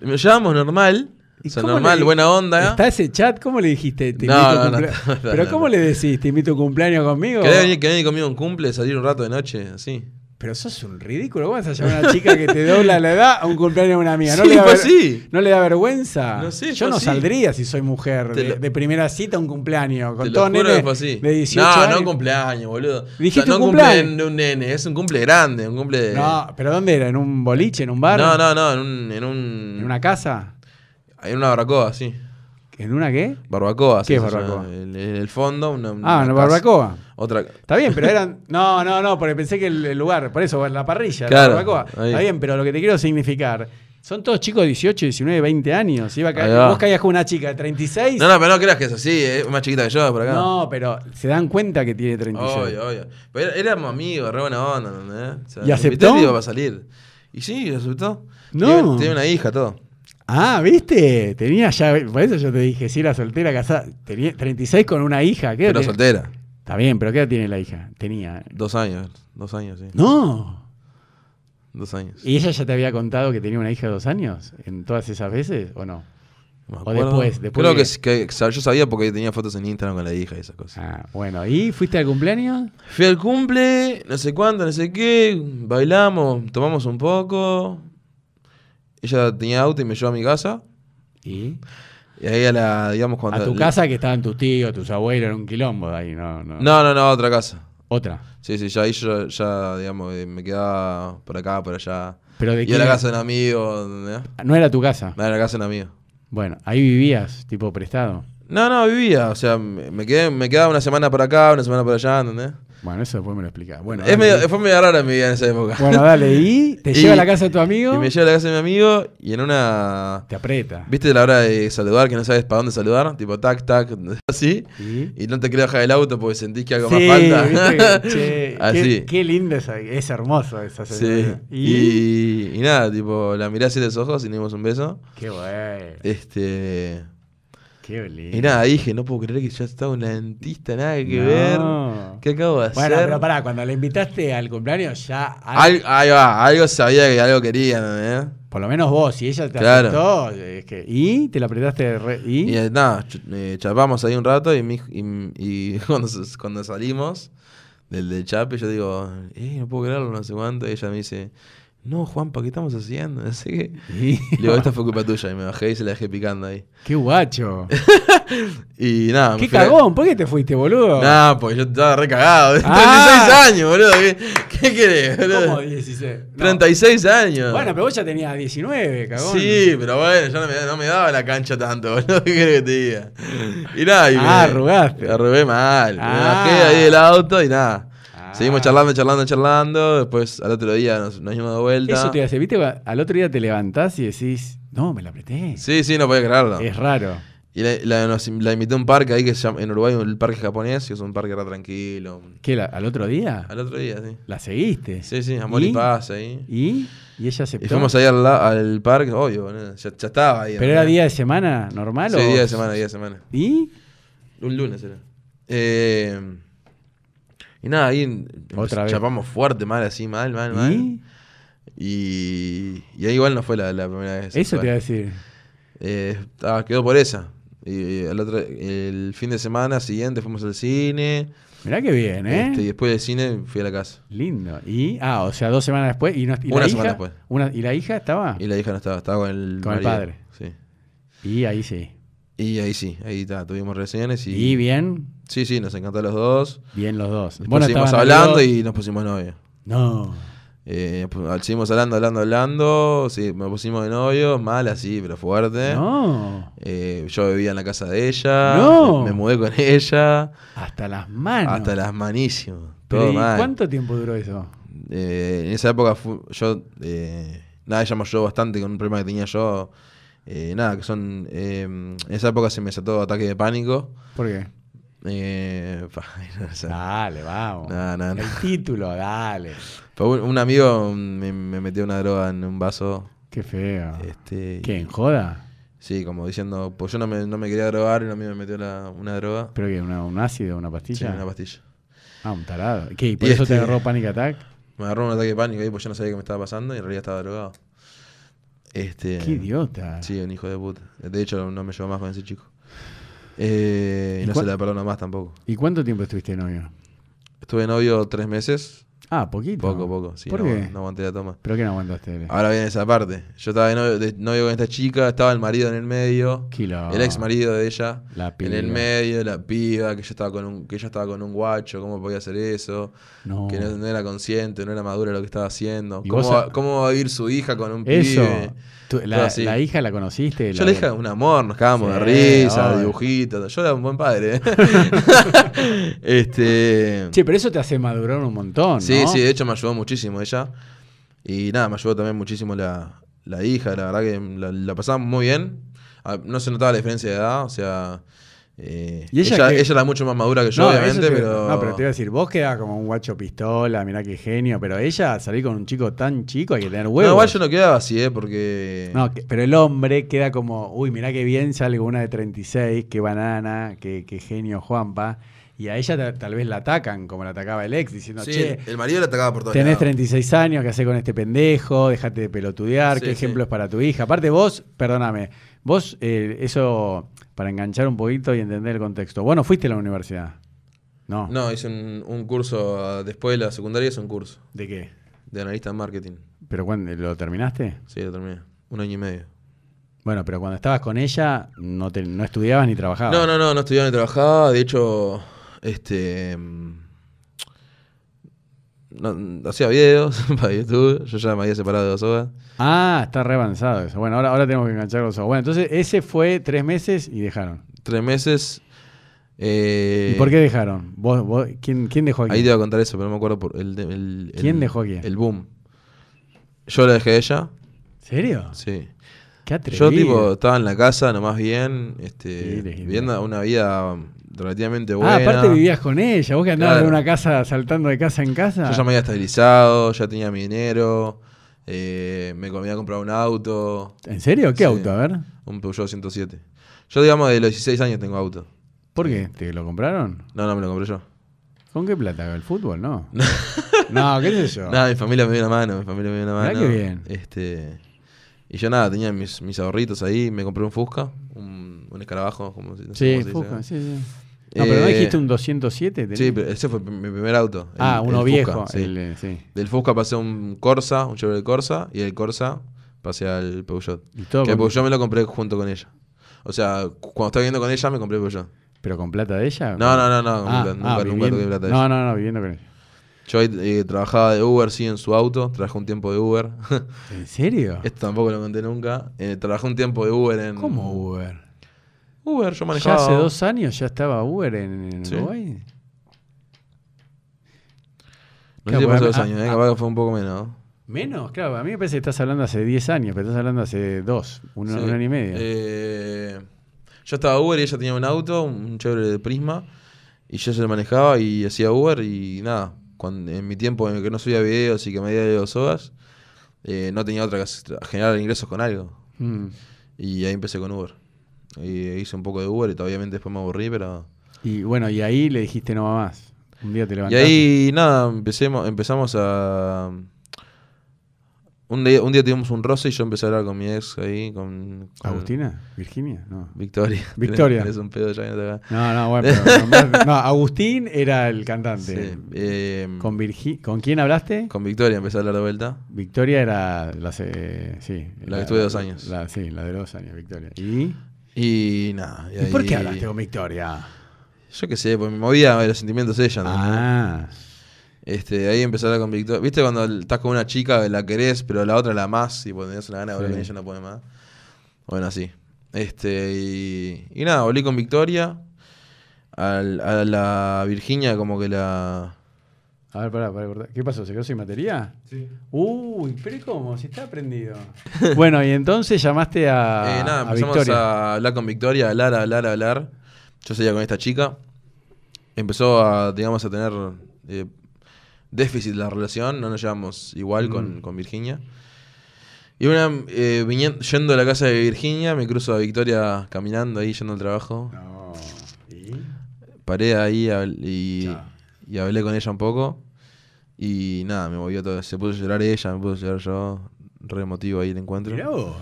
Speaker 2: Nos llevamos normal.
Speaker 1: ¿Y
Speaker 2: O sea,
Speaker 1: cómo le
Speaker 2: normal,
Speaker 1: di-
Speaker 2: buena onda. ¿eh?
Speaker 1: ¿Está ese chat? ¿Cómo le dijiste? Te
Speaker 2: No,
Speaker 1: invito a
Speaker 2: no, no,
Speaker 1: cumplea-
Speaker 2: no, no,
Speaker 1: Pero
Speaker 2: no,
Speaker 1: ¿cómo
Speaker 2: no.
Speaker 1: le decís? ¿Te invito a un cumpleaños conmigo?
Speaker 2: ¿Querés venir, querés venir conmigo a un cumple, salir un rato de noche? Así.
Speaker 1: Pero sos un ridículo. ¿Cómo vas a llamar a una chica que te dobla la edad a un cumpleaños de una amiga? ¿No,
Speaker 2: Sí,
Speaker 1: le, da
Speaker 2: fue
Speaker 1: ver-
Speaker 2: así.
Speaker 1: ¿No le da vergüenza?
Speaker 2: No sé,
Speaker 1: Yo
Speaker 2: fue
Speaker 1: no
Speaker 2: así.
Speaker 1: saldría si soy mujer
Speaker 2: Te
Speaker 1: de,
Speaker 2: lo-
Speaker 1: de primera cita a un cumpleaños. Con
Speaker 2: Te
Speaker 1: todo
Speaker 2: lo juro
Speaker 1: nene
Speaker 2: que fue así.
Speaker 1: de 18
Speaker 2: no,
Speaker 1: años.
Speaker 2: no cumpleaños, boludo.
Speaker 1: Dijiste
Speaker 2: no
Speaker 1: un
Speaker 2: cumple
Speaker 1: cumpleaños.
Speaker 2: de un nene, es un cumple grande, un cumple de...
Speaker 1: No, pero ¿dónde era? ¿En un boliche? ¿En un bar?
Speaker 2: no, no, no, en un... En, un,
Speaker 1: ¿En una casa?
Speaker 2: en una barbacoa, sí.
Speaker 1: ¿En una qué?
Speaker 2: Barbacoa. sí,
Speaker 1: ¿Qué es
Speaker 2: se llama.
Speaker 1: barbacoa?
Speaker 2: En el, en el fondo, una...
Speaker 1: Ah,
Speaker 2: una
Speaker 1: en la
Speaker 2: casa.
Speaker 1: barbacoa.
Speaker 2: Otra...
Speaker 1: Está bien, pero eran. No, no, no, porque pensé que el, el lugar, por eso, la parrilla,
Speaker 2: Claro,
Speaker 1: la barbacoa.
Speaker 2: ahí.
Speaker 1: Está bien, pero lo que te quiero significar. Son todos chicos de 18, 19, 20 años. Iba a ca-
Speaker 2: Ahí va.
Speaker 1: vos caías con una chica de 36.
Speaker 2: No, no, pero no creas que es así, eh, es más chiquita que yo por acá.
Speaker 1: No, pero se dan cuenta que tiene 36.
Speaker 2: Obvio, obvio. Pero era- éramos amigos, re buena onda, ¿entendés? O sea,
Speaker 1: ¿Y
Speaker 2: me
Speaker 1: aceptó?
Speaker 2: invitó y iba a salir. Y sí, lo aceptó.
Speaker 1: No.
Speaker 2: Tiene, tiene una hija, todo.
Speaker 1: Ah, ¿viste? Tenía ya. Por eso yo te dije, si era soltera, casada. Tenía 36 con una hija. ¿Qué edad
Speaker 2: Pero
Speaker 1: tiene?
Speaker 2: soltera.
Speaker 1: Está bien, pero ¿qué edad tiene la hija? Tenía.
Speaker 2: Dos años, dos años, sí.
Speaker 1: No.
Speaker 2: Dos años.
Speaker 1: ¿Y ella ya te había contado que tenía una hija de dos años? ¿En todas esas veces o no?
Speaker 2: Me
Speaker 1: o
Speaker 2: acuerdo.
Speaker 1: después, después
Speaker 2: Creo
Speaker 1: de-
Speaker 2: que, sí, que sa- yo sabía porque tenía fotos en Instagram con la hija y esas cosas.
Speaker 1: Ah, bueno. ¿Y fuiste al cumpleaños?
Speaker 2: Fui al cumple, no sé cuánto, no sé qué, bailamos, tomamos un poco. Ella tenía auto y me llevó a mi casa.
Speaker 1: ¿Y?
Speaker 2: Y ahí a la, digamos, cuando...
Speaker 1: A tu casa que estaban tus tíos, tus abuelos, era un quilombo de ahí, no, no.
Speaker 2: No, no, no, otra casa.
Speaker 1: Otra.
Speaker 2: Sí, sí, ya ahí yo ya, digamos, eh, me quedaba por acá, por allá.
Speaker 1: Pero de
Speaker 2: Y
Speaker 1: quién
Speaker 2: a la
Speaker 1: era?
Speaker 2: casa de un amigo, ¿entendés?
Speaker 1: No era tu casa.
Speaker 2: No, era la casa de un amigo.
Speaker 1: Bueno, ahí vivías, tipo prestado.
Speaker 2: No, no, vivía, o sea, me me quedé, me quedaba una semana por acá, una semana por allá, ¿entendés?
Speaker 1: Bueno, eso después me lo explicás. Bueno,
Speaker 2: Es
Speaker 1: dale.
Speaker 2: medio- fue medio rara mi vida en esa época.
Speaker 1: Bueno, dale, y te
Speaker 2: Y-
Speaker 1: lleva a la casa de tu amigo.
Speaker 2: Y me llevo a la casa de mi amigo y en una...
Speaker 1: Te aprieta.
Speaker 2: ¿Viste la hora de saludar que no sabes para dónde saludar? Tipo, tac, tac, así.
Speaker 1: ¿Y?
Speaker 2: Y no te querés bajar del auto porque sentís que algo
Speaker 1: Sí,
Speaker 2: más
Speaker 1: viste
Speaker 2: falta.
Speaker 1: que- che,
Speaker 2: así.
Speaker 1: Qué, qué lindo es, es hermoso esa
Speaker 2: Sí.
Speaker 1: sensación. Y,
Speaker 2: Y, y nada, tipo, la miré así de los ojos y nos dimos un beso.
Speaker 1: qué bueno,
Speaker 2: Este...
Speaker 1: qué lindo.
Speaker 2: Y nada, dije, no puedo creer que ya estaba una dentista, nada que
Speaker 1: No.
Speaker 2: ver. ¿Qué acabo de hacer?
Speaker 1: Bueno, pero pará, cuando le invitaste al cumpleaños ya.
Speaker 2: Al- ahí va, algo sabía que algo querían, ¿eh?
Speaker 1: Por lo menos vos, si ella te
Speaker 2: Claro.
Speaker 1: aceptó, es que, ¿y? ¿Te la apretaste? re- ¿Y?
Speaker 2: Y eh, nada, ch- eh, chapamos ahí un rato y, mi- y- y cuando, s- cuando salimos del, del chape yo digo, eh, no puedo creerlo, no sé cuánto. Y ella me dice, no, Juanpa, ¿qué estamos haciendo? No sé qué.
Speaker 1: ¿Y?
Speaker 2: Le digo, esta fue culpa tuya. Y me bajé y se la dejé picando ahí.
Speaker 1: ¡Qué guacho!
Speaker 2: Y nada. me
Speaker 1: ¡Qué
Speaker 2: fui a-
Speaker 1: cagón! ¿Por qué te fuiste, boludo?
Speaker 2: Nah, porque yo estaba re cagado.
Speaker 1: Ah.
Speaker 2: 36 años, boludo. ¿Qué, qué querés, boludo?
Speaker 1: ¿Cómo 16? No.
Speaker 2: 36 años.
Speaker 1: Bueno, pero vos ya tenías 19, cagón.
Speaker 2: Sí, pero bueno, yo no me, no me daba la cancha tanto, boludo. ¿Qué querés que te diga? Y nada, y
Speaker 1: Ah, arrugaste.
Speaker 2: Arrugué mal.
Speaker 1: Ah.
Speaker 2: Me bajé ahí del auto y nada.
Speaker 1: Ah.
Speaker 2: Seguimos charlando, charlando, charlando. Después al otro día nos, nos dimos de vuelta.
Speaker 1: Eso te hace, viste, al otro día te levantás y decís, no, me la apreté.
Speaker 2: Sí, sí, no podía creerlo.
Speaker 1: Es raro.
Speaker 2: Y la, la- nos- la invité a un parque ahí que se llama, en Uruguay, el parque japonés, que es un parque re tranquilo.
Speaker 1: ¿Qué, la- al otro día?
Speaker 2: Al otro día, sí.
Speaker 1: ¿La seguiste?
Speaker 2: Sí, sí, amor y, paz ahí.
Speaker 1: ¿Y? ¿Y ella
Speaker 2: Y
Speaker 1: aceptó?
Speaker 2: fuimos ahí al, la- al parque, obvio, boludo, ya, ya estaba ahí.
Speaker 1: ¿Pero
Speaker 2: ¿no?
Speaker 1: era día de semana normal
Speaker 2: Sí,
Speaker 1: o...?
Speaker 2: día de semana, día de semana.
Speaker 1: ¿Y?
Speaker 2: Un lunes era. Eh, y nada, ahí em-
Speaker 1: Otra vez.
Speaker 2: chapamos fuerte, mal, así, mal, mal, mal.
Speaker 1: ¿Y?
Speaker 2: Y, y ahí igual no fue la, la primera vez.
Speaker 1: Eso te
Speaker 2: igual.
Speaker 1: iba a decir.
Speaker 2: Eh, ah, quedó por esa. Y, eh, al otro- el fin de semana siguiente fuimos al cine.
Speaker 1: Mirá qué bien, ¿eh?
Speaker 2: este, y después del cine fui a la casa.
Speaker 1: Lindo. ¿Y? Ah, o sea, dos semanas después. ¿Y, no- y
Speaker 2: Una
Speaker 1: la
Speaker 2: semana
Speaker 1: hija?
Speaker 2: después.
Speaker 1: Una- ¿Y la hija estaba?
Speaker 2: Y la hija no estaba, estaba con el,
Speaker 1: Ah. Con el
Speaker 2: marido,
Speaker 1: padre.
Speaker 2: Sí.
Speaker 1: Y ahí sí.
Speaker 2: Y ahí sí, ahí está, tuvimos relaciones y...
Speaker 1: ¿Y bien?
Speaker 2: Sí, sí, nos encantó a los dos.
Speaker 1: Bien los dos.
Speaker 2: Después
Speaker 1: Vos no
Speaker 2: seguimos
Speaker 1: estabas
Speaker 2: hablando
Speaker 1: amigos.
Speaker 2: y nos pusimos novio.
Speaker 1: No.
Speaker 2: Eh, pu- seguimos hablando, hablando, hablando. Sí, nos pusimos de novio, mal así, pero fuerte.
Speaker 1: No.
Speaker 2: Eh, yo vivía en la casa de ella.
Speaker 1: No.
Speaker 2: Me, me mudé con ella.
Speaker 1: Hasta las manos.
Speaker 2: Hasta las manísimas.
Speaker 1: Pero,
Speaker 2: Todo
Speaker 1: ¿y
Speaker 2: mal.
Speaker 1: ¿Cuánto tiempo duró eso?
Speaker 2: Eh, en esa época fu- yo. eh, nada, ella me ayudó bastante con un problema que tenía yo. Eh, nada, que son. eh, en esa época se me desató ataque de pánico.
Speaker 1: ¿Por qué?
Speaker 2: Eh, pa, no sé.
Speaker 1: Dale, vamos.
Speaker 2: No, no, no.
Speaker 1: El título, dale.
Speaker 2: Fue un, un amigo me, me metió una droga en un vaso.
Speaker 1: Qué feo.
Speaker 2: Este,
Speaker 1: Ah. ¿Quién? ¿Joda?
Speaker 2: Sí, como diciendo, pues yo no me, no me quería drogar y un amigo me metió la- una droga.
Speaker 1: ¿Pero que ¿Una, ¿Un ácido? ¿Una
Speaker 2: Sí,
Speaker 1: pastilla?
Speaker 2: una pastilla.
Speaker 1: Ah, un tarado. ¿Qué? ¿Y por
Speaker 2: Y
Speaker 1: eso te
Speaker 2: este-
Speaker 1: agarró panic attack?
Speaker 2: Me agarró un ataque de pánico ahí, pues yo no sabía qué me estaba pasando y en realidad estaba drogado. Este,
Speaker 1: Qué idiota.
Speaker 2: Sí, un hijo de puta. De hecho, no me llevo más con ese chico. Eh,
Speaker 1: ¿Y
Speaker 2: y no
Speaker 1: cuál-
Speaker 2: se la perdono más tampoco.
Speaker 1: ¿Y cuánto tiempo estuviste de novio?
Speaker 2: Estuve novio tres meses.
Speaker 1: Ah, poquito.
Speaker 2: Poco, poco. Sí,
Speaker 1: ¿Por
Speaker 2: no,
Speaker 1: qué?
Speaker 2: no aguanté la toma.
Speaker 1: ¿Pero qué no aguantaste? Ale?
Speaker 2: Ahora viene esa parte. Yo estaba de novio, de novio con esta chica, estaba el marido en el medio.
Speaker 1: Quilombo.
Speaker 2: El ex marido de ella.
Speaker 1: La
Speaker 2: En el
Speaker 1: piba.
Speaker 2: medio, la piba, que yo estaba con un, que ella estaba con un guacho, ¿cómo podía hacer eso?
Speaker 1: No.
Speaker 2: Que no, no era consciente, no era madura lo que estaba haciendo.
Speaker 1: ¿Y
Speaker 2: ¿Cómo
Speaker 1: vos
Speaker 2: va,
Speaker 1: a-
Speaker 2: cómo va a vivir su hija con un
Speaker 1: Eso.
Speaker 2: pibe?
Speaker 1: Tú-
Speaker 2: Todo
Speaker 1: la,
Speaker 2: así.
Speaker 1: la hija la conociste?
Speaker 2: Yo le dije un amor, nos cagábamos de
Speaker 1: Sí,
Speaker 2: risa,
Speaker 1: obvio.
Speaker 2: de dibujitos. Yo era un buen padre. ¿eh? este.
Speaker 1: Che, pero eso te hace madurar un montón,
Speaker 2: Sí,
Speaker 1: ¿no?
Speaker 2: sí, de hecho me ayudó muchísimo ella. Y nada, me ayudó también muchísimo la, la hija, la verdad que la, la pasábamos muy bien. Ah, No se notaba la diferencia de edad, o sea. eh,
Speaker 1: ¿Y ella
Speaker 2: ella, ella,
Speaker 1: qué?
Speaker 2: era mucho más madura que yo,
Speaker 1: No, eso
Speaker 2: obviamente,
Speaker 1: te-
Speaker 2: pero.
Speaker 1: No, pero te iba a decir, vos quedás como un guacho pistola, mirá qué genio, pero ella, salir con un chico tan chico, hay que tener
Speaker 2: No,
Speaker 1: huevos.
Speaker 2: igual yo no quedaba así, ¿eh? Porque.
Speaker 1: No, que- pero el hombre queda como, uy, mirá qué bien sale con una de 36, qué banana, qué, qué genio Juanpa. Y a ella ta- tal vez la atacan, como la atacaba el ex, diciendo,
Speaker 2: Sí,
Speaker 1: che,
Speaker 2: el marido la atacaba por todos
Speaker 1: tenés
Speaker 2: lados.
Speaker 1: 36 años, ¿qué haces con este pendejo? Dejate de pelotudear,
Speaker 2: Sí,
Speaker 1: qué
Speaker 2: sí.
Speaker 1: ejemplo es para tu hija. Aparte vos, perdóname, vos, eh, eso, para enganchar un poquito y entender el contexto, vos no fuiste a la universidad. No.
Speaker 2: No, hice un, un curso ah, después de la secundaria, hice un curso
Speaker 1: ¿De qué?
Speaker 2: de analista en marketing.
Speaker 1: ¿Pero cuándo, lo terminaste?
Speaker 2: Sí, lo terminé. Un año y medio.
Speaker 1: Bueno, pero cuando estabas con ella, no, te- no estudiabas ni trabajabas.
Speaker 2: No, no, no, no estudiaba ni trabajaba. De hecho, este. mm, no, mm, hacía videos para YouTube. Yo ya me había separado de dos horas.
Speaker 1: Ah, está re avanzado eso. Bueno, ahora, ahora tenemos que enganchar los ojos. Bueno, entonces ese fue tres meses y dejaron.
Speaker 2: Tres meses. eh,
Speaker 1: ¿Y por qué dejaron? ¿Vos, vos- quién, quién dejó aquí?
Speaker 2: Ahí te iba a contar eso, pero no me acuerdo. Por el, de- el- el-
Speaker 1: ¿Quién dejó a quién?
Speaker 2: El boom. Yo la dejé a ella.
Speaker 1: ¿Serio?
Speaker 2: Sí.
Speaker 1: Qué atrevido.
Speaker 2: Yo, tipo, estaba en la casa, nomás bien. Este,
Speaker 1: Sí, le-
Speaker 2: viviendo una vida relativamente
Speaker 1: Ah,
Speaker 2: buena.
Speaker 1: aparte vivías con ella. Vos que andabas de
Speaker 2: Claro.
Speaker 1: una casa, saltando de casa en casa.
Speaker 2: Yo ya me había estabilizado, ya tenía mi dinero, eh, me com- había comprado un auto,
Speaker 1: ¿En serio? ¿Qué
Speaker 2: Sí.
Speaker 1: auto? A ver.
Speaker 2: un Peugeot 107. Yo, digamos, de los 16 años tengo auto.
Speaker 1: ¿Por qué? ¿Te lo compraron?
Speaker 2: No, no, me lo compré yo.
Speaker 1: ¿Con qué plata? ¿El fútbol? No. no, qué sé yo.
Speaker 2: Nada, mi familia me dio una mano, mi familia me dio una
Speaker 1: Mirá
Speaker 2: mano.
Speaker 1: qué bien.
Speaker 2: Este, y Y yo nada, tenía mis, mis ahorritos ahí, me compré un Fusca, un, un escarabajo, como se- no sé
Speaker 1: Sí,
Speaker 2: cómo se dice.
Speaker 1: Fusca, sí, sí. No, pero no
Speaker 2: Eh,
Speaker 1: dijiste un 207. tenés?
Speaker 2: Sí, pero ese fue mi primer auto. el-
Speaker 1: ah, uno
Speaker 2: el Fusca,
Speaker 1: viejo.
Speaker 2: sí.
Speaker 1: el, eh, sí.
Speaker 2: Del Fusca pasé a un Corsa, un Chevrolet Corsa, y del Corsa pasé al Peugeot.
Speaker 1: Y todo
Speaker 2: que
Speaker 1: con-
Speaker 2: el Peugeot me lo compré junto con ella. O sea, cu- cuando estaba viviendo con ella, me compré el Peugeot.
Speaker 1: ¿Pero con plata de ella?
Speaker 2: No, no, no, no,
Speaker 1: Ah,
Speaker 2: nunca,
Speaker 1: ah,
Speaker 2: nunca, nunca
Speaker 1: viviendo-
Speaker 2: toqué plata de
Speaker 1: No,
Speaker 2: ella.
Speaker 1: no, no, viviendo con ella.
Speaker 2: Yo ahí, eh, trabajaba de Uber, sí, en su auto, trabajé un tiempo de Uber.
Speaker 1: ¿En serio?
Speaker 2: Esto tampoco lo conté nunca. Eh, trabajé un tiempo de Uber en.
Speaker 1: ¿Cómo Uber?
Speaker 2: Uber, yo
Speaker 1: Ya
Speaker 2: manejaba.
Speaker 1: hace dos años ya estaba Uber en, en
Speaker 2: Sí.
Speaker 1: Uruguay.
Speaker 2: No sé si
Speaker 1: Claro,
Speaker 2: pasó
Speaker 1: a-
Speaker 2: dos
Speaker 1: a-
Speaker 2: años, eh,
Speaker 1: a-
Speaker 2: capaz que fue un poco menos. ¿no?
Speaker 1: Menos, claro, a mí me parece que estás hablando hace 10 años, pero estás hablando hace 2, un,
Speaker 2: Sí.
Speaker 1: un año y medio.
Speaker 2: Eh, yo estaba Uber y ella tenía un auto, un chévere de Prisma, y yo se lo manejaba y hacía Uber y nada. Cuando, en mi tiempo en el que no subía videos y que me día de dos horas, eh, no tenía otra que hacer- generar ingresos con algo.
Speaker 1: Mm.
Speaker 2: Y ahí empecé con Uber. Y hice un poco de Uber y obviamente después me aburrí, pero...
Speaker 1: Y bueno, y ahí le dijiste no va más. Un día te
Speaker 2: Y
Speaker 1: levantaste.
Speaker 2: ahí nada, empecemos, empezamos a... Un día, un día tuvimos un roce y yo empecé a hablar con mi ex ahí, con... con
Speaker 1: ¿Agustina?
Speaker 2: Ah.
Speaker 1: ¿Virginia? No.
Speaker 2: Victoria.
Speaker 1: Victoria.
Speaker 2: Tenés un pedo ya que no te va.
Speaker 1: No, no, bueno, pero nombrás- no, Agustín era el cantante.
Speaker 2: Sí, eh,
Speaker 1: ¿Con, Virgi- ¿Con quién hablaste?
Speaker 2: con Victoria empecé a hablar de vuelta.
Speaker 1: Victoria era la, se- sí,
Speaker 2: La que estuve dos años.
Speaker 1: la- sí, la de dos años, Victoria. ¿Y,
Speaker 2: Y nada.
Speaker 1: ¿Y por qué hablaste con Victoria?
Speaker 2: Yo qué sé, pues me movía los sentimientos de ella. ¿no?
Speaker 1: Ah,
Speaker 2: Este, ahí empecé a hablar con Victoria. ¿Viste cuando estás con una chica, la querés, pero la otra la más y cuando tenés una gana de hablar
Speaker 1: Sí.
Speaker 2: con ella no puede más? Bueno, así. Este, y, y nada, volví con Victoria. Al- a la Virginia como que la...
Speaker 1: a ver, pará, pará, cortá. ¿Qué pasó? ¿Se quedó sin batería?
Speaker 3: Sí.
Speaker 1: Uy, pero ¿y ¿cómo? Si está prendido. bueno, y entonces llamaste a,
Speaker 2: Eh, nada,
Speaker 1: Ah, a
Speaker 2: empezamos
Speaker 1: Victoria.
Speaker 2: a hablar con Victoria, a hablar, a hablar, a hablar. Yo seguía con esta chica. Empezó a, digamos, a tener eh, déficit la relación. No nos llevamos igual
Speaker 1: Mm.
Speaker 2: con, con Virginia. Y una, eh, viniendo- yendo a la casa de Virginia, me cruzo a Victoria caminando ahí, yendo al trabajo.
Speaker 1: No. ¿Y?
Speaker 2: Paré ahí habl- y,
Speaker 1: Ya.
Speaker 2: y hablé con ella un poco. Y nada, me movió todo. Se puso a llorar ella, me puso a llorar yo. Re emotivo ahí el encuentro.
Speaker 1: Mirá vos.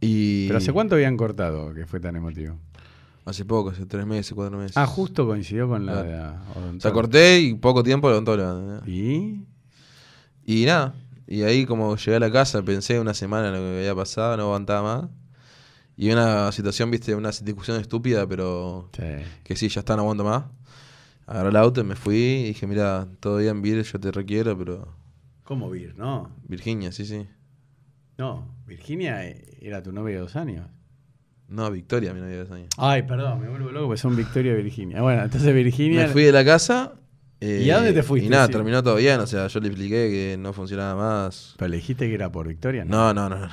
Speaker 2: Y
Speaker 1: ¿Pero hace cuánto habían cortado que fue tan emotivo?
Speaker 2: Hace poco, hace tres meses, cuatro meses.
Speaker 1: Ah, justo coincidió con la, de
Speaker 2: O sea, corté y poco tiempo la odontóloga. ¿eh?
Speaker 1: ¿Y?
Speaker 2: Y nada. Y ahí como llegué a la casa, pensé una semana en lo que había pasado, no aguantaba más. Y una situación, viste, una discusión estúpida, pero
Speaker 1: Sí.
Speaker 2: que sí, ya está, no aguanto más. Agarré el auto y me fui y dije, mira, todavía en Vir yo te requiero, pero...
Speaker 1: ¿Cómo Vir? No.
Speaker 2: Virginia, sí, sí.
Speaker 1: No, Virginia eh, era tu novia de dos años.
Speaker 2: No, Victoria, mi novia de dos años.
Speaker 1: Ay, perdón, me vuelvo loco porque son Victoria y Virginia. Bueno, entonces Virginia.
Speaker 2: Me fui de la casa. eh,
Speaker 1: ¿Y a dónde te fuiste?
Speaker 2: Y nada,
Speaker 1: Sí.
Speaker 2: terminó todo bien, o sea, yo le expliqué que no funcionaba más.
Speaker 1: Pero le dijiste que era por Victoria, ¿no?
Speaker 2: No, no, no, no.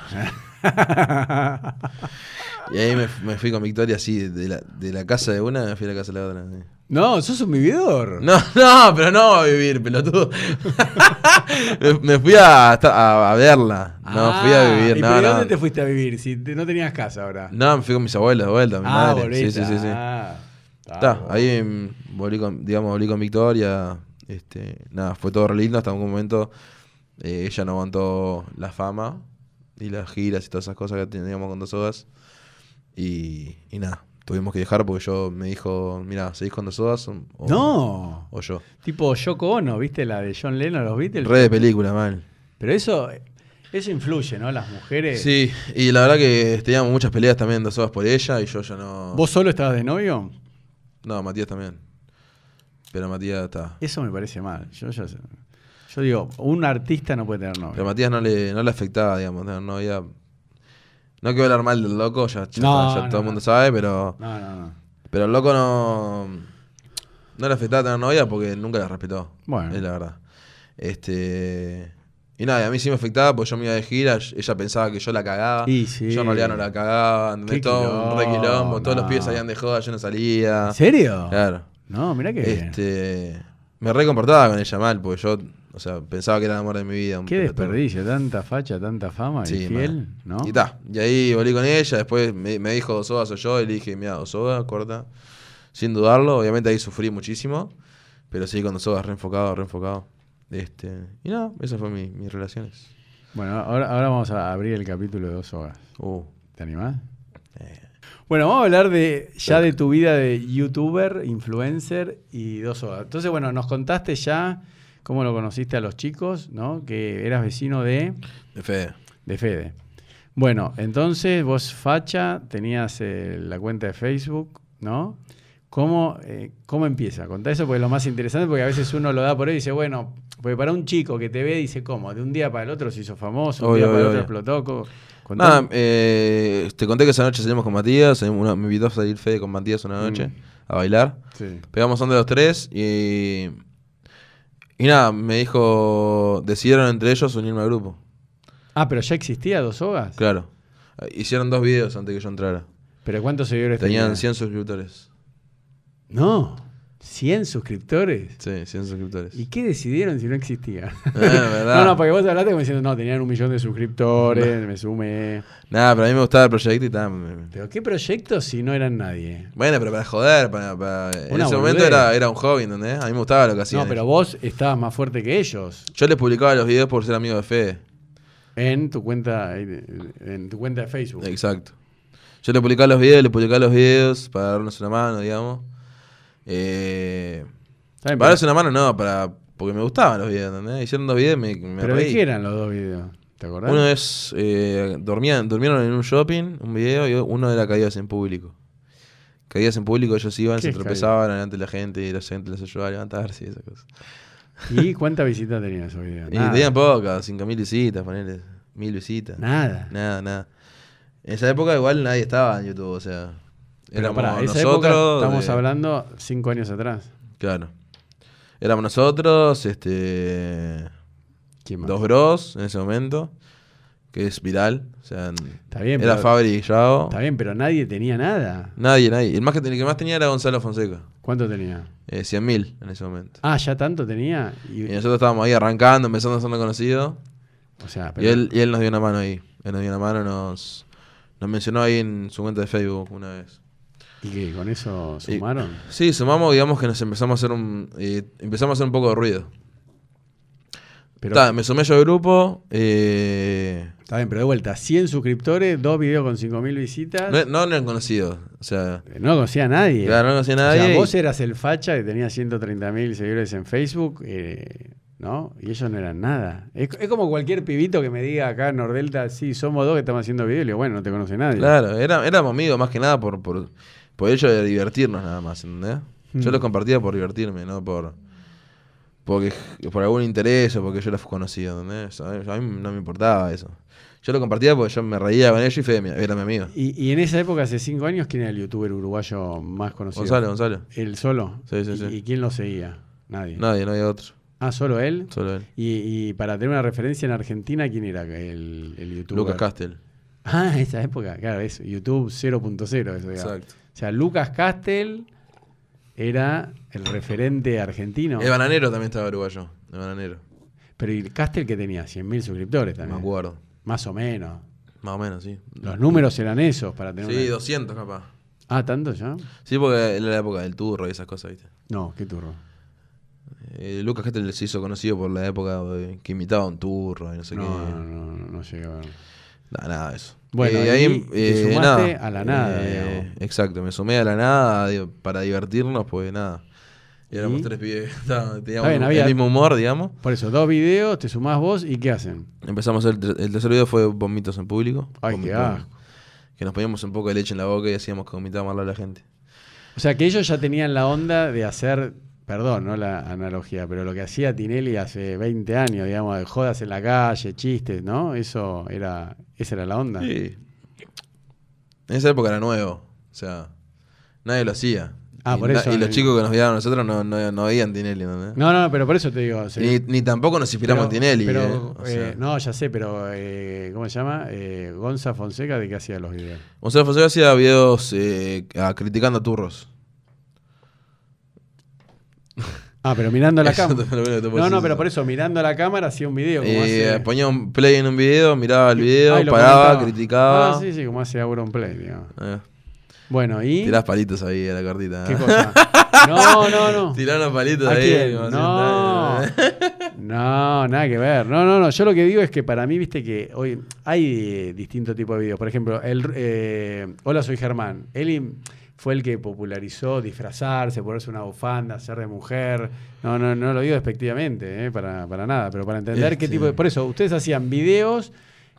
Speaker 2: Y ahí me, me fui con Victoria así, de- de la, de la casa de una me fui a la casa de la otra. sí.
Speaker 1: no, sos un vividor.
Speaker 2: No, no, pero no a vivir, pelotudo. me, me fui a, hasta- a, a verla. No, fui a
Speaker 1: Ah,
Speaker 2: vivir,
Speaker 1: ¿y
Speaker 2: no,
Speaker 1: pero
Speaker 2: no.
Speaker 1: dónde te fuiste a vivir si te- no tenías casa ahora?
Speaker 2: No, me fui con mis abuelos de vuelta, mi
Speaker 1: ah,
Speaker 2: madre. Sí,
Speaker 1: volviste.
Speaker 2: sí, sí, sí.
Speaker 1: Ah,
Speaker 2: Ta,
Speaker 1: bueno.
Speaker 2: ahí mm, volví con, digamos, volví con Victoria. Este, nada, fue todo re lindo hasta un momento. eh, ella no aguantó la fama y las giras y todas esas cosas que teníamos con dos hogas. Y, y nada, tuvimos que dejar porque yo me dijo, mira, ¿seguís con dos hogas? O, o-
Speaker 1: No.
Speaker 2: O yo.
Speaker 1: Tipo Yoko Ono, ¿viste la de John Lennon, los Beatles?
Speaker 2: Re de película, mal.
Speaker 1: Pero eso, eso influye, ¿no? Las mujeres.
Speaker 2: Sí, y la verdad que este, teníamos muchas peleas también en dos hogas por ella y yo ya no.
Speaker 1: ¿Vos solo estabas de novio?
Speaker 2: No, Matías también. Pero Matías está.
Speaker 1: Eso me parece mal. Yo, yo, yo digo, un artista no puede tener novio.
Speaker 2: Pero a Matías no le, no le afectaba, digamos, no, no había... No quiero hablar mal del loco, ya, ya
Speaker 1: No,
Speaker 2: está, ya
Speaker 1: no,
Speaker 2: todo el
Speaker 1: no.
Speaker 2: mundo sabe, pero,
Speaker 1: No, no, no.
Speaker 2: pero el loco no, no le afectaba tener novia porque nunca la respetó.
Speaker 1: Bueno.
Speaker 2: Es la verdad. Este, y nada, y a mí sí me afectaba porque yo me iba de gira, y- ella pensaba que yo la cagaba.
Speaker 1: Y sí.
Speaker 2: Yo en realidad no la cagaba,
Speaker 1: Qué
Speaker 2: ¿entendés? Todo un re
Speaker 1: quilombo,
Speaker 2: quilombo, todos los
Speaker 1: no.
Speaker 2: pibes salían de joda, yo no salía.
Speaker 1: ¿En serio?
Speaker 2: Claro.
Speaker 1: No, mirá que.
Speaker 2: Ah. Este, me re comportaba con ella mal porque yo, o sea, pensaba que era el amor de mi vida. un
Speaker 1: Qué
Speaker 2: pelotudo.
Speaker 1: desperdicio, tanta facha, tanta fama
Speaker 2: Sí,
Speaker 1: y fiel,
Speaker 2: man.
Speaker 1: ¿no?
Speaker 2: Y ta, y ahí volví con ella, después me, me dijo dos sodas o yo, y le dije, mira, dos sodas, corta. Sin dudarlo, obviamente ahí sufrí muchísimo, pero sí con dos sodas, reenfocado, reenfocado. Este, y nada, esas fueron mi- mis relaciones.
Speaker 1: Bueno, ahora, ahora vamos a abrir el capítulo de dos horas.
Speaker 2: Uh,
Speaker 1: ¿Te animás? Eh. Bueno, vamos a hablar de ya de tu vida de youtuber, influencer y dos horas. Entonces, bueno, nos contaste ya cómo lo conociste a los chicos, ¿no? Que eras vecino de,
Speaker 2: de fe.
Speaker 1: de Fede. Bueno, entonces vos, Facha, tenías eh, la cuenta de Facebook, ¿no? ¿Cómo, eh, ¿Cómo empieza? Contá eso porque es lo más interesante, porque a veces uno lo da por ahí y dice, bueno, porque para un chico que te ve, dice, ¿cómo? De un día para el otro se hizo famoso, un
Speaker 2: Obvio,
Speaker 1: día para el
Speaker 2: obvio,
Speaker 1: otro
Speaker 2: obvio.
Speaker 1: explotó. co- contá-
Speaker 2: Nada, eh, te conté que esa noche salimos con Matías. salimos- una- me invitó a salir Fede con Matías una noche
Speaker 1: Mm.
Speaker 2: a bailar.
Speaker 1: Sí.
Speaker 2: Pegamos onda los tres y. Y nada, me dijo. Decidieron entre ellos unirme al grupo.
Speaker 1: Ah, pero ya existía dos hogas.
Speaker 2: Claro. Eh, Hicieron dos videos antes que yo entrara.
Speaker 1: ¿Pero cuántos seguidores
Speaker 2: Tenían
Speaker 1: tenían?
Speaker 2: 100 suscriptores.
Speaker 1: No, 100 suscriptores.
Speaker 2: Sí, 100 suscriptores.
Speaker 1: ¿Y qué decidieron si no existía?
Speaker 2: Eh, ¿verdad?
Speaker 1: No, no, porque vos hablaste como diciendo, no, tenían un millón de suscriptores, me sumé.
Speaker 2: Nada, pero a mí me gustaba el proyecto y tal. me- me-
Speaker 1: Pero qué proyecto si no eran nadie.
Speaker 2: Bueno, pero para joder, para, para- en
Speaker 1: Una
Speaker 2: ese momento
Speaker 1: boludez.
Speaker 2: era, era un hobby, ¿entendés? A mí me gustaba lo que hacían.
Speaker 1: No, pero vos estabas más fuerte que ellos.
Speaker 2: Yo les publicaba los videos por ser amigo de Fede.
Speaker 1: En tu cuenta, en tu cuenta de Facebook.
Speaker 2: Exacto. Yo le publicaba los videos, le publicaba los videos para darnos una mano, digamos. Eh,
Speaker 1: ¿Saben?
Speaker 2: para
Speaker 1: Pero,
Speaker 2: darnos una mano no, para porque me gustaban los videos, ¿entendés? Hicieron dos videos y me, me
Speaker 1: pero ¿de
Speaker 2: reí.
Speaker 1: qué eran los dos videos? ¿Te acordás?
Speaker 2: Uno es, eh, dormían, durmieron en un shopping, un video, y uno era caídas en público. Caídas en público, ellos iban,
Speaker 1: ¿Qué
Speaker 2: se
Speaker 1: es caída?
Speaker 2: tropezaban delante de la gente y la gente les ayudaba a levantarse y esas cosas.
Speaker 1: ¿Y cuántas visitas tenían esos videos?
Speaker 2: Y
Speaker 1: Ah, Nada.
Speaker 2: tenían pocas, 5.000 visitas, ponele, 1.000 visitas.
Speaker 1: Nada.
Speaker 2: Nada, nada. En esa época igual nadie estaba en YouTube, o sea.
Speaker 1: Pero
Speaker 2: Éramos
Speaker 1: pará, esa época
Speaker 2: nosotros.
Speaker 1: estamos
Speaker 2: de-
Speaker 1: hablando cinco años atrás.
Speaker 2: Claro. Éramos nosotros, este.
Speaker 1: ¿Quién más?
Speaker 2: Dos bros en ese momento. Que es viral. O sea, en-
Speaker 1: Está bien,
Speaker 2: era
Speaker 1: pero-
Speaker 2: Fabri y Yao.
Speaker 1: Está bien, pero nadie tenía nada.
Speaker 2: Nadie, nadie. El, más que, ten- el que más tenía era Gonzalo Fonseca.
Speaker 1: ¿Cuánto tenía?
Speaker 2: Eh, 100.000 en ese momento.
Speaker 1: Ah, ya tanto tenía. Y-
Speaker 2: Y nosotros estábamos ahí arrancando, empezando a ser conocidos.
Speaker 1: o sea,
Speaker 2: Y
Speaker 1: pero-
Speaker 2: él, y él nos dio una mano ahí. Él nos dio una mano, nos, nos mencionó ahí en su cuenta de Facebook una vez.
Speaker 1: ¿y qué? ¿Con eso sumaron?
Speaker 2: Sí, sumamos, digamos que nos empezamos a hacer un. eh, empezamos a hacer un poco de ruido.
Speaker 1: Pero,
Speaker 2: Ta, me sumé yo al grupo. eh,
Speaker 1: está bien, pero de vuelta, 100 suscriptores, dos videos con 5.000 visitas.
Speaker 2: no, no eran conocidos. O sea,
Speaker 1: Eh, No conocía a nadie.
Speaker 2: claro, no conocía a
Speaker 1: O
Speaker 2: nadie.
Speaker 1: sea,
Speaker 2: y-
Speaker 1: vos eras el facha que tenía 130.000 seguidores en Facebook, eh, ¿no? Y ellos no eran nada. Es, es como cualquier pibito que me diga acá en Nordelta, sí, somos dos que estamos haciendo video. Y le digo, bueno, no te conoce nadie.
Speaker 2: Claro, era- éramos amigos más que nada por, por, por el hecho de divertirnos nada más, ¿entendés? Yo
Speaker 1: Mm.
Speaker 2: los compartía por divertirme, no por. Porque, por algún interés o porque yo los conocía, ¿entendés? A mí, a mí no me importaba eso. Yo lo compartía porque yo me reía con ellos y Fede mi- era mi amigo.
Speaker 1: Y, y en esa época, hace cinco años, ¿quién era el youtuber uruguayo más conocido?
Speaker 2: Gonzalo, Gonzalo.
Speaker 1: ¿Él solo?
Speaker 2: Sí, sí,
Speaker 1: ¿Y,
Speaker 2: sí.
Speaker 1: y quién lo seguía? Nadie.
Speaker 2: Nadie, no había otro.
Speaker 1: Ah, solo él.
Speaker 2: Solo él.
Speaker 1: Y, y para tener una referencia en Argentina, ¿quién era el, el youtuber?
Speaker 2: Lucas Castel.
Speaker 1: Ah, esa época, claro, es YouTube 0.0. eso, digamos.
Speaker 2: Exacto.
Speaker 1: O sea, Lucas Castel era el referente argentino.
Speaker 2: El bananero también estaba uruguayo. El bananero.
Speaker 1: Pero el Castel que tenía 100.000 suscriptores
Speaker 2: Me
Speaker 1: también.
Speaker 2: acuerdo.
Speaker 1: Más o menos.
Speaker 2: Más o menos, sí.
Speaker 1: Los números eran esos para tener
Speaker 2: Sí,
Speaker 1: una-
Speaker 2: 200 capaz.
Speaker 1: Ah, ¿tanto ya?
Speaker 2: Sí, porque era la época del turro y esas cosas, ¿viste?
Speaker 1: No, qué turro.
Speaker 2: Eh, Lucas Castel se hizo conocido por la época de- que imitaba a un turro y no sé
Speaker 1: no,
Speaker 2: qué.
Speaker 1: no, no, no, no llegué a ver.
Speaker 2: Nada, nada de eso.
Speaker 1: Bueno,
Speaker 2: Eh,
Speaker 1: y te sumaste
Speaker 2: nada. Eh,
Speaker 1: a la nada, digamos.
Speaker 2: Exacto, me sumé a la nada digo, para divertirnos, pues nada. Éramos
Speaker 1: ¿Y?
Speaker 2: tres pibes, está-
Speaker 1: Está
Speaker 2: teníamos
Speaker 1: bien,
Speaker 2: el
Speaker 1: había-
Speaker 2: mismo humor, digamos.
Speaker 1: Por eso, dos videos, te sumás vos y ¿qué hacen?
Speaker 2: Empezamos el, ter- el tercer video fue vomitos en público.
Speaker 1: Ay, qué
Speaker 2: Vomito-
Speaker 1: asco.
Speaker 2: Que nos poníamos un poco de leche en la boca y hacíamos que vomitaba mal a la gente.
Speaker 1: O sea, que ellos ya tenían la onda de hacer, perdón, no la analogía, pero lo que hacía Tinelli hace 20 años, digamos, de jodas en la calle, chistes, ¿no? Eso era, esa era la onda.
Speaker 2: Sí. En esa época era nuevo. O sea, nadie lo hacía.
Speaker 1: Ah,
Speaker 2: y,
Speaker 1: por
Speaker 2: na-
Speaker 1: eso
Speaker 2: y los
Speaker 1: el-
Speaker 2: chicos que nos veían a nosotros no, no, no veían Tinelli, ¿entendés?
Speaker 1: No, no, pero por eso te digo. se-
Speaker 2: Ni, ni tampoco nos inspiramos
Speaker 1: pero-
Speaker 2: en Tinelli.
Speaker 1: pero,
Speaker 2: eh. O sea,
Speaker 1: eh, no, ya sé, pero eh, ¿cómo se llama? Eh, Gonza Fonseca, ¿de qué hacía los videos?
Speaker 2: Gonzalo Fonseca hacía videos eh, a- criticando a turros.
Speaker 1: Ah, pero mirando la
Speaker 2: Eso
Speaker 1: cámara.
Speaker 2: te- lo único que te puedo
Speaker 1: No, no,
Speaker 2: decir.
Speaker 1: pero por eso mirando la cámara hacía un video. Como
Speaker 2: Eh,
Speaker 1: hace-
Speaker 2: ponía un play en un video, miraba el video,
Speaker 1: Ay, lo
Speaker 2: paraba,
Speaker 1: comentaba.
Speaker 2: criticaba.
Speaker 1: Ah, sí, sí, como hace Auron Play, digamos.
Speaker 2: Eh,
Speaker 1: Bueno, ¿y
Speaker 2: tirás palitos ahí a la cartita.
Speaker 1: qué
Speaker 2: ¿eh?
Speaker 1: cosa? No, no, no.
Speaker 2: Tirá unos palitos
Speaker 1: ¿A
Speaker 2: ahí.
Speaker 1: quién?
Speaker 2: como
Speaker 1: No.
Speaker 2: así, eh.
Speaker 1: No, nada que ver. No, no, no. Yo lo que digo es que para mí, viste que hoy hay eh, distinto tipo de videos. Por ejemplo, el, eh, Hola, soy Germán. Eli fue el que popularizó disfrazarse, ponerse una bufanda, ser de mujer. No, no, no lo digo despectivamente, eh, para, para nada. Pero para entender qué
Speaker 2: Este.
Speaker 1: tipo de... Por eso, ustedes hacían videos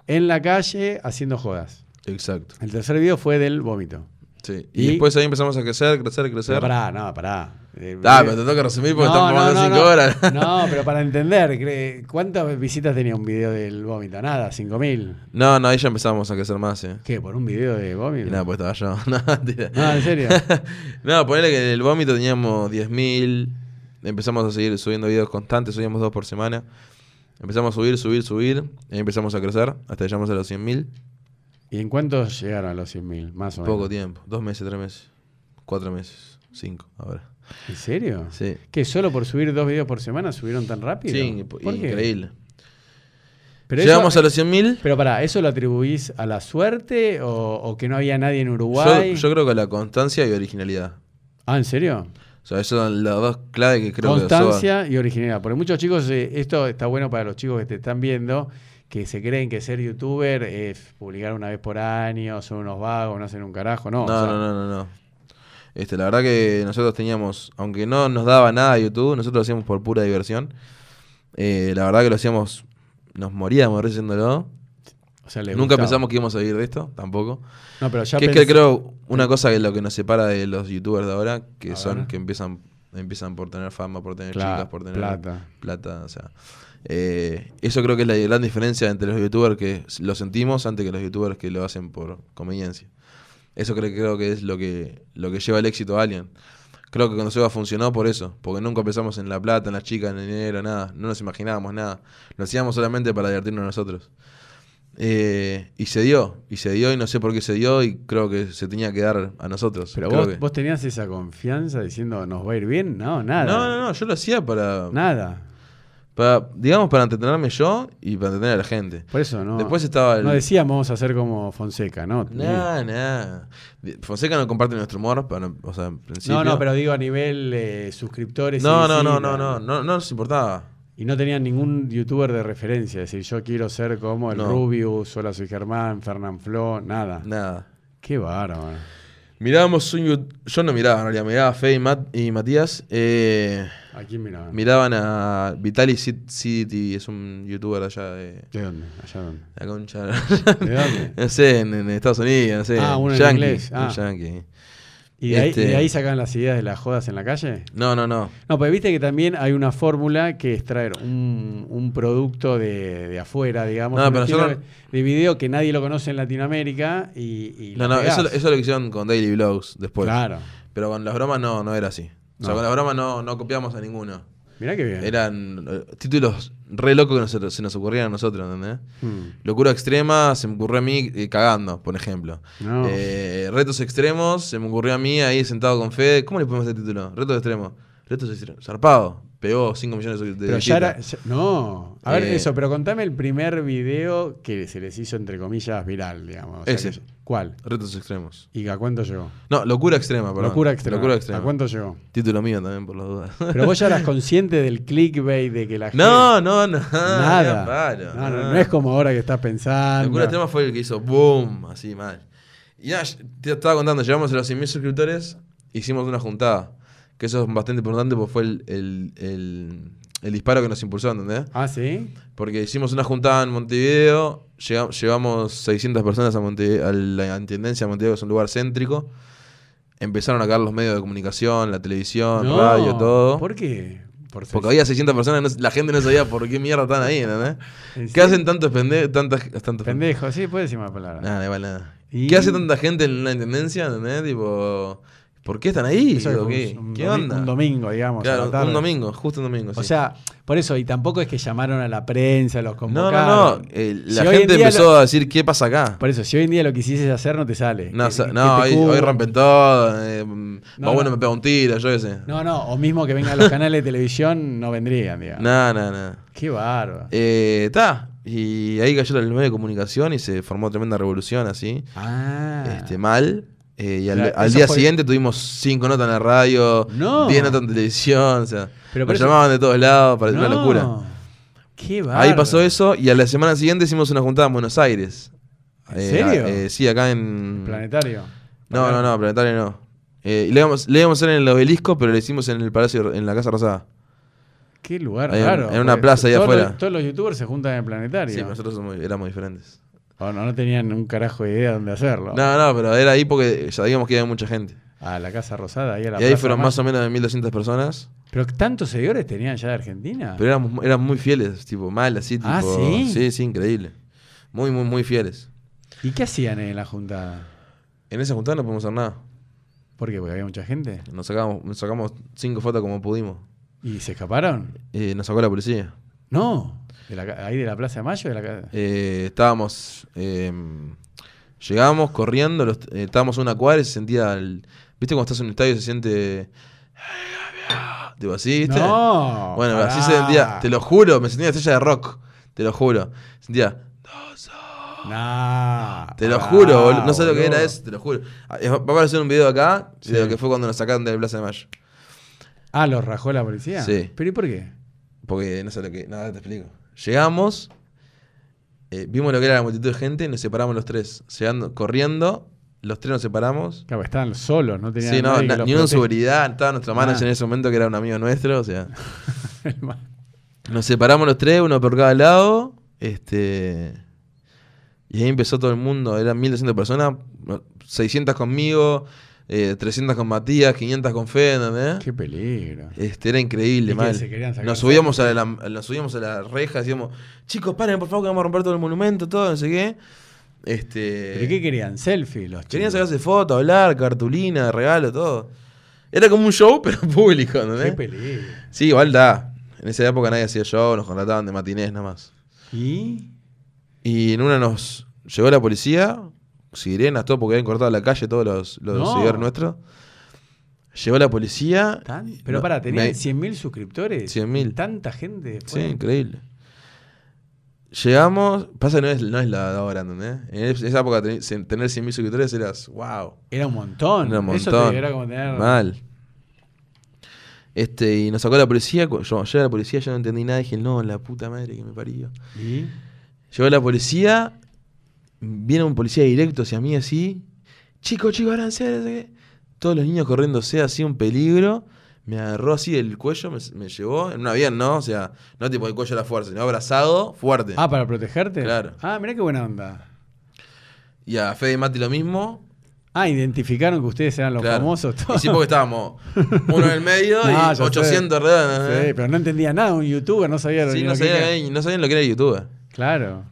Speaker 1: en la calle haciendo jodas.
Speaker 2: Exacto.
Speaker 1: El tercer video fue del vómito.
Speaker 2: Sí. Y,
Speaker 1: Y-
Speaker 2: después ahí empezamos a crecer, crecer,
Speaker 1: Pero
Speaker 2: crecer.
Speaker 1: pará, no, pará. Eh,
Speaker 2: Ah,
Speaker 1: eh,
Speaker 2: pero te tengo que resumir porque estamos tomando 5
Speaker 1: no.
Speaker 2: horas.
Speaker 1: No, pero para entender, cre- ¿cuántas visitas tenía un video del vómito? Nada, 5000.
Speaker 2: No, no, ahí ya empezamos a crecer más, eh.
Speaker 1: ¿Qué? ¿Por un video de
Speaker 2: Y
Speaker 1: vómito?
Speaker 2: nada, pues estaba yo. no, mentira.
Speaker 1: No, en serio.
Speaker 2: no, ponele que en el vómito teníamos 10.000. Empezamos a seguir subiendo videos constantes, subíamos dos por semana. Empezamos a subir, subir, subir. Y ahí empezamos a crecer hasta que llegamos a los 100.000.
Speaker 1: ¿Y en cuánto llegaron a los 100.000? Más o menos.
Speaker 2: Poco tiempo. Dos meses, tres meses. Cuatro meses. Cinco, ahora.
Speaker 1: ¿En serio?
Speaker 2: Sí.
Speaker 1: ¿Que solo por subir dos videos por semana subieron tan rápido?
Speaker 2: Sí,
Speaker 1: ¿Por
Speaker 2: inc-
Speaker 1: qué?
Speaker 2: increíble.
Speaker 1: Pero
Speaker 2: Llegamos
Speaker 1: eso, eh,
Speaker 2: a los 100.000.
Speaker 1: Pero pará, ¿eso lo atribuís a la suerte o, o que no había nadie en
Speaker 2: Yo,
Speaker 1: Uruguay?
Speaker 2: yo creo que la constancia y originalidad.
Speaker 1: Ah, ¿en serio?
Speaker 2: O sea, esas son las dos claves que creo que
Speaker 1: Constancia y originalidad. Porque muchos chicos, eh, esto está bueno para los chicos que te están viendo, que se creen que ser youtuber es publicar una vez por año, son unos vagos, no hacen un carajo, no.
Speaker 2: son.
Speaker 1: o
Speaker 2: No,
Speaker 1: sea,
Speaker 2: no, no, no, no. Este, la verdad que nosotros teníamos, aunque no nos daba nada YouTube, nosotros lo hacíamos por pura diversión. Eh, la verdad que lo hacíamos, nos moríamos de risa haciéndolo.
Speaker 1: o sea, les
Speaker 2: Nunca
Speaker 1: gustaba.
Speaker 2: pensamos que íbamos a vivir de esto, tampoco.
Speaker 1: No, pero ya
Speaker 2: que es
Speaker 1: pensé-
Speaker 2: que creo una cosa que es lo que nos separa de los youtubers de ahora, que
Speaker 1: A
Speaker 2: son
Speaker 1: ver.
Speaker 2: que empiezan empiezan por tener fama, por tener
Speaker 1: Cla-
Speaker 2: chicas, por tener
Speaker 1: plata.
Speaker 2: plata, o sea, eh, eso creo que es la gran diferencia entre los youtubers que s- lo sentimos antes que los youtubers que lo hacen por conveniencia. Eso creo, creo que es lo que lo que lleva el éxito a alguien. Creo que cuando Seba funcionó por eso, porque nunca pensamos en la plata, en las chicas, en el dinero, nada, no nos imaginábamos nada, lo hacíamos solamente para divertirnos nosotros. Eh, y se dio, y se dio, y no sé por qué se dio, y creo que se tenía que dar a nosotros.
Speaker 1: Pero
Speaker 2: creo
Speaker 1: vos,
Speaker 2: que-
Speaker 1: vos tenías esa confianza diciendo, ¿nos va a ir bien? No, nada.
Speaker 2: No, no, no, yo lo hacía para,
Speaker 1: Nada.
Speaker 2: para, digamos, para entretenerme yo y para entretener a la gente.
Speaker 1: Por eso no.
Speaker 2: Después estaba el...
Speaker 1: No decíamos vamos a hacer como Fonseca, ¿no?
Speaker 2: Nah, nah. Di- Fonseca no comparte nuestro humor, para no- o sea, en
Speaker 1: no,
Speaker 2: principio.
Speaker 1: no, pero digo a nivel eh, suscriptores. y
Speaker 2: No, no, no,
Speaker 1: visitas.
Speaker 2: no, no, no, no nos importaba.
Speaker 1: Y no tenían ningún youtuber de referencia. Es decir, yo quiero ser como el
Speaker 2: No.
Speaker 1: Rubius, Hola soy Germán, Fernán Flo, nada.
Speaker 2: Nada.
Speaker 1: Qué bárbaro.
Speaker 2: Mirábamos un... you- Yo no miraba, en realidad, miraba Fe y, Mat- y Matías. Eh...
Speaker 1: ¿A quién miraban?
Speaker 2: Miraban a Vitali Sit- City, es un youtuber allá de
Speaker 1: ¿De dónde? ¿Allá dónde?
Speaker 2: la concha.
Speaker 1: ¿De dónde?
Speaker 2: no sé, en, en Estados Unidos, no sé.
Speaker 1: Ah, uno en
Speaker 2: yankee,
Speaker 1: inglés,
Speaker 2: un
Speaker 1: ah.
Speaker 2: yankee.
Speaker 1: ¿Y de, ahí,
Speaker 2: Este-
Speaker 1: y de ahí sacan las ideas de las jodas en la calle?
Speaker 2: No, no, no.
Speaker 1: No, pues viste que también hay una fórmula que es traer un, un producto de, de afuera, digamos,
Speaker 2: No,
Speaker 1: un
Speaker 2: pero
Speaker 1: estilo
Speaker 2: yo no-
Speaker 1: de video que nadie lo conoce en Latinoamérica y... y
Speaker 2: No,
Speaker 1: la
Speaker 2: no,
Speaker 1: pegás.
Speaker 2: eso, eso pues. lo hicieron con Daily Vlogs después.
Speaker 1: Claro.
Speaker 2: Pero con las bromas no, no era así. O sea,
Speaker 1: No.
Speaker 2: con las bromas no, no copiamos a ninguno.
Speaker 1: Mirá qué bien.
Speaker 2: Eran eh, títulos re locos que nos- se nos ocurrían a nosotros, ¿entendés?
Speaker 1: Hmm.
Speaker 2: Locura extrema se me ocurrió a mí eh, cagando, por ejemplo.
Speaker 1: No.
Speaker 2: Eh, retos extremos se me ocurrió a mí ahí sentado con Fede. ¿Cómo le ponemos este título? Retos extremos. Retos extremos. Zarpado. Pegó 5 millones de
Speaker 1: Pero ya
Speaker 2: visitas.
Speaker 1: era. ya- no. A ver,
Speaker 2: Eh.
Speaker 1: eso, pero contame el primer video que se les hizo, entre comillas, viral, digamos. O sea,
Speaker 2: Ese.
Speaker 1: que- ¿Cuál?
Speaker 2: Retos extremos.
Speaker 1: ¿Y a cuánto llegó?
Speaker 2: No, locura extrema, perdón.
Speaker 1: Locura extrema.
Speaker 2: Locura extrema.
Speaker 1: ¿A cuánto llegó?
Speaker 2: Título mío también, por las dudas.
Speaker 1: Pero vos ya eras consciente del clickbait de que la gente.
Speaker 2: no, no, no.
Speaker 1: nada.
Speaker 2: Paro,
Speaker 1: no, no, no es como ahora que estás pensando.
Speaker 2: Locura extrema fue el que hizo boom, así mal. Y nada, te estaba contando, llegamos a los 100.000 suscriptores, hicimos una juntada. Que eso es bastante importante porque fue el, el, el- el disparo que nos impulsó, ¿entendés?
Speaker 1: Ah, sí.
Speaker 2: Porque hicimos una juntada en Montevideo, llega- llevamos 600 personas a, Monte- a la Intendencia de Montevideo, que es un lugar céntrico. Empezaron a caer los medios de comunicación, la televisión,
Speaker 1: No,
Speaker 2: radio, todo.
Speaker 1: ¿Por qué? Por
Speaker 2: Porque había 600 personas, no- la gente no sabía por qué mierda están ahí, ¿entendés?
Speaker 1: ¿En
Speaker 2: ¿Qué
Speaker 1: serio?
Speaker 2: hacen Ah, tantos pendejos? Tantas, tantos pende-
Speaker 1: Pendejo, sí, puede decir más palabras.
Speaker 2: Nada, igual nada.
Speaker 1: Y-
Speaker 2: ¿Qué hace tanta gente en la intendencia? ¿Entendés? Tipo, ¿por qué están ahí?
Speaker 1: Eso es
Speaker 2: Digo,
Speaker 1: un-
Speaker 2: ¿Qué,
Speaker 1: un
Speaker 2: qué
Speaker 1: domi-
Speaker 2: onda?
Speaker 1: Un domingo, digamos. a
Speaker 2: Claro,
Speaker 1: la tarde.
Speaker 2: un domingo, justo un domingo.
Speaker 1: O
Speaker 2: sí.
Speaker 1: sea, por eso, y tampoco es que llamaron a la prensa, los
Speaker 2: no,
Speaker 1: convocaron.
Speaker 2: no, no. eh,
Speaker 1: Si
Speaker 2: la
Speaker 1: hoy en
Speaker 2: gente
Speaker 1: día
Speaker 2: empezó
Speaker 1: lo-
Speaker 2: a decir, ¿qué pasa acá?
Speaker 1: Por eso, si hoy en día lo quisieses hacer, no te sale.
Speaker 2: No,
Speaker 1: Que-
Speaker 2: sa-
Speaker 1: que
Speaker 2: no,
Speaker 1: te
Speaker 2: hoy,
Speaker 1: cubran.
Speaker 2: hoy rompen todo. eh, mm,
Speaker 1: No,
Speaker 2: más bueno,
Speaker 1: no.
Speaker 2: me pega un tiro, yo qué sé.
Speaker 1: No,
Speaker 2: No,
Speaker 1: no, o mismo que vengan los canales de televisión, no vendrían, digamos.
Speaker 2: no, no.
Speaker 1: Qué bárbaro.
Speaker 2: Eh, Ta. Y ahí cayó el medio de comunicación y se formó tremenda revolución así.
Speaker 1: ah.
Speaker 2: este, mal. eh, y al,
Speaker 1: Claro,
Speaker 2: al
Speaker 1: eso
Speaker 2: día
Speaker 1: fue-
Speaker 2: siguiente tuvimos cinco notas en la radio,
Speaker 1: No.
Speaker 2: 10 notas en televisión, o sea,
Speaker 1: Pero
Speaker 2: nos
Speaker 1: por eso-
Speaker 2: llamaban de todos lados, parecía
Speaker 1: No.
Speaker 2: una locura.
Speaker 1: Qué
Speaker 2: Ahí
Speaker 1: bárbaro.
Speaker 2: pasó eso y a la semana siguiente hicimos una juntada en Buenos Aires.
Speaker 1: ¿En serio?
Speaker 2: a- eh, sí, acá en...
Speaker 1: Planetario.
Speaker 2: No, no, no, Planetario no. Eh, y le íbamos, le íbamos a hacer en el obelisco, pero lo hicimos en el Palacio, en la Casa Rosada.
Speaker 1: Qué lugar
Speaker 2: Ahí en-
Speaker 1: raro.
Speaker 2: en una
Speaker 1: porque
Speaker 2: plaza ahí
Speaker 1: todos
Speaker 2: afuera.
Speaker 1: los- todos los youtubers se juntan en el planetario.
Speaker 2: Sí, pero nosotros somos- éramos diferentes.
Speaker 1: O no, no tenían un carajo de idea de dónde hacerlo.
Speaker 2: No, no, pero era ahí porque sabíamos que había mucha gente.
Speaker 1: A la Casa Rosada, ahí a la
Speaker 2: y ahí
Speaker 1: Plaza
Speaker 2: fueron
Speaker 1: Mayo.
Speaker 2: más o menos de 1200 personas,
Speaker 1: Pero tantos seguidores tenían ya de Argentina.
Speaker 2: pero éramos, eran muy fieles, tipo, mal, así, tipo...
Speaker 1: Ah, ¿sí?
Speaker 2: Sí, sí, increíble. Muy, muy, muy fieles.
Speaker 1: ¿Y qué hacían en la juntada?
Speaker 2: En esa juntada no podemos hacer nada.
Speaker 1: ¿Por qué? Porque había mucha gente.
Speaker 2: Nos sacamos, nos sacamos cinco fotos como pudimos.
Speaker 1: ¿Y se escaparon?
Speaker 2: Eh, nos sacó la policía.
Speaker 1: No. ¿De la ca- ahí de la Plaza de Mayo. De la ca-
Speaker 2: Eh, estábamos. eh, llegamos corriendo, los- eh, estábamos a una cuadra y se sentía. el- ¿Viste cuando estás en un estadio y se siente. Tipo así, ¿viste?
Speaker 1: No.
Speaker 2: bueno, así se
Speaker 1: pará.
Speaker 2: sentía. Te lo juro, me sentía estrella de rock. Te lo juro. Sentía.
Speaker 1: Nah,
Speaker 2: Te lo
Speaker 1: pará,
Speaker 2: juro, boludo. No sé lo que
Speaker 1: boludo.
Speaker 2: era eso, te lo juro. Ah, es- Va a aparecer un video acá
Speaker 1: Sí.
Speaker 2: de lo que fue cuando nos sacaron de Plaza de Mayo.
Speaker 1: Ah, los rajó la policía.
Speaker 2: Sí.
Speaker 1: ¿Pero y por qué?
Speaker 2: Porque no sé lo que. Nada, te explico. Llegamos, eh, vimos lo que era la multitud de gente, nos separamos los tres. Llegando, corriendo, los tres nos separamos.
Speaker 1: Claro, estaban solos, no tenían
Speaker 2: Sí, no,
Speaker 1: nadie que
Speaker 2: na-
Speaker 1: los
Speaker 2: ni un
Speaker 1: proteja.
Speaker 2: seguridad, estaba nuestro manager
Speaker 1: Ah.
Speaker 2: en ese momento que era un amigo nuestro, o sea. Nos separamos los tres, uno por cada lado. Este. Y ahí empezó todo el mundo, eran 1200 personas, 600 conmigo, eh, 300 con Matías, 500 con Fede, ¿entendés?
Speaker 1: Qué peligro.
Speaker 2: Este, era
Speaker 1: ¿Y
Speaker 2: increíble,
Speaker 1: qué,
Speaker 2: mal.
Speaker 1: se querían sacar fotos?
Speaker 2: Nos subíamos, a la, nos subíamos a la reja, decíamos, chicos, paren, por favor, que vamos a romper todo el monumento, todo, no sé qué. Este,
Speaker 1: ¿Pero qué querían? ¿Selfie? Los
Speaker 2: querían
Speaker 1: chicos?
Speaker 2: sacarse fotos, hablar, cartulina, regalo, todo. Era como un show, pero público,
Speaker 1: Qué
Speaker 2: ¿entendés?
Speaker 1: peligro.
Speaker 2: Sí, igual da. En esa época nadie hacía show, nos contrataban de matinés nada más.
Speaker 1: ¿Y?
Speaker 2: Y en una nos llegó la policía, sirenas, todo, porque habían cortado la calle todos los, los
Speaker 1: No.
Speaker 2: seguidores nuestros. Llegó la policía.
Speaker 1: ¿Tan? Pero
Speaker 2: No,
Speaker 1: para, tenían
Speaker 2: me-
Speaker 1: 100.000 suscriptores.
Speaker 2: 100.000.
Speaker 1: ¿Y Tanta gente.
Speaker 2: Sí,
Speaker 1: fue?
Speaker 2: increíble. Llegamos, pasa que no es, no es la de ahora, ¿entendés? En es- esa época teni- se- tener 100.000 suscriptores eras, wow,
Speaker 1: Era un montón.
Speaker 2: Era un
Speaker 1: Eso
Speaker 2: montón.
Speaker 1: te- era como tener.
Speaker 2: mal. Este, y nos sacó la policía, cu- yo, llega la policía, yo no entendí nada, dije, no, la puta madre que me parió.
Speaker 1: ¿Y?
Speaker 2: Llegó la policía, viene un policía directo hacia mí así, chico, chico, arancel, no sé qué. todos los niños corriéndose así, un peligro. Me agarró así del cuello, me, me llevó, en una bien, ¿no? O sea, no tipo el cuello a la fuerza, sino abrazado, fuerte.
Speaker 1: Ah, ¿para protegerte?
Speaker 2: Claro.
Speaker 1: Ah, mirá qué buena onda.
Speaker 2: Y a Fede y Mati lo mismo.
Speaker 1: Ah, identificaron que ustedes eran los
Speaker 2: claro.
Speaker 1: famosos.
Speaker 2: Y
Speaker 1: todos.
Speaker 2: sí, porque estábamos uno en el medio y
Speaker 1: Ah, ya sé.
Speaker 2: 800 redondo,
Speaker 1: Sí,
Speaker 2: ¿eh?
Speaker 1: pero no entendía nada. Un youtuber no sabía lo,
Speaker 2: Sí,
Speaker 1: ni
Speaker 2: no
Speaker 1: lo que
Speaker 2: sabían,
Speaker 1: era.
Speaker 2: ahí- no sabían lo que era YouTube.
Speaker 1: Claro.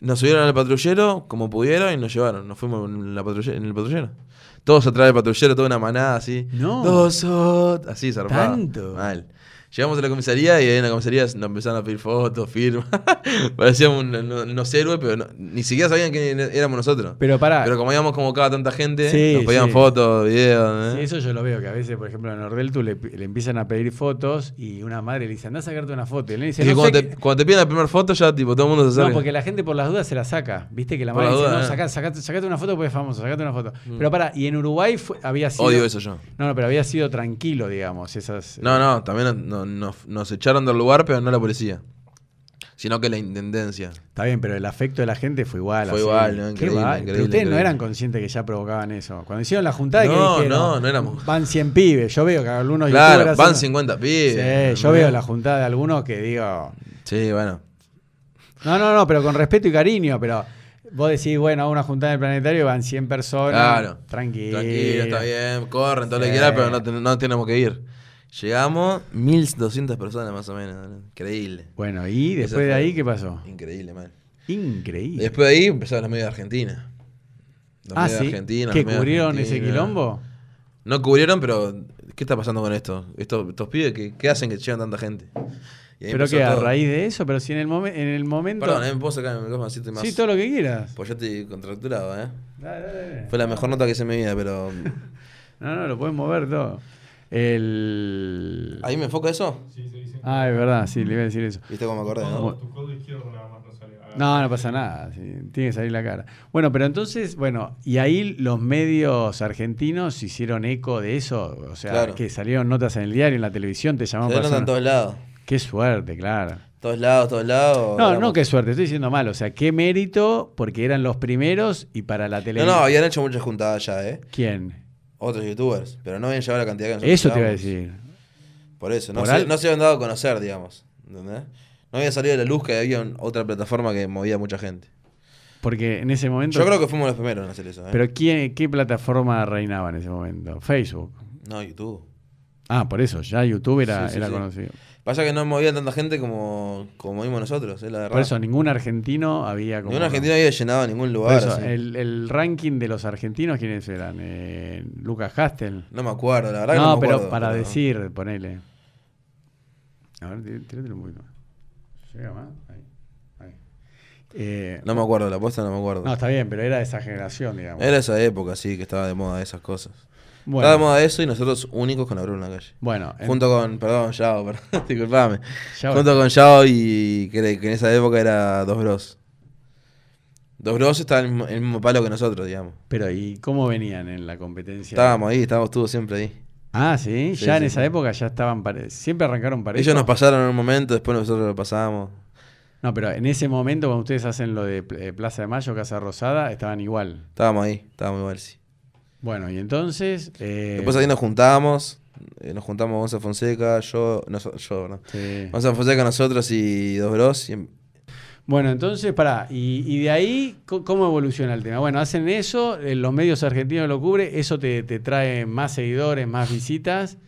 Speaker 2: Nos subieron al patrullero como pudieron y nos llevaron. Nos fuimos en, la patrulle- en el patrullero. Todos atrás del patrullero, toda una manada así.
Speaker 1: No.
Speaker 2: Dos, ot- así, zarpado.
Speaker 1: Tanto.
Speaker 2: Mal. Llegamos a la comisaría y ahí en la comisaría nos empezaron a pedir fotos, firmas. Parecíamos un- no- unos héroes, pero no- ni siquiera sabían quién éramos nosotros.
Speaker 1: Pero pará.
Speaker 2: Pero como habíamos convocado a tanta gente,
Speaker 1: Sí,
Speaker 2: nos pedían
Speaker 1: sí.
Speaker 2: fotos, videos. ¿eh?
Speaker 1: Sí, eso yo lo veo, que a veces, por ejemplo, en Nordeltu le, le empiezan a pedir fotos y una madre le dice, andá a sacarte una foto. Y el nene dice,
Speaker 2: Es que
Speaker 1: no, sé
Speaker 2: cuando, te,
Speaker 1: qué-
Speaker 2: cuando te piden la primera foto, ya tipo todo el mundo se
Speaker 1: No,
Speaker 2: acerca.
Speaker 1: porque la gente por las dudas se la saca. Viste que la
Speaker 2: Por
Speaker 1: madre
Speaker 2: las
Speaker 1: dice,
Speaker 2: dudas,
Speaker 1: no,
Speaker 2: eh. Mm.
Speaker 1: sacá- sacate, sacate una foto porque es famoso, sacate una foto. Pero pará, y en Uruguay fue- había sido...
Speaker 2: Odio eso yo.
Speaker 1: No, no, pero había sido tranquilo, digamos, esas...
Speaker 2: No, no, también no- no- nos echaron del lugar, pero no la policía. Sino que la intendencia.
Speaker 1: Está bien, pero el afecto de la gente fue igual.
Speaker 2: Fue
Speaker 1: así.
Speaker 2: igual, ¿no?
Speaker 1: Qué
Speaker 2: Increíble,
Speaker 1: va- Pero
Speaker 2: increíble,
Speaker 1: ustedes no
Speaker 2: increíble.
Speaker 1: eran conscientes que ya provocaban eso. Cuando hicieron la juntada, que
Speaker 2: No,
Speaker 1: dijeron,
Speaker 2: no, no éramos.
Speaker 1: Van 100 pibes, yo veo que algunos...
Speaker 2: Claro,
Speaker 1: youtubers
Speaker 2: van
Speaker 1: hacen-
Speaker 2: 50 pibes.
Speaker 1: Sí, yo
Speaker 2: ¿no?
Speaker 1: veo la juntada de algunos que digo...
Speaker 2: Sí, bueno.
Speaker 1: No, no, no, pero con respeto y cariño, pero vos decís, bueno, a una juntada del planetario y van 100 personas.
Speaker 2: Claro.
Speaker 1: Tranquilo.
Speaker 2: Tranquilo, está bien, corren, todo lo
Speaker 1: Sí.
Speaker 2: que quieran, pero no, ten- no tenemos que ir. Llegamos, 1200 personas más o menos. ¿no? Increíble.
Speaker 1: Bueno, y
Speaker 2: Eso
Speaker 1: después
Speaker 2: fue
Speaker 1: de ahí, ¿qué pasó?
Speaker 2: Increíble, man.
Speaker 1: Increíble.
Speaker 2: Después de ahí empezaron los medios de Argentina. Los
Speaker 1: ah,
Speaker 2: medios de
Speaker 1: sí,
Speaker 2: Argentina, los
Speaker 1: que
Speaker 2: medios de
Speaker 1: cubrieron ese
Speaker 2: Argentina.
Speaker 1: quilombo.
Speaker 2: No cubrieron, pero ¿qué está pasando con esto? Estos, estos pibes, ¿qué, qué hacen que llegan tanta gente? Y ahí
Speaker 1: Pero
Speaker 2: empezó
Speaker 1: que a
Speaker 2: todo.
Speaker 1: raíz de eso, pero si en el, momen- en el momento...
Speaker 2: Perdón, ¿eh? ¿me puedo sacar el micrófono así estoy más?
Speaker 1: sí, todo lo que quieras.
Speaker 2: Pues yo estoy contracturado, ¿eh?
Speaker 1: Dale, dale, dale.
Speaker 2: Fue la mejor nota que hice en mi vida, pero...
Speaker 1: No, no, lo puedes mover todo. El...
Speaker 2: ¿Ahí me enfoca eso?
Speaker 3: Sí, se dice.
Speaker 1: Ah, es verdad, sí, le iba a decir eso.
Speaker 2: ¿Viste cómo me acordé,
Speaker 3: No,
Speaker 2: no?
Speaker 3: tu codo izquierdo nada más no sale. Ah,
Speaker 1: No, no pasa nada, sí, tiene que salir la cara. Bueno, pero entonces, bueno, y ahí los medios argentinos hicieron eco de eso, o sea,
Speaker 2: Claro.
Speaker 1: que salieron notas en el diario, en la televisión, te llamaron
Speaker 2: Se nota en
Speaker 1: personas.
Speaker 2: todos lados.
Speaker 1: Qué suerte, claro.
Speaker 2: Todos lados, todos lados.
Speaker 1: No, no,
Speaker 2: éramos-
Speaker 1: qué suerte, estoy diciendo mal. O sea, qué mérito, porque eran los primeros y para la
Speaker 2: No,
Speaker 1: televisión.
Speaker 2: no, habían hecho muchas juntadas ya, ¿eh?
Speaker 1: ¿Quién?
Speaker 2: Otros youtubers, pero no habían llegado a la cantidad que nosotros
Speaker 1: Eso te iba a
Speaker 2: llevábamos.
Speaker 1: decir.
Speaker 2: Por eso, no,
Speaker 1: Por
Speaker 2: se,
Speaker 1: al-
Speaker 2: no se habían dado a conocer, digamos. ¿entendés? No había salido a la luz que había un- otra plataforma que movía mucha gente.
Speaker 1: Porque en ese momento.
Speaker 2: Yo creo que fuimos los primeros en hacer eso. ¿eh?
Speaker 1: Pero ¿quién, ¿qué plataforma reinaba en ese momento? Facebook.
Speaker 2: No, YouTube.
Speaker 1: Ah, por eso, ya YouTube era,
Speaker 2: Sí, sí,
Speaker 1: era
Speaker 2: sí.
Speaker 1: conocido.
Speaker 2: Pasa que no movían tanta gente como, como vimos nosotros, es la verdad.
Speaker 1: Por eso, ningún argentino había como.
Speaker 2: Ningún argentino había llenado ningún
Speaker 1: Por
Speaker 2: lugar.
Speaker 1: eso,
Speaker 2: así.
Speaker 1: el, el ranking de los argentinos, ¿quiénes eran? Eh, Lucas Hastel.
Speaker 2: No me acuerdo, la verdad. que
Speaker 1: No,
Speaker 2: No, me
Speaker 1: pero
Speaker 2: acuerdo,
Speaker 1: para decir, ponele. A ver, tí- tíratelo un poquito más. Llega más. Ahí. Ahí. Eh,
Speaker 2: No me acuerdo, la apuesta no me acuerdo.
Speaker 1: no, está bien, pero era de esa generación, digamos.
Speaker 2: Era esa época, sí, que estaba de moda esas cosas.
Speaker 1: bueno,
Speaker 2: Estaba de moda eso y nosotros únicos con la Bruna en la calle.
Speaker 1: bueno, en-
Speaker 2: Junto con, perdón, Yao, perdón, disculpame.
Speaker 1: ya-
Speaker 2: Junto con Yao y que, que en esa época era Dos Bros. Dos Bros estaba en el mismo- en el mismo palo que nosotros, digamos.
Speaker 1: pero ¿y cómo venían en la competencia?
Speaker 2: Estábamos ahí, estábamos todos siempre ahí.
Speaker 1: Ah, sí,
Speaker 2: Sí,
Speaker 1: ya en
Speaker 2: sí,
Speaker 1: esa
Speaker 2: sí.
Speaker 1: época ya estaban pare- siempre arrancaron parejos.
Speaker 2: Ellos nos pasaron en un momento, después nosotros lo pasamos.
Speaker 1: No, pero en ese momento cuando ustedes hacen lo de pl- eh, Plaza de Mayo, Casa Rosada, estaban igual.
Speaker 2: Estábamos ahí, estábamos igual, sí.
Speaker 1: Bueno, y entonces eh,
Speaker 2: Después ahí nos juntamos, eh, nos juntamos Gonza Fonseca, yo, no, so- yo, no.
Speaker 1: sí.
Speaker 2: Gonza Fonseca, nosotros y Dos Bros. y em-
Speaker 1: Bueno, entonces, pará, y, y de ahí, co- ¿cómo evoluciona el tema? Bueno, hacen eso, eh, los medios argentinos lo cubren, eso te, te trae más seguidores, más visitas,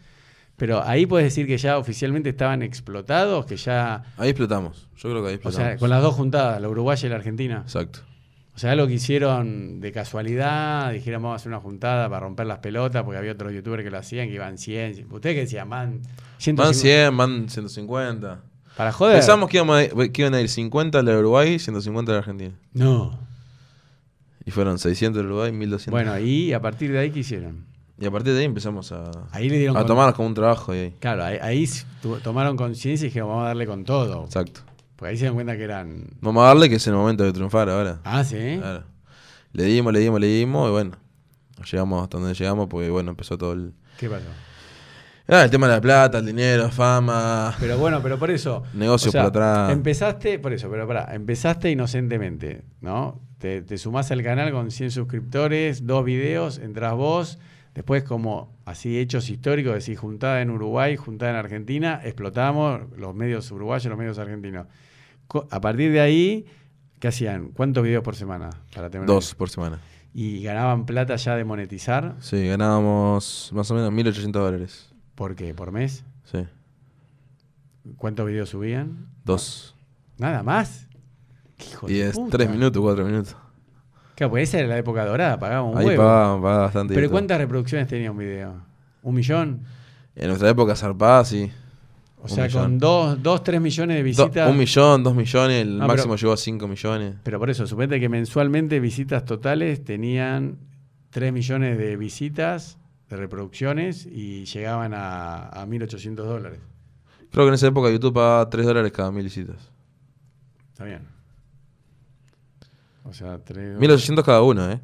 Speaker 1: pero ahí puedes decir que ya oficialmente estaban explotados, que ya,
Speaker 2: ahí explotamos. Yo creo que ahí
Speaker 1: o
Speaker 2: explotamos.
Speaker 1: sea, con las dos juntadas, la uruguaya y la argentina.
Speaker 2: Exacto.
Speaker 1: O sea, lo que hicieron de casualidad, dijeron vamos a hacer una juntada para romper las pelotas, porque había otros youtubers que lo hacían, que iban 100, ustedes que decían, van 150,
Speaker 2: Van 100, van 150.
Speaker 1: para joder.
Speaker 2: Pensamos que, íbamos a ir- que iban a ir 50 al de Uruguay y 150 al de Argentina.
Speaker 1: No.
Speaker 2: Y fueron 600 al Uruguay, 1200.
Speaker 1: Bueno, y a partir de ahí, ¿qué hicieron?
Speaker 2: y a partir de ahí empezamos a,
Speaker 1: Ahí le dieron
Speaker 2: a
Speaker 1: con-
Speaker 2: tomarnos como un trabajo. Y ahí.
Speaker 1: Claro, ahí, ahí s- tu- tomaron conciencia y dijeron, vamos a darle con todo.
Speaker 2: Exacto.
Speaker 1: Porque ahí se dan cuenta que eran...
Speaker 2: Vamos a darle que es el momento de triunfar ahora.
Speaker 1: Ah, sí.
Speaker 2: Claro. Le dimos, le dimos, le dimos y bueno. Llegamos hasta donde llegamos porque bueno, empezó todo el...
Speaker 1: ¿Qué pasó?
Speaker 2: Ah, el tema de la plata, el dinero, fama.
Speaker 1: Pero bueno, pero por eso...
Speaker 2: Negocios por atrás.
Speaker 1: Empezaste, por eso, pero pará, empezaste inocentemente, ¿no? Te, te sumás al canal con 100 suscriptores, dos videos, entras vos, después como así hechos históricos, decís juntada en Uruguay, juntada en Argentina, explotamos los medios uruguayos, los medios argentinos. Co- A partir de ahí, ¿qué hacían? ¿Cuántos videos por semana? Para tener
Speaker 2: Dos por semana.
Speaker 1: ¿Y ganaban plata ya de monetizar?
Speaker 2: Sí, ganábamos más o menos 1.800 dólares.
Speaker 1: ¿Por qué? ¿Por mes?
Speaker 2: Sí,
Speaker 1: ¿Cuántos videos subían?
Speaker 2: dos.
Speaker 1: ¿Nada más? ¿Qué hijo de
Speaker 2: Y es
Speaker 1: Ah, puta?
Speaker 2: tres minutos, cuatro minutos.
Speaker 1: Claro, porque esa era la época dorada, pagaban un
Speaker 2: Ahí
Speaker 1: huevo.
Speaker 2: pagaban, pagaban bastante.
Speaker 1: Pero
Speaker 2: guita.
Speaker 1: ¿cuántas reproducciones tenía un video? ¿Un millón?
Speaker 2: En nuestra época zarpada, sí.
Speaker 1: O
Speaker 2: Un
Speaker 1: sea, con
Speaker 2: millón.
Speaker 1: dos, dos, tres millones de visitas.
Speaker 2: Do- un millón, dos millones, el
Speaker 1: No,
Speaker 2: máximo
Speaker 1: Ah, pero-
Speaker 2: llegó a cinco millones.
Speaker 1: Pero por eso, suponete que mensualmente visitas totales tenían tres millones de visitas, de reproducciones, y llegaban a, a 1.800 dólares.
Speaker 2: Creo que en esa época YouTube pagaba tres dólares cada mil visitas.
Speaker 1: Está bien. O sea, tres...
Speaker 2: 1.800 cada uno, ¿eh?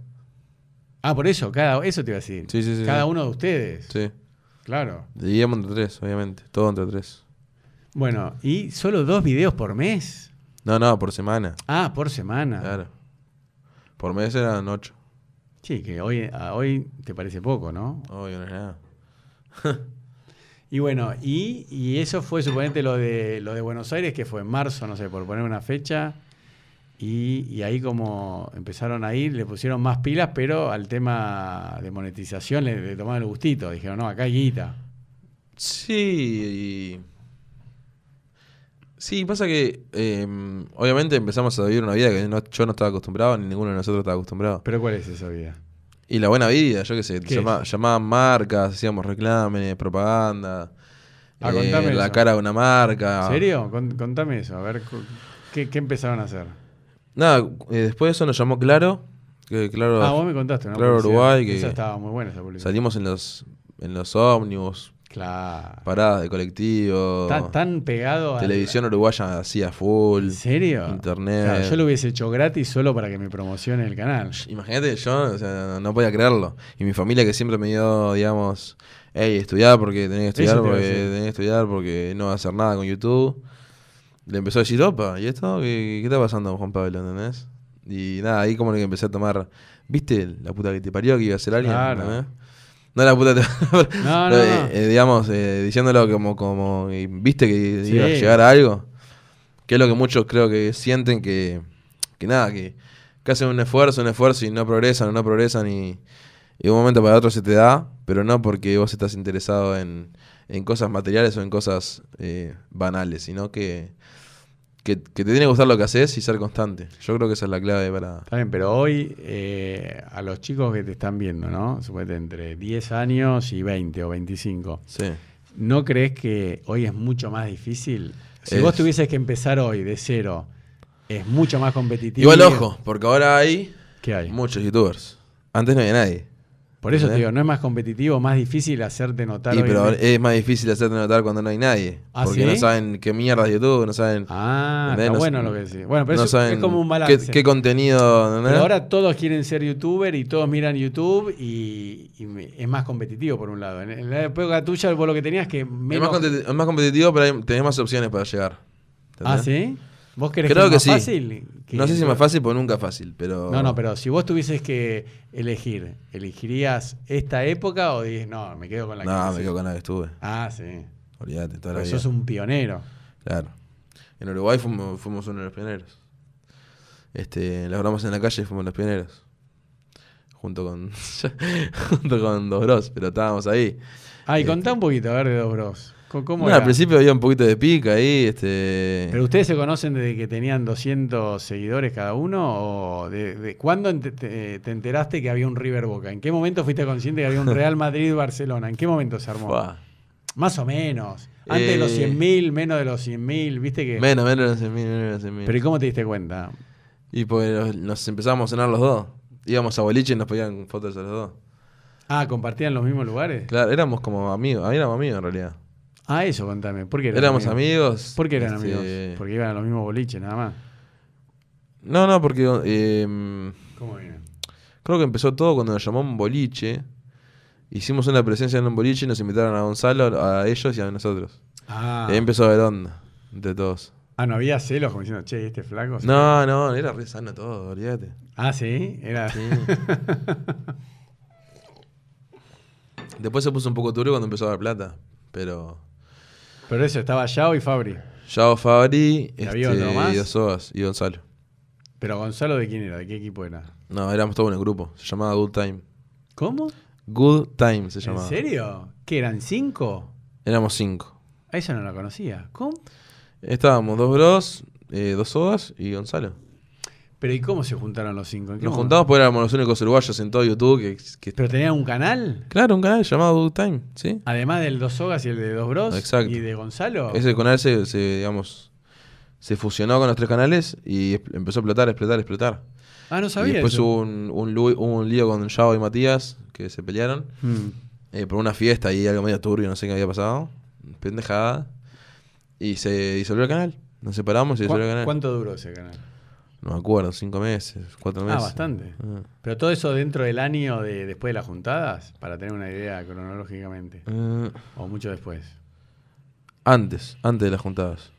Speaker 1: Ah, por eso, cada, eso te iba a decir.
Speaker 2: Sí, sí, sí.
Speaker 1: cada
Speaker 2: sí.
Speaker 1: uno de ustedes.
Speaker 2: Sí.
Speaker 1: Claro.
Speaker 2: Dividíamos entre tres, obviamente. Todo entre tres.
Speaker 1: Bueno, ¿y solo dos videos por mes?
Speaker 2: No, no, por semana.
Speaker 1: Ah, por semana.
Speaker 2: Claro. Por mes eran ocho.
Speaker 1: Sí, que hoy, a hoy te parece poco, ¿no?
Speaker 2: Obvio, no es nada.
Speaker 1: Y bueno, y, y eso fue, suponete, lo de, lo de Buenos Aires, que fue en marzo, no sé, por poner una fecha. Y, y ahí como empezaron a ir, le pusieron más pilas, pero al tema de monetización le, le tomaron el gustito. Dijeron, no, acá hay guita.
Speaker 2: Sí. Sí, pasa que eh, obviamente empezamos a vivir una vida que no- yo no estaba acostumbrado, ni ninguno de nosotros estaba acostumbrado.
Speaker 1: Pero ¿cuál es esa vida?
Speaker 2: Y la buena vida, yo qué sé,
Speaker 1: ¿Qué
Speaker 2: llama- llamaban marcas, hacíamos reclames, propaganda, eh,
Speaker 1: Ah, contame
Speaker 2: la
Speaker 1: eso.
Speaker 2: cara de una marca.
Speaker 1: ¿En ¿Serio? Con- contame eso, a ver, cu- ¿qué, qué empezaron a hacer?
Speaker 2: Nada, eh, después de eso nos llamó Claro, que Claro
Speaker 1: Ah, vos me contaste, ¿no?
Speaker 2: Claro, Uruguay, que-
Speaker 1: Esa estaba muy buena esa publicidad.
Speaker 2: salimos en los en los ómnibus,
Speaker 1: Claro.
Speaker 2: paradas de colectivo,
Speaker 1: Tan, tan pegado a...
Speaker 2: televisión uruguaya hacía full,
Speaker 1: ¿En serio?
Speaker 2: internet.
Speaker 1: Claro, yo lo hubiese hecho gratis solo para que me promocione el canal.
Speaker 2: Imagínate, yo o sea, no podía creerlo. Y mi familia que siempre me dio, digamos, hey, estudiar porque tenés que
Speaker 1: Eso
Speaker 2: estudiar,
Speaker 1: te iba a
Speaker 2: porque
Speaker 1: decir.
Speaker 2: tenés que estudiar porque no vas a hacer nada con YouTube. le empezó a decir, opa, ¿y esto? ¿Qué, qué está pasando, Juan Pablo? ¿Entendés? Y nada, ahí como que empecé a tomar, ¿viste? La puta que te parió que iba a ser alguien.
Speaker 1: Claro.
Speaker 2: ¿entendés? No la puta te
Speaker 1: No, no,
Speaker 2: Pero, eh,
Speaker 1: no.
Speaker 2: eh, digamos, eh, diciéndolo como, como eh, ¿viste que
Speaker 1: Sí.
Speaker 2: iba a llegar a algo? Que es lo que muchos creo que sienten que, que nada, que, que hacen un esfuerzo, un esfuerzo y no progresan, no progresan y, y de un momento para otro se te da, pero no porque vos estás interesado en, en cosas materiales o en cosas eh, banales, sino que, que, que te tiene que gustar lo que haces y ser constante. Yo creo que esa es la clave para...
Speaker 1: Está bien, pero hoy eh, a los chicos que te están viendo, ¿no? Suponete entre 10 años y 20 o 25.
Speaker 2: Sí.
Speaker 1: ¿No crees que hoy es mucho más difícil? Si
Speaker 2: Es-
Speaker 1: vos tuvieses que empezar hoy de cero, es mucho más competitivo.
Speaker 2: Igual ojo, porque ahora hay
Speaker 1: ¿Qué hay?
Speaker 2: muchos youtubers. Antes no había nadie.
Speaker 1: Por eso te
Speaker 2: ¿Eh?
Speaker 1: digo, no es más competitivo, más difícil hacerte notar.
Speaker 2: Y
Speaker 1: hoy
Speaker 2: pero
Speaker 1: en
Speaker 2: ahora
Speaker 1: día?
Speaker 2: es más difícil hacerte notar cuando no hay nadie.
Speaker 1: ¿Ah,
Speaker 2: porque
Speaker 1: sí?
Speaker 2: no saben qué mierda es YouTube, no saben.
Speaker 1: Ah,
Speaker 2: ¿entendés?
Speaker 1: está
Speaker 2: No-
Speaker 1: bueno lo que decís. Bueno, pero eso
Speaker 2: no
Speaker 1: es
Speaker 2: saben
Speaker 1: como un balance.
Speaker 2: Qué, qué contenido. ¿entendés?
Speaker 1: pero ahora todos quieren ser youtuber y todos miran YouTube y, y me- es más competitivo por un lado. En, en la época tuya vos lo que tenías que
Speaker 2: es,
Speaker 1: menos...
Speaker 2: más competi- es más competitivo, pero hay- tenés más opciones para llegar.
Speaker 1: ah,
Speaker 2: ¿entendés?
Speaker 1: ¿sí? ¿Vos querés
Speaker 2: Creo
Speaker 1: que,
Speaker 2: que
Speaker 1: es
Speaker 2: sí.
Speaker 1: más fácil? que-
Speaker 2: No sé si es más fácil, porque nunca es fácil. Pero...
Speaker 1: No, no, pero si vos tuvieses que elegir, ¿elegirías esta época o dices, no, me quedo con la que
Speaker 2: No, me
Speaker 1: nací"?
Speaker 2: quedo con la que estuve.
Speaker 1: Ah, sí.
Speaker 2: Olvídate, toda la
Speaker 1: Porque
Speaker 2: vida.
Speaker 1: sos un pionero.
Speaker 2: Claro. En Uruguay fuimos, fuimos uno de los pioneros. Este, las bromas en la calle fuimos los pioneros. Junto con. junto con Dos Bros, pero estábamos ahí.
Speaker 1: Ah, y
Speaker 2: Este.
Speaker 1: contá un poquito, a ver, de Dos Bros. Co- ¿Cómo
Speaker 2: No, al
Speaker 1: era?
Speaker 2: principio había un poquito de pica ahí, este.
Speaker 1: ¿Pero ustedes se conocen desde que tenían 200 seguidores cada uno? ¿O de, de- cuándo ente- te, te enteraste que había un River Boca? ¿En qué momento fuiste consciente que había un Real Madrid-Barcelona? ¿En qué momento se armó?
Speaker 2: Fua.
Speaker 1: Más o menos. Antes de los
Speaker 2: Eh.
Speaker 1: 100.000, menos de los 100.000, ¿viste que...?
Speaker 2: Menos, menos de 100.000, menos de 100.000.
Speaker 1: Pero ¿y cómo te diste cuenta?
Speaker 2: Y porque nos, nos empezamos a cenar los dos. Íbamos a boliche y nos pedían fotos a los dos.
Speaker 1: Ah, ¿compartían los mismos lugares?
Speaker 2: Claro, éramos como amigos, ahí éramos amigos en realidad.
Speaker 1: Ah, eso contame. ¿Por qué eran
Speaker 2: Éramos
Speaker 1: amigos?
Speaker 2: amigos.
Speaker 1: ¿Por qué eran
Speaker 2: este,
Speaker 1: amigos? Porque iban a los mismos boliches, nada más.
Speaker 2: No, no, porque eh,
Speaker 1: ¿Cómo era?
Speaker 2: creo que empezó todo cuando nos llamó un boliche. Hicimos una presencia en un boliche y nos invitaron a Gonzalo, a ellos y a nosotros.
Speaker 1: Ah.
Speaker 2: Y ahí empezó a ver onda, entre todos.
Speaker 1: Ah, no había celos como diciendo, che, este flaco. se-
Speaker 2: No, no, era re sano todo, olvídate.
Speaker 1: Ah, sí, era.
Speaker 2: Sí. Después se puso un poco turbio cuando empezó a dar plata. Pero.
Speaker 1: Pero eso, estaba Yao y Fabri.
Speaker 2: Yao Fabri este,
Speaker 1: ¿Y había otro más?
Speaker 2: y dos Ovas y Gonzalo.
Speaker 1: Pero Gonzalo, ¿de quién era? ¿De qué equipo era?
Speaker 2: No, éramos todos en el grupo. Se llamaba Good Time.
Speaker 1: ¿Cómo?
Speaker 2: Good Time se
Speaker 1: ¿En
Speaker 2: llamaba.
Speaker 1: serio? ¿Qué eran cinco?
Speaker 2: Éramos cinco.
Speaker 1: A eso no la conocía. ¿Cómo?
Speaker 2: Estábamos dos bros, eh, dos Ovas y Gonzalo.
Speaker 1: Pero ¿y cómo se juntaron los cinco? ¿En qué
Speaker 2: Nos
Speaker 1: momento?
Speaker 2: juntamos porque éramos los únicos uruguayos en todo YouTube que. que-
Speaker 1: ¿Pero tenían un canal?
Speaker 2: Claro, un canal llamado Good Time, ¿sí?
Speaker 1: Además del Dos Sogas y el de Dos Bros.
Speaker 2: Exacto.
Speaker 1: Y de Gonzalo.
Speaker 2: Ese canal se, se, digamos, se fusionó con los tres canales y expl- empezó a explotar, explotar, explotar.
Speaker 1: Ah, no
Speaker 2: Y
Speaker 1: sabía.
Speaker 2: después
Speaker 1: eso.
Speaker 2: hubo un, un lu- hubo un lío con Yao y Matías que se pelearon
Speaker 1: Hmm.
Speaker 2: eh, por una fiesta y algo medio turbio, no sé qué había pasado. Pendejada. Y se disolvió el canal. Nos separamos y se
Speaker 1: ¿Cu-
Speaker 2: disolvió el canal.
Speaker 1: ¿Cuánto duró ese canal?
Speaker 2: No me acuerdo, cinco meses, cuatro meses.
Speaker 1: Ah, bastante.
Speaker 2: Ah.
Speaker 1: Pero todo eso dentro del año de después de las juntadas, para tener una idea cronológicamente,
Speaker 2: Eh,
Speaker 1: o mucho después.
Speaker 2: antes, antes de las juntadas.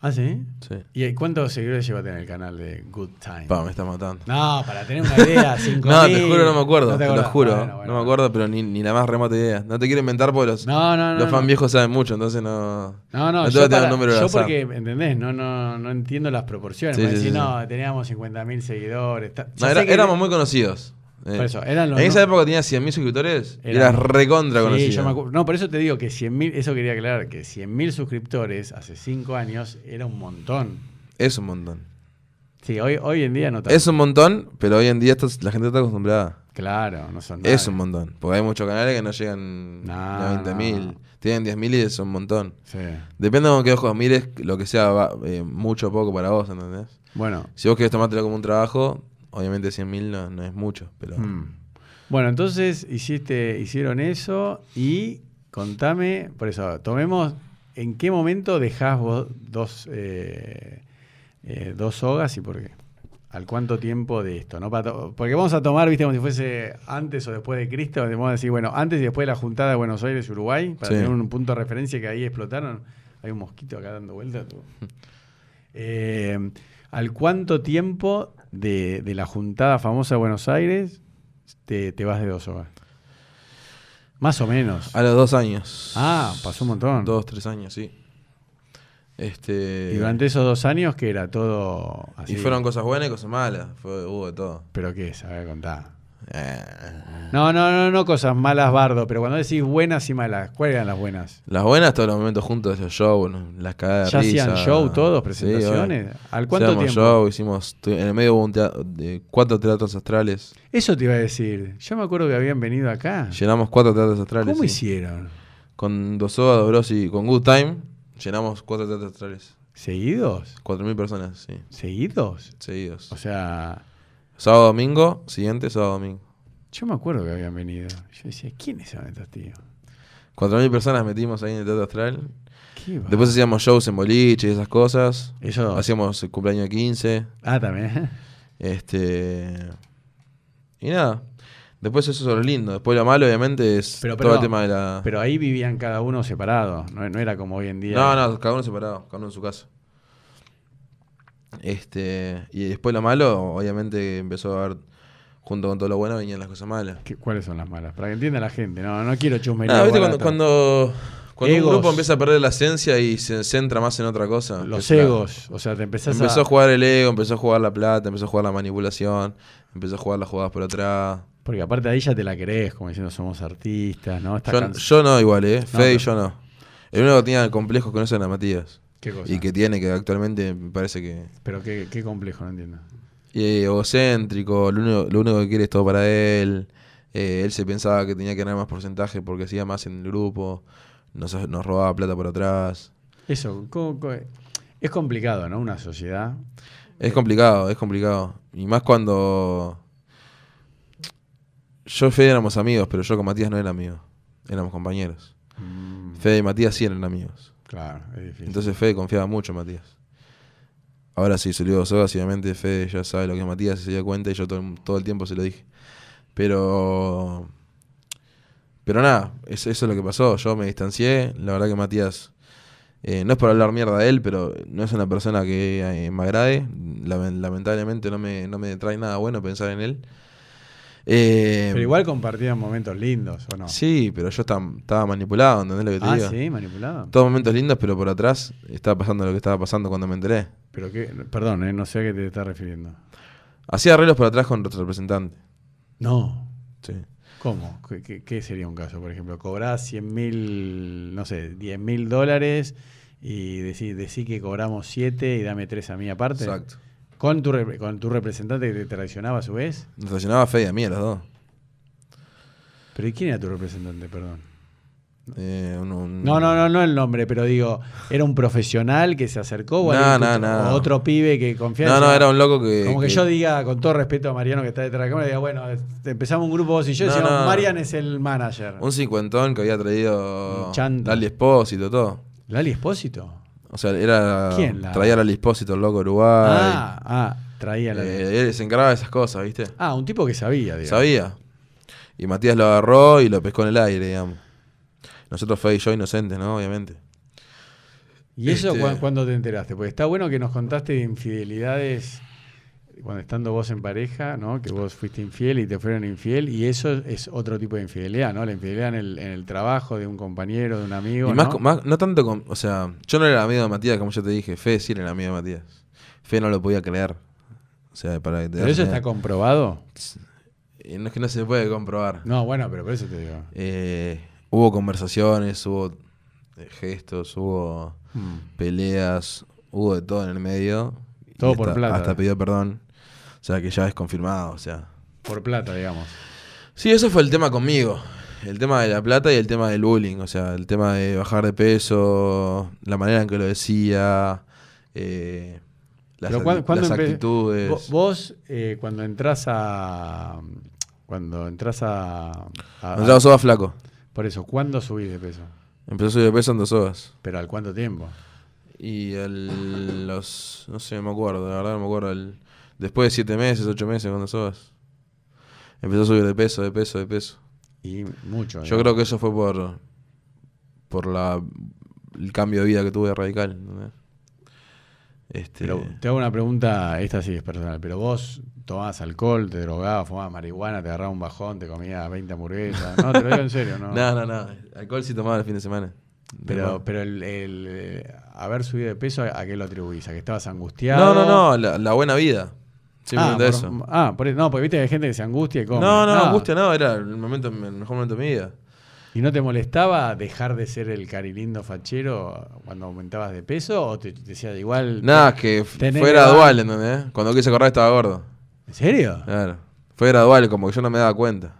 Speaker 1: Ah, sí.
Speaker 2: Sí.
Speaker 1: ¿Y eh, cuántos seguidores lleva a tener el canal de Good Time?
Speaker 2: Pa, me está matando.
Speaker 1: No, para tener una idea, cinco
Speaker 2: No, te
Speaker 1: mil.
Speaker 2: juro, no me acuerdo.
Speaker 1: No
Speaker 2: te, lo
Speaker 1: acordás. Ah,
Speaker 2: juro.
Speaker 1: Bueno, bueno,
Speaker 2: no me acuerdo, pero ni, ni la más remota idea. No te quiero inventar porque los,
Speaker 1: No, no, no.
Speaker 2: los fan
Speaker 1: no.
Speaker 2: viejos saben mucho, entonces no.
Speaker 1: No, no,
Speaker 2: No te voy
Speaker 1: yo,
Speaker 2: a tirar
Speaker 1: para-
Speaker 2: un número al
Speaker 1: yo
Speaker 2: azar.
Speaker 1: porque, ¿entendés? No, no, no entiendo las proporciones.
Speaker 2: Sí,
Speaker 1: Porque
Speaker 2: sí,
Speaker 1: decís,
Speaker 2: sí,
Speaker 1: no, teníamos 50.000 seguidores. ta-
Speaker 2: No,
Speaker 1: ya
Speaker 2: era-
Speaker 1: sé que-
Speaker 2: éramos muy conocidos. Eh,
Speaker 1: Por eso, eran los
Speaker 2: en esa
Speaker 1: no-
Speaker 2: época tenía 100.000 suscriptores y
Speaker 1: Eran-
Speaker 2: eras recontra
Speaker 1: Sí,
Speaker 2: conocido.
Speaker 1: yo me acu- no, por eso te digo que 100.000, eso quería aclarar, que 100.000 suscriptores hace cinco años era un montón.
Speaker 2: Es un montón.
Speaker 1: Sí, hoy, hoy en día no tanto.
Speaker 2: Es un montón, pero hoy en día estás- la gente está acostumbrada.
Speaker 1: Claro, no son
Speaker 2: Es
Speaker 1: nadie.
Speaker 2: un montón. Porque hay muchos canales que no llegan
Speaker 1: No,
Speaker 2: a 90.000.
Speaker 1: no.
Speaker 2: Tienen 10.000 y es un montón.
Speaker 1: Sí.
Speaker 2: Depende de qué ojos mires, lo que sea va- eh, mucho o poco para vos, ¿entendés?
Speaker 1: Bueno.
Speaker 2: Si vos querés tomártelo como un trabajo, obviamente 100.000 no, no es mucho, pero...
Speaker 1: hmm. Bueno, entonces hiciste, hicieron eso y contame, por eso, tomemos, ¿en qué momento dejás vos dos, eh, eh, dos sogas y por qué? ¿Al cuánto tiempo de esto? ¿no? Para to- Porque vamos a tomar, viste, como si fuese antes o después de Cristo, vamos a decir, bueno, antes y después de la juntada de Buenos Aires y Uruguay, para
Speaker 2: Sí.
Speaker 1: tener un punto de referencia que ahí explotaron. Hay un mosquito acá dando vueltas. Eh, ¿Al cuánto tiempo de, de la juntada famosa de Buenos Aires te, te vas de dos horas? Más o menos.
Speaker 2: A los dos años.
Speaker 1: Ah, pasó un montón.
Speaker 2: Dos, tres años, sí. Este,
Speaker 1: y durante esos dos años que era todo así.
Speaker 2: y fueron cosas buenas y cosas malas. Fue, hubo de todo.
Speaker 1: ¿Pero qué es? A ver, contá.
Speaker 2: Eh.
Speaker 1: No, no, no, no cosas malas, Bardo, pero cuando decís buenas y malas, ¿cuáles eran las buenas?
Speaker 2: Las buenas, todos los momentos juntos, los shows, las cagadas de
Speaker 1: ¿Ya
Speaker 2: risa.
Speaker 1: hacían show todos,
Speaker 2: Sí,
Speaker 1: presentaciones?
Speaker 2: bueno.
Speaker 1: ¿Al cuánto
Speaker 2: Hacíamos
Speaker 1: tiempo?
Speaker 2: show, hicimos. tu- En el medio hubo un tea- de cuatro teatros astrales.
Speaker 1: Eso te iba a decir. Yo me acuerdo que habían venido acá.
Speaker 2: Llenamos cuatro teatros astrales.
Speaker 1: Ah. ¿Cómo
Speaker 2: sí.
Speaker 1: hicieron?
Speaker 2: Con Dosoa, Dobros y con Good Time, llenamos cuatro teatros astrales.
Speaker 1: ¿Seguidos?
Speaker 2: Cuatro mil personas, sí.
Speaker 1: ¿Seguidos?
Speaker 2: Seguidos.
Speaker 1: O sea,
Speaker 2: Sábado, domingo, siguiente, sábado, domingo.
Speaker 1: yo me acuerdo que habían venido. Yo decía, ¿quiénes son estos tíos?
Speaker 2: Cuatro mil personas metimos ahí en el teatro astral.
Speaker 1: Ah. ¿Qué va?
Speaker 2: Después hacíamos shows en boliche y esas cosas.
Speaker 1: Eso.
Speaker 2: Hacíamos el cumpleaños de 15.
Speaker 1: Ah, también.
Speaker 2: Este. Y nada. Después eso es lo lindo. Después lo malo, obviamente, es
Speaker 1: Pero-
Speaker 2: todo
Speaker 1: pero-
Speaker 2: el tema de la.
Speaker 1: Pero ahí vivían cada uno separado. No, no era como hoy en día.
Speaker 2: No, no, cada uno separado, cada uno en su casa. Este. Y después lo malo, obviamente, empezó a haber. Junto con todo lo bueno venían las cosas malas.
Speaker 1: ¿Qué- ¿Cuáles son las malas? Para que entienda la gente. No, no quiero chusmería.
Speaker 2: Nada, ¿viste cuando,
Speaker 1: barata.
Speaker 2: cuando, cuando un
Speaker 1: Egos.
Speaker 2: grupo empieza a perder la esencia y se centra más en otra cosa? que
Speaker 1: Los
Speaker 2: es la-
Speaker 1: egos. O sea, te empezás
Speaker 2: Empezó
Speaker 1: a...
Speaker 2: a jugar el ego, empezó a jugar la plata, empezó a jugar la manipulación, empezó a jugar las jugadas por atrás.
Speaker 1: Porque aparte ahí ya te la crees, como diciendo somos artistas, ¿no? Esta
Speaker 2: Yo,
Speaker 1: can-
Speaker 2: yo no igual, ¿eh? Fede y
Speaker 1: pero-
Speaker 2: yo no. El único que tenía complejos con eso era Matías.
Speaker 1: ¿Qué cosa?
Speaker 2: Y que tiene, que actualmente me parece que...
Speaker 1: Pero qué, qué complejo, no entiendo.
Speaker 2: eh, egocéntrico, lo único, lo único que quiere es todo para él. eh, él se pensaba que tenía que ganar más porcentaje porque hacía más en el grupo. Nos, nos robaba plata por atrás.
Speaker 1: Eso, co- co- es complicado, ¿no? Una sociedad.
Speaker 2: Es complicado, es complicado. Y más cuando... Yo y Fede éramos amigos, pero yo con Matías no era amigo. Éramos compañeros.
Speaker 1: Mm,
Speaker 2: Fede y Matías sí eran amigos.
Speaker 1: claro, es difícil.
Speaker 2: Entonces Fede confiaba mucho en Matías. Ahora sí, salió dos horas y obviamente Fede ya sabe lo que es Matías, se dio cuenta y yo todo, el- todo el tiempo se lo dije. Pero... Pero nada, es- eso es lo que pasó. Yo me distancié. La verdad que Matías... eh, no es para hablar mierda de él, pero no es una persona que eh, me agrade. Lamen- lamentablemente no me, no me trae nada bueno pensar en él. Eh,
Speaker 1: Pero igual compartían momentos lindos, ¿o no?
Speaker 2: Sí, pero yo estaba, estaba manipulado, ¿entendés lo que te
Speaker 1: Ah,
Speaker 2: digo?
Speaker 1: sí, manipulado.
Speaker 2: Todos momentos lindos, pero por atrás estaba pasando lo que estaba pasando cuando me enteré.
Speaker 1: Pero qué, perdón, ¿eh? no sé a qué te estás refiriendo.
Speaker 2: Hacía arreglos por atrás con nuestro representante.
Speaker 1: No.
Speaker 2: Sí.
Speaker 1: ¿Cómo? ¿Qué, qué- qué sería un caso? Por ejemplo, cobrás 100 mil, no sé, 10 mil dólares y decís decí que cobramos 7 y dame 3 a mí aparte.
Speaker 2: Exacto.
Speaker 1: Con tu, repre- con tu representante que te traicionaba a su vez.
Speaker 2: Nos traicionaba Fede y a mí a los dos.
Speaker 1: ¿Pero ¿y quién era tu representante? Perdón.
Speaker 2: Eh, un- un-
Speaker 1: No, no, no, no el nombre, pero digo, ¿era un profesional que se acercó o,
Speaker 2: No,
Speaker 1: alguien que-
Speaker 2: no, no.
Speaker 1: o otro pibe que confiaba?
Speaker 2: No, no, era un loco que.
Speaker 1: Como que, yo diga, con todo respeto a Mariano que está detrás de la cámara, diga, bueno, este, empezamos un grupo vos y yo,
Speaker 2: No,
Speaker 1: decíamos,
Speaker 2: no.
Speaker 1: Marian es el manager.
Speaker 2: Un cincuentón que había traído.
Speaker 1: Un chanta.
Speaker 2: Lali Espósito, todo.
Speaker 1: ¿Lali Espósito?
Speaker 2: O sea, era.
Speaker 1: ¿Quién la-
Speaker 2: Traía a Lali Espósito, el loco de Uruguay.
Speaker 1: Ah, ah, traía la...
Speaker 2: Eh, él se encargaba de esas cosas, ¿viste?
Speaker 1: ah, un tipo que sabía, digamos.
Speaker 2: Sabía. Y Matías lo agarró y lo pescó en el aire, digamos. Nosotros, Fede y yo, inocentes, ¿no? Obviamente.
Speaker 1: ¿Y eso
Speaker 2: Este-
Speaker 1: cuan- cuándo te enteraste? Porque está bueno que nos contaste de infidelidades cuando estando vos en pareja, ¿no? Que vos fuiste infiel y te fueron infiel, y eso es otro tipo de infidelidad, ¿no? La infidelidad en el, en el trabajo de un compañero, de un amigo.
Speaker 2: Y más,
Speaker 1: ¿no?
Speaker 2: co- más- no tanto con. O sea, yo no era amigo de Matías, como yo te dije. Fe sí era el amigo de Matías. Fe no lo podía creer. O sea, para que te
Speaker 1: ¿Pero
Speaker 2: das
Speaker 1: eso
Speaker 2: una
Speaker 1: está comprobado?
Speaker 2: idea. Eh, No es que no se puede comprobar.
Speaker 1: No, bueno, pero por eso te digo.
Speaker 2: Eh, hubo conversaciones, hubo eh, gestos, hubo
Speaker 1: Mm.
Speaker 2: peleas, hubo de todo en el medio. Y
Speaker 1: Todo por
Speaker 2: hasta-
Speaker 1: plata. eh.
Speaker 2: Hasta pidió perdón. O sea, que ya es confirmado, o sea.
Speaker 1: Por plata, digamos.
Speaker 2: Sí, eso fue el tema conmigo. El tema de la plata y el tema del bullying. O sea, el tema de bajar de peso, la manera en que lo decía, eh, las,
Speaker 1: Pero cuan-
Speaker 2: acti-
Speaker 1: ¿cuándo
Speaker 2: las
Speaker 1: empe-
Speaker 2: actitudes.
Speaker 1: Vo- Vos, eh, cuando entras a... Cuando entras a... a-
Speaker 2: Andrés Osoba flaco.
Speaker 1: por eso, ¿cuándo subís de peso?
Speaker 2: Empezó a subir de peso en dos horas.
Speaker 1: ¿Pero al cuánto tiempo?
Speaker 2: Y el, los... No sé, me acuerdo, la verdad no me acuerdo. el- después de siete meses, ocho meses con dos horas. Empezó a subir de peso, de peso, de peso.
Speaker 1: Y mucho.
Speaker 2: Yo
Speaker 1: digamos.
Speaker 2: creo que eso fue por... Por la... El cambio de vida que tuve radical. ¿entendés? Este,
Speaker 1: Pero te hago una pregunta, esta sí es personal, pero vos tomabas alcohol, te drogabas, fumabas marihuana, te agarrabas un bajón, te comías 20 hamburguesas. No, te lo digo en serio, ¿no?
Speaker 2: No, no, no. Alcohol sí tomaba el fin de semana.
Speaker 1: Pero, pero el, el, eh, haber subido de peso, ¿a a qué lo atribuís? ¿A que estabas angustiado?
Speaker 2: No, no, no. La, la buena vida.
Speaker 1: ah,
Speaker 2: Simplemente
Speaker 1: por,
Speaker 2: eso.
Speaker 1: ah, por- no, porque viste que hay gente que se angustia y come.
Speaker 2: No, no,
Speaker 1: Ah,
Speaker 2: angustia no. Era el, momento, el mejor momento de mi vida.
Speaker 1: ¿Y no te molestaba dejar de ser el carilindo fachero cuando aumentabas de peso? ¿O te, te decías igual?
Speaker 2: Nada, que f-
Speaker 1: Tenés
Speaker 2: fue
Speaker 1: que dar-
Speaker 2: gradual, ¿entendés? Cuando quise correr estaba gordo.
Speaker 1: ¿En serio?
Speaker 2: Claro. Fue gradual, como que yo no me daba cuenta.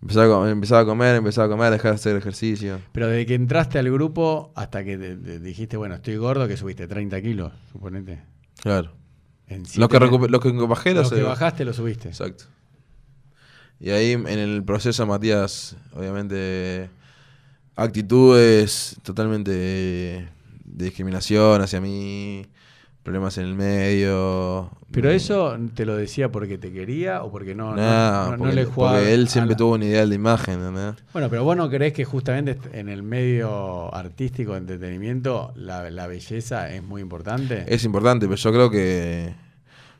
Speaker 2: Empezaba a, co- empezaba a comer, empezaba a comer, dejaba de hacer ejercicio.
Speaker 1: Pero desde que entraste al grupo hasta que te- te dijiste, bueno, estoy gordo, que subiste 30 kilos, suponete.
Speaker 2: Claro.
Speaker 1: En siete
Speaker 2: Los que,
Speaker 1: meses.
Speaker 2: recu- los que bajé
Speaker 1: Lo
Speaker 2: los
Speaker 1: que bajaste lo subiste.
Speaker 2: Exacto. Y ahí en el proceso Matías, obviamente, actitudes totalmente de discriminación hacia mí, problemas en el medio.
Speaker 1: Pero
Speaker 2: Me-
Speaker 1: eso te lo decía porque te quería o porque no, no-
Speaker 2: Nah,
Speaker 1: no- no
Speaker 2: porque,
Speaker 1: le jugaba.
Speaker 2: porque
Speaker 1: a
Speaker 2: él
Speaker 1: la-
Speaker 2: siempre tuvo un ideal de imagen, ¿entendés?
Speaker 1: Bueno, pero vos no crees que justamente est- en el medio artístico, de entretenimiento, la, la belleza es muy importante.
Speaker 2: Es importante, pero yo creo que.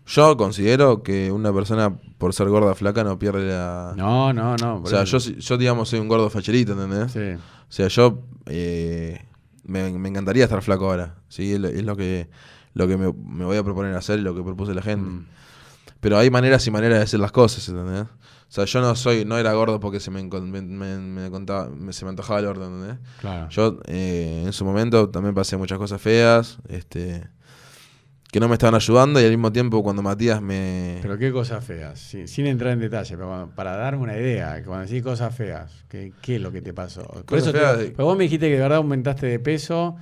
Speaker 2: Yo considero que una persona, por ser gorda o flaca, no pierde la.
Speaker 1: no, no, no.
Speaker 2: o
Speaker 1: por
Speaker 2: sea,
Speaker 1: eso.
Speaker 2: yo, si- yo, digamos, soy un gordo facherito, ¿entendés?
Speaker 1: Sí.
Speaker 2: O sea, yo eh, me, me encantaría estar flaco ahora. ¿sí? Es lo, es lo que, lo que me, me voy a proponer hacer y lo que propuse la gente.
Speaker 1: Mm.
Speaker 2: Pero hay maneras y maneras de hacer las cosas, ¿entendés? O sea, yo no soy, no era gordo porque se me, encon- me, me- me contaba- me- se me antojaba el gordo, ¿entendés?
Speaker 1: Claro.
Speaker 2: Yo eh, en su momento también pasé muchas cosas feas, este, que no me estaban ayudando y al mismo tiempo cuando Matías me...
Speaker 1: pero qué cosas feas, sin, sin entrar en detalle, pero cuando- para darme una idea, que cuando decís cosas feas, ¿qué, qué es lo que te pasó? Por
Speaker 2: Cosas
Speaker 1: eso te
Speaker 2: feas
Speaker 1: digo,
Speaker 2: de-
Speaker 1: pero vos me dijiste que de verdad aumentaste de peso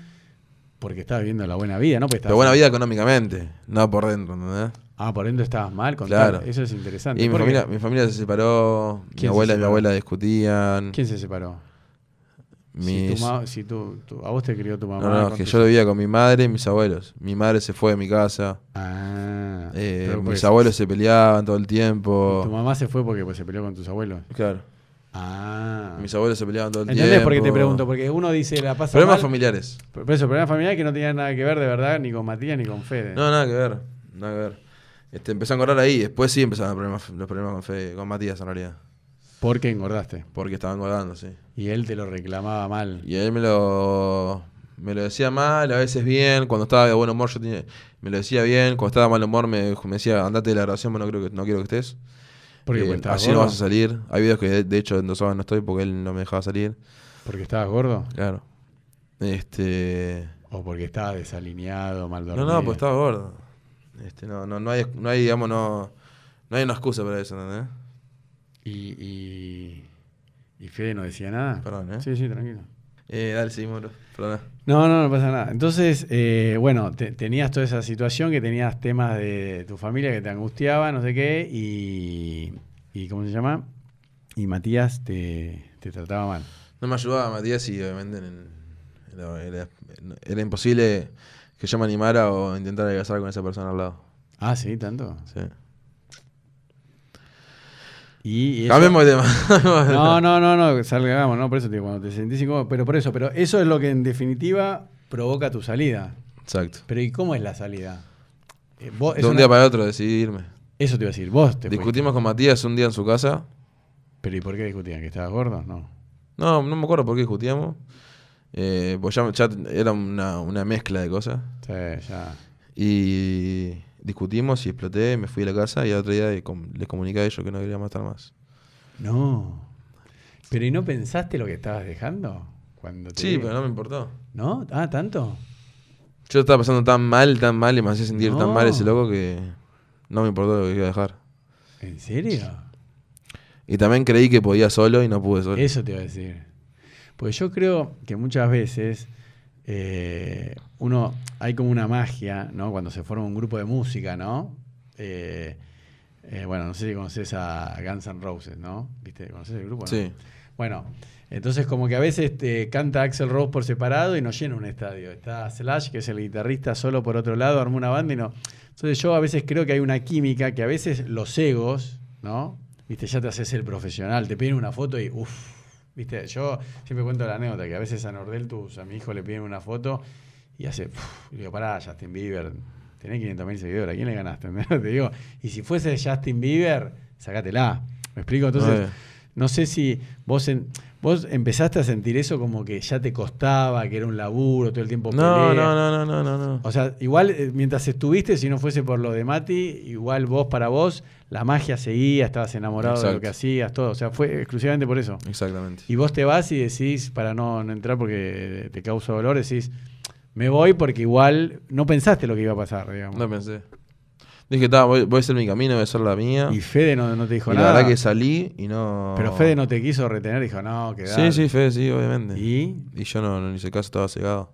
Speaker 1: porque estabas viviendo la buena vida, ¿no? Porque estabas-
Speaker 2: Pero buena vida económicamente, no por dentro, ¿entendés?
Speaker 1: Ah, por dentro estabas mal, con
Speaker 2: Claro.
Speaker 1: Eso es interesante.
Speaker 2: Y mi
Speaker 1: ¿Por qué?
Speaker 2: familia, mi familia se separó, mi
Speaker 1: ¿Quién se
Speaker 2: abuela y mi
Speaker 1: separó?
Speaker 2: abuela discutían.
Speaker 1: ¿Quién se separó? Si,
Speaker 2: mis-
Speaker 1: tu ma- si tu- tu- a vos te crió tu mamá.
Speaker 2: no, no,
Speaker 1: con
Speaker 2: que
Speaker 1: tus-
Speaker 2: yo vivía con mi madre y mis abuelos. Mi madre se fue de mi casa.
Speaker 1: Ah,
Speaker 2: eh,
Speaker 1: pero
Speaker 2: mis
Speaker 1: pues,
Speaker 2: abuelos se peleaban todo el
Speaker 1: Tu
Speaker 2: tiempo.
Speaker 1: mamá se fue porque pues, se peleó con tus abuelos.
Speaker 2: Claro.
Speaker 1: Ah.
Speaker 2: Mis abuelos se peleaban todo el
Speaker 1: ¿Entendés
Speaker 2: tiempo.
Speaker 1: por qué te pregunto? Porque uno dice la pasa
Speaker 2: Problemas
Speaker 1: mal.
Speaker 2: familiares.
Speaker 1: Por eso, problemas familiares que no tenían nada que ver de verdad ni con Matías ni con Fede.
Speaker 2: No, nada que ver. Nada que ver. Este, empezó a engordar ahí. Después sí empezaron los problemas, los problemas con, Fede- con Matías en realidad.
Speaker 1: Porque engordaste.
Speaker 2: Porque estaba engordando, sí.
Speaker 1: Y él te lo reclamaba mal.
Speaker 2: Y él me lo, me lo decía mal, a veces bien. Cuando estaba de buen humor, yo tenía- me lo decía bien. Cuando estaba de mal humor, me, me decía, andate de la grabación, no, creo que, no quiero que estés.
Speaker 1: Porque,
Speaker 2: Eh,
Speaker 1: pues, estabas
Speaker 2: así no
Speaker 1: gordo.
Speaker 2: vas a salir. Hay videos que de, de hecho en dos sábados no estoy porque él no me dejaba salir.
Speaker 1: porque estabas gordo.
Speaker 2: Claro. Este.
Speaker 1: O porque estabas desalineado, mal
Speaker 2: No,
Speaker 1: dormido.
Speaker 2: no, pues estaba gordo. Este, no, no, no hay, no hay, digamos, no. No hay una excusa para eso, ¿entendés?
Speaker 1: Y, y, y Fede no decía nada.
Speaker 2: Perdón, ¿eh?
Speaker 1: Sí, sí, tranquilo.
Speaker 2: Eh, dale, seguimos, bro. Perdona.
Speaker 1: No, no, no pasa nada. Entonces, eh, bueno, te- tenías toda esa situación que tenías temas de tu familia que te angustiaba, no sé qué, y, y ¿cómo se llama? Y Matías te, te trataba mal.
Speaker 2: No me ayudaba Matías y obviamente en- en la- era, era imposible que yo me animara o intentara casar con esa persona al lado.
Speaker 1: Ah, sí, tanto.
Speaker 2: Sí.
Speaker 1: Y, y eso-
Speaker 2: Cambiemos de tema.
Speaker 1: No, no, no, no, salgamos, no, por eso te digo, cuando te sentís incómodo, pero por eso, pero eso es lo que en definitiva provoca tu salida.
Speaker 2: Exacto.
Speaker 1: Pero ¿y cómo es la salida? Eh, vos- es
Speaker 2: De un
Speaker 1: una-
Speaker 2: día para otro decidí irme.
Speaker 1: Eso te iba a decir, vos te fuiste.
Speaker 2: Discutimos con Matías un día en su casa.
Speaker 1: Pero ¿y por qué discutían? ¿Que estabas gordo? No.
Speaker 2: No, no me acuerdo por qué discutíamos. Eh, pues ya, ya era una, una mezcla de cosas.
Speaker 1: Sí, ya.
Speaker 2: Y discutimos y exploté, me fui a la casa y al otro día eh, com- les comuniqué a ellos que no quería matar más.
Speaker 1: No. Pero ¿y no pensaste lo que estabas dejando? Cuando te
Speaker 2: Sí,
Speaker 1: vi?
Speaker 2: pero no me importó.
Speaker 1: ¿No? Ah, ¿tanto?
Speaker 2: Yo estaba pasando tan mal, tan mal y me hacía sentir tan mal
Speaker 1: No.
Speaker 2: ese loco que no me importó lo que iba a dejar.
Speaker 1: ¿En serio?
Speaker 2: Y también creí que podía solo y no pude solo.
Speaker 1: Eso te iba a decir. Pues yo creo que muchas veces eh, uno hay como una magia, ¿no? Cuando se forma un grupo de música, ¿no? Eh, eh, bueno, no sé si conoces a Guns N' Roses, ¿no? ¿Viste? ¿Conoces el grupo? no?
Speaker 2: Sí.
Speaker 1: Bueno, entonces como que a veces te canta Axel Rose por separado y no llena un estadio. Está Slash, que es el guitarrista solo por otro lado, armó una banda y no. Entonces yo a veces creo que hay una química que a veces los egos, ¿no? Viste, ya te haces el profesional, te piden una foto y uff. Viste, yo siempre cuento la anécdota que a veces a Nordeltus, a mi hijo, le piden una foto Y hace, puf, y digo, pará, Justin Bieber, tenés 500.000 seguidores, ¿a quién le ganaste? Te digo, y si fuese Justin Bieber, sacátela. ¿Me explico? Entonces,
Speaker 2: Eh.
Speaker 1: no sé si vos, en- vos empezaste a sentir eso como que ya te costaba, que era un laburo, todo el tiempo
Speaker 2: No,
Speaker 1: pelea.
Speaker 2: no, no, no, no, no, no.
Speaker 1: O sea, igual eh, mientras estuviste, si no fuese por lo de Mati, igual vos para vos, la magia seguía, estabas enamorado de lo
Speaker 2: Exacto.
Speaker 1: que hacías, todo. O sea, fue exclusivamente por eso.
Speaker 2: Exactamente.
Speaker 1: Y vos te vas y decís, para no, no entrar porque te causa dolor, decís, me voy porque igual no pensaste lo que iba a pasar, digamos.
Speaker 2: No pensé. Dije, "Ta, voy, voy a hacer mi camino, voy a hacer la mía.
Speaker 1: y
Speaker 2: Y,
Speaker 1: Fede no, no te dijo
Speaker 2: la
Speaker 1: nada.
Speaker 2: verdad que salí y no.
Speaker 1: Pero Fede no te quiso retener, dijo, no, quedate.
Speaker 2: Sí, sí, Fede, sí, obviamente. Y,
Speaker 1: Y
Speaker 2: yo no, no le hice caso, estaba cegado.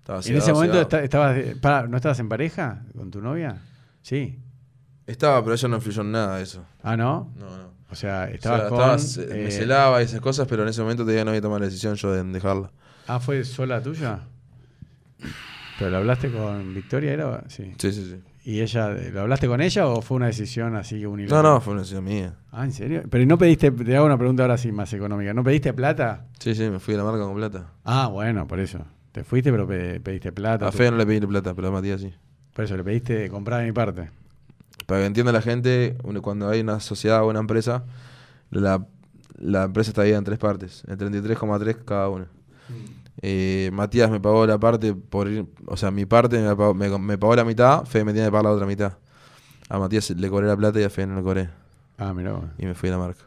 Speaker 2: Estaba
Speaker 1: en
Speaker 2: cegado,
Speaker 1: ese momento
Speaker 2: cegado.
Speaker 1: esta- estabas, eh, pará, ¿no estabas en pareja con tu novia? Sí.
Speaker 2: Estaba, pero ella no influyó en nada de eso.
Speaker 1: Ah, ¿no?
Speaker 2: No, no.
Speaker 1: O sea,
Speaker 2: O sea,
Speaker 1: estabas con...
Speaker 2: estaba ce- me
Speaker 1: eh,
Speaker 2: celaba y esas cosas, pero en ese momento todavía no había tomado la decisión yo de dejarla.
Speaker 1: Ah, ¿fue sola tuya? ¿Pero lo hablaste con Victoria? ¿Era? Sí.
Speaker 2: Sí, sí, sí.
Speaker 1: ¿Y ella, eh, lo hablaste con ella o fue una decisión así
Speaker 2: No,
Speaker 1: unilateral?
Speaker 2: no, fue una decisión mía.
Speaker 1: Ah, ¿en serio? Pero ¿y no pediste, te hago una pregunta ahora sí más económica, ¿no pediste plata?
Speaker 2: Sí, sí, me fui a la marca con plata.
Speaker 1: Ah, bueno, por eso. Te fuiste, pero pe- pediste plata.
Speaker 2: A
Speaker 1: tú-
Speaker 2: Fede no le pedí plata, pero a Matías sí.
Speaker 1: Por eso le pediste comprar de mi parte.
Speaker 2: Para que entienda la gente, uno- cuando hay una sociedad o una empresa, la, la empresa está dividida en tres partes, en 33,3 cada una. Eh, Matías me pagó la parte por ir, o sea, mi parte me, la pagó, me- me pagó la mitad, Fede me tiene que pagar la otra mitad. A Matías le cobré la plata y a Fede no le cobré.
Speaker 1: Ah, mirá. vos.
Speaker 2: Y me fui a la marca.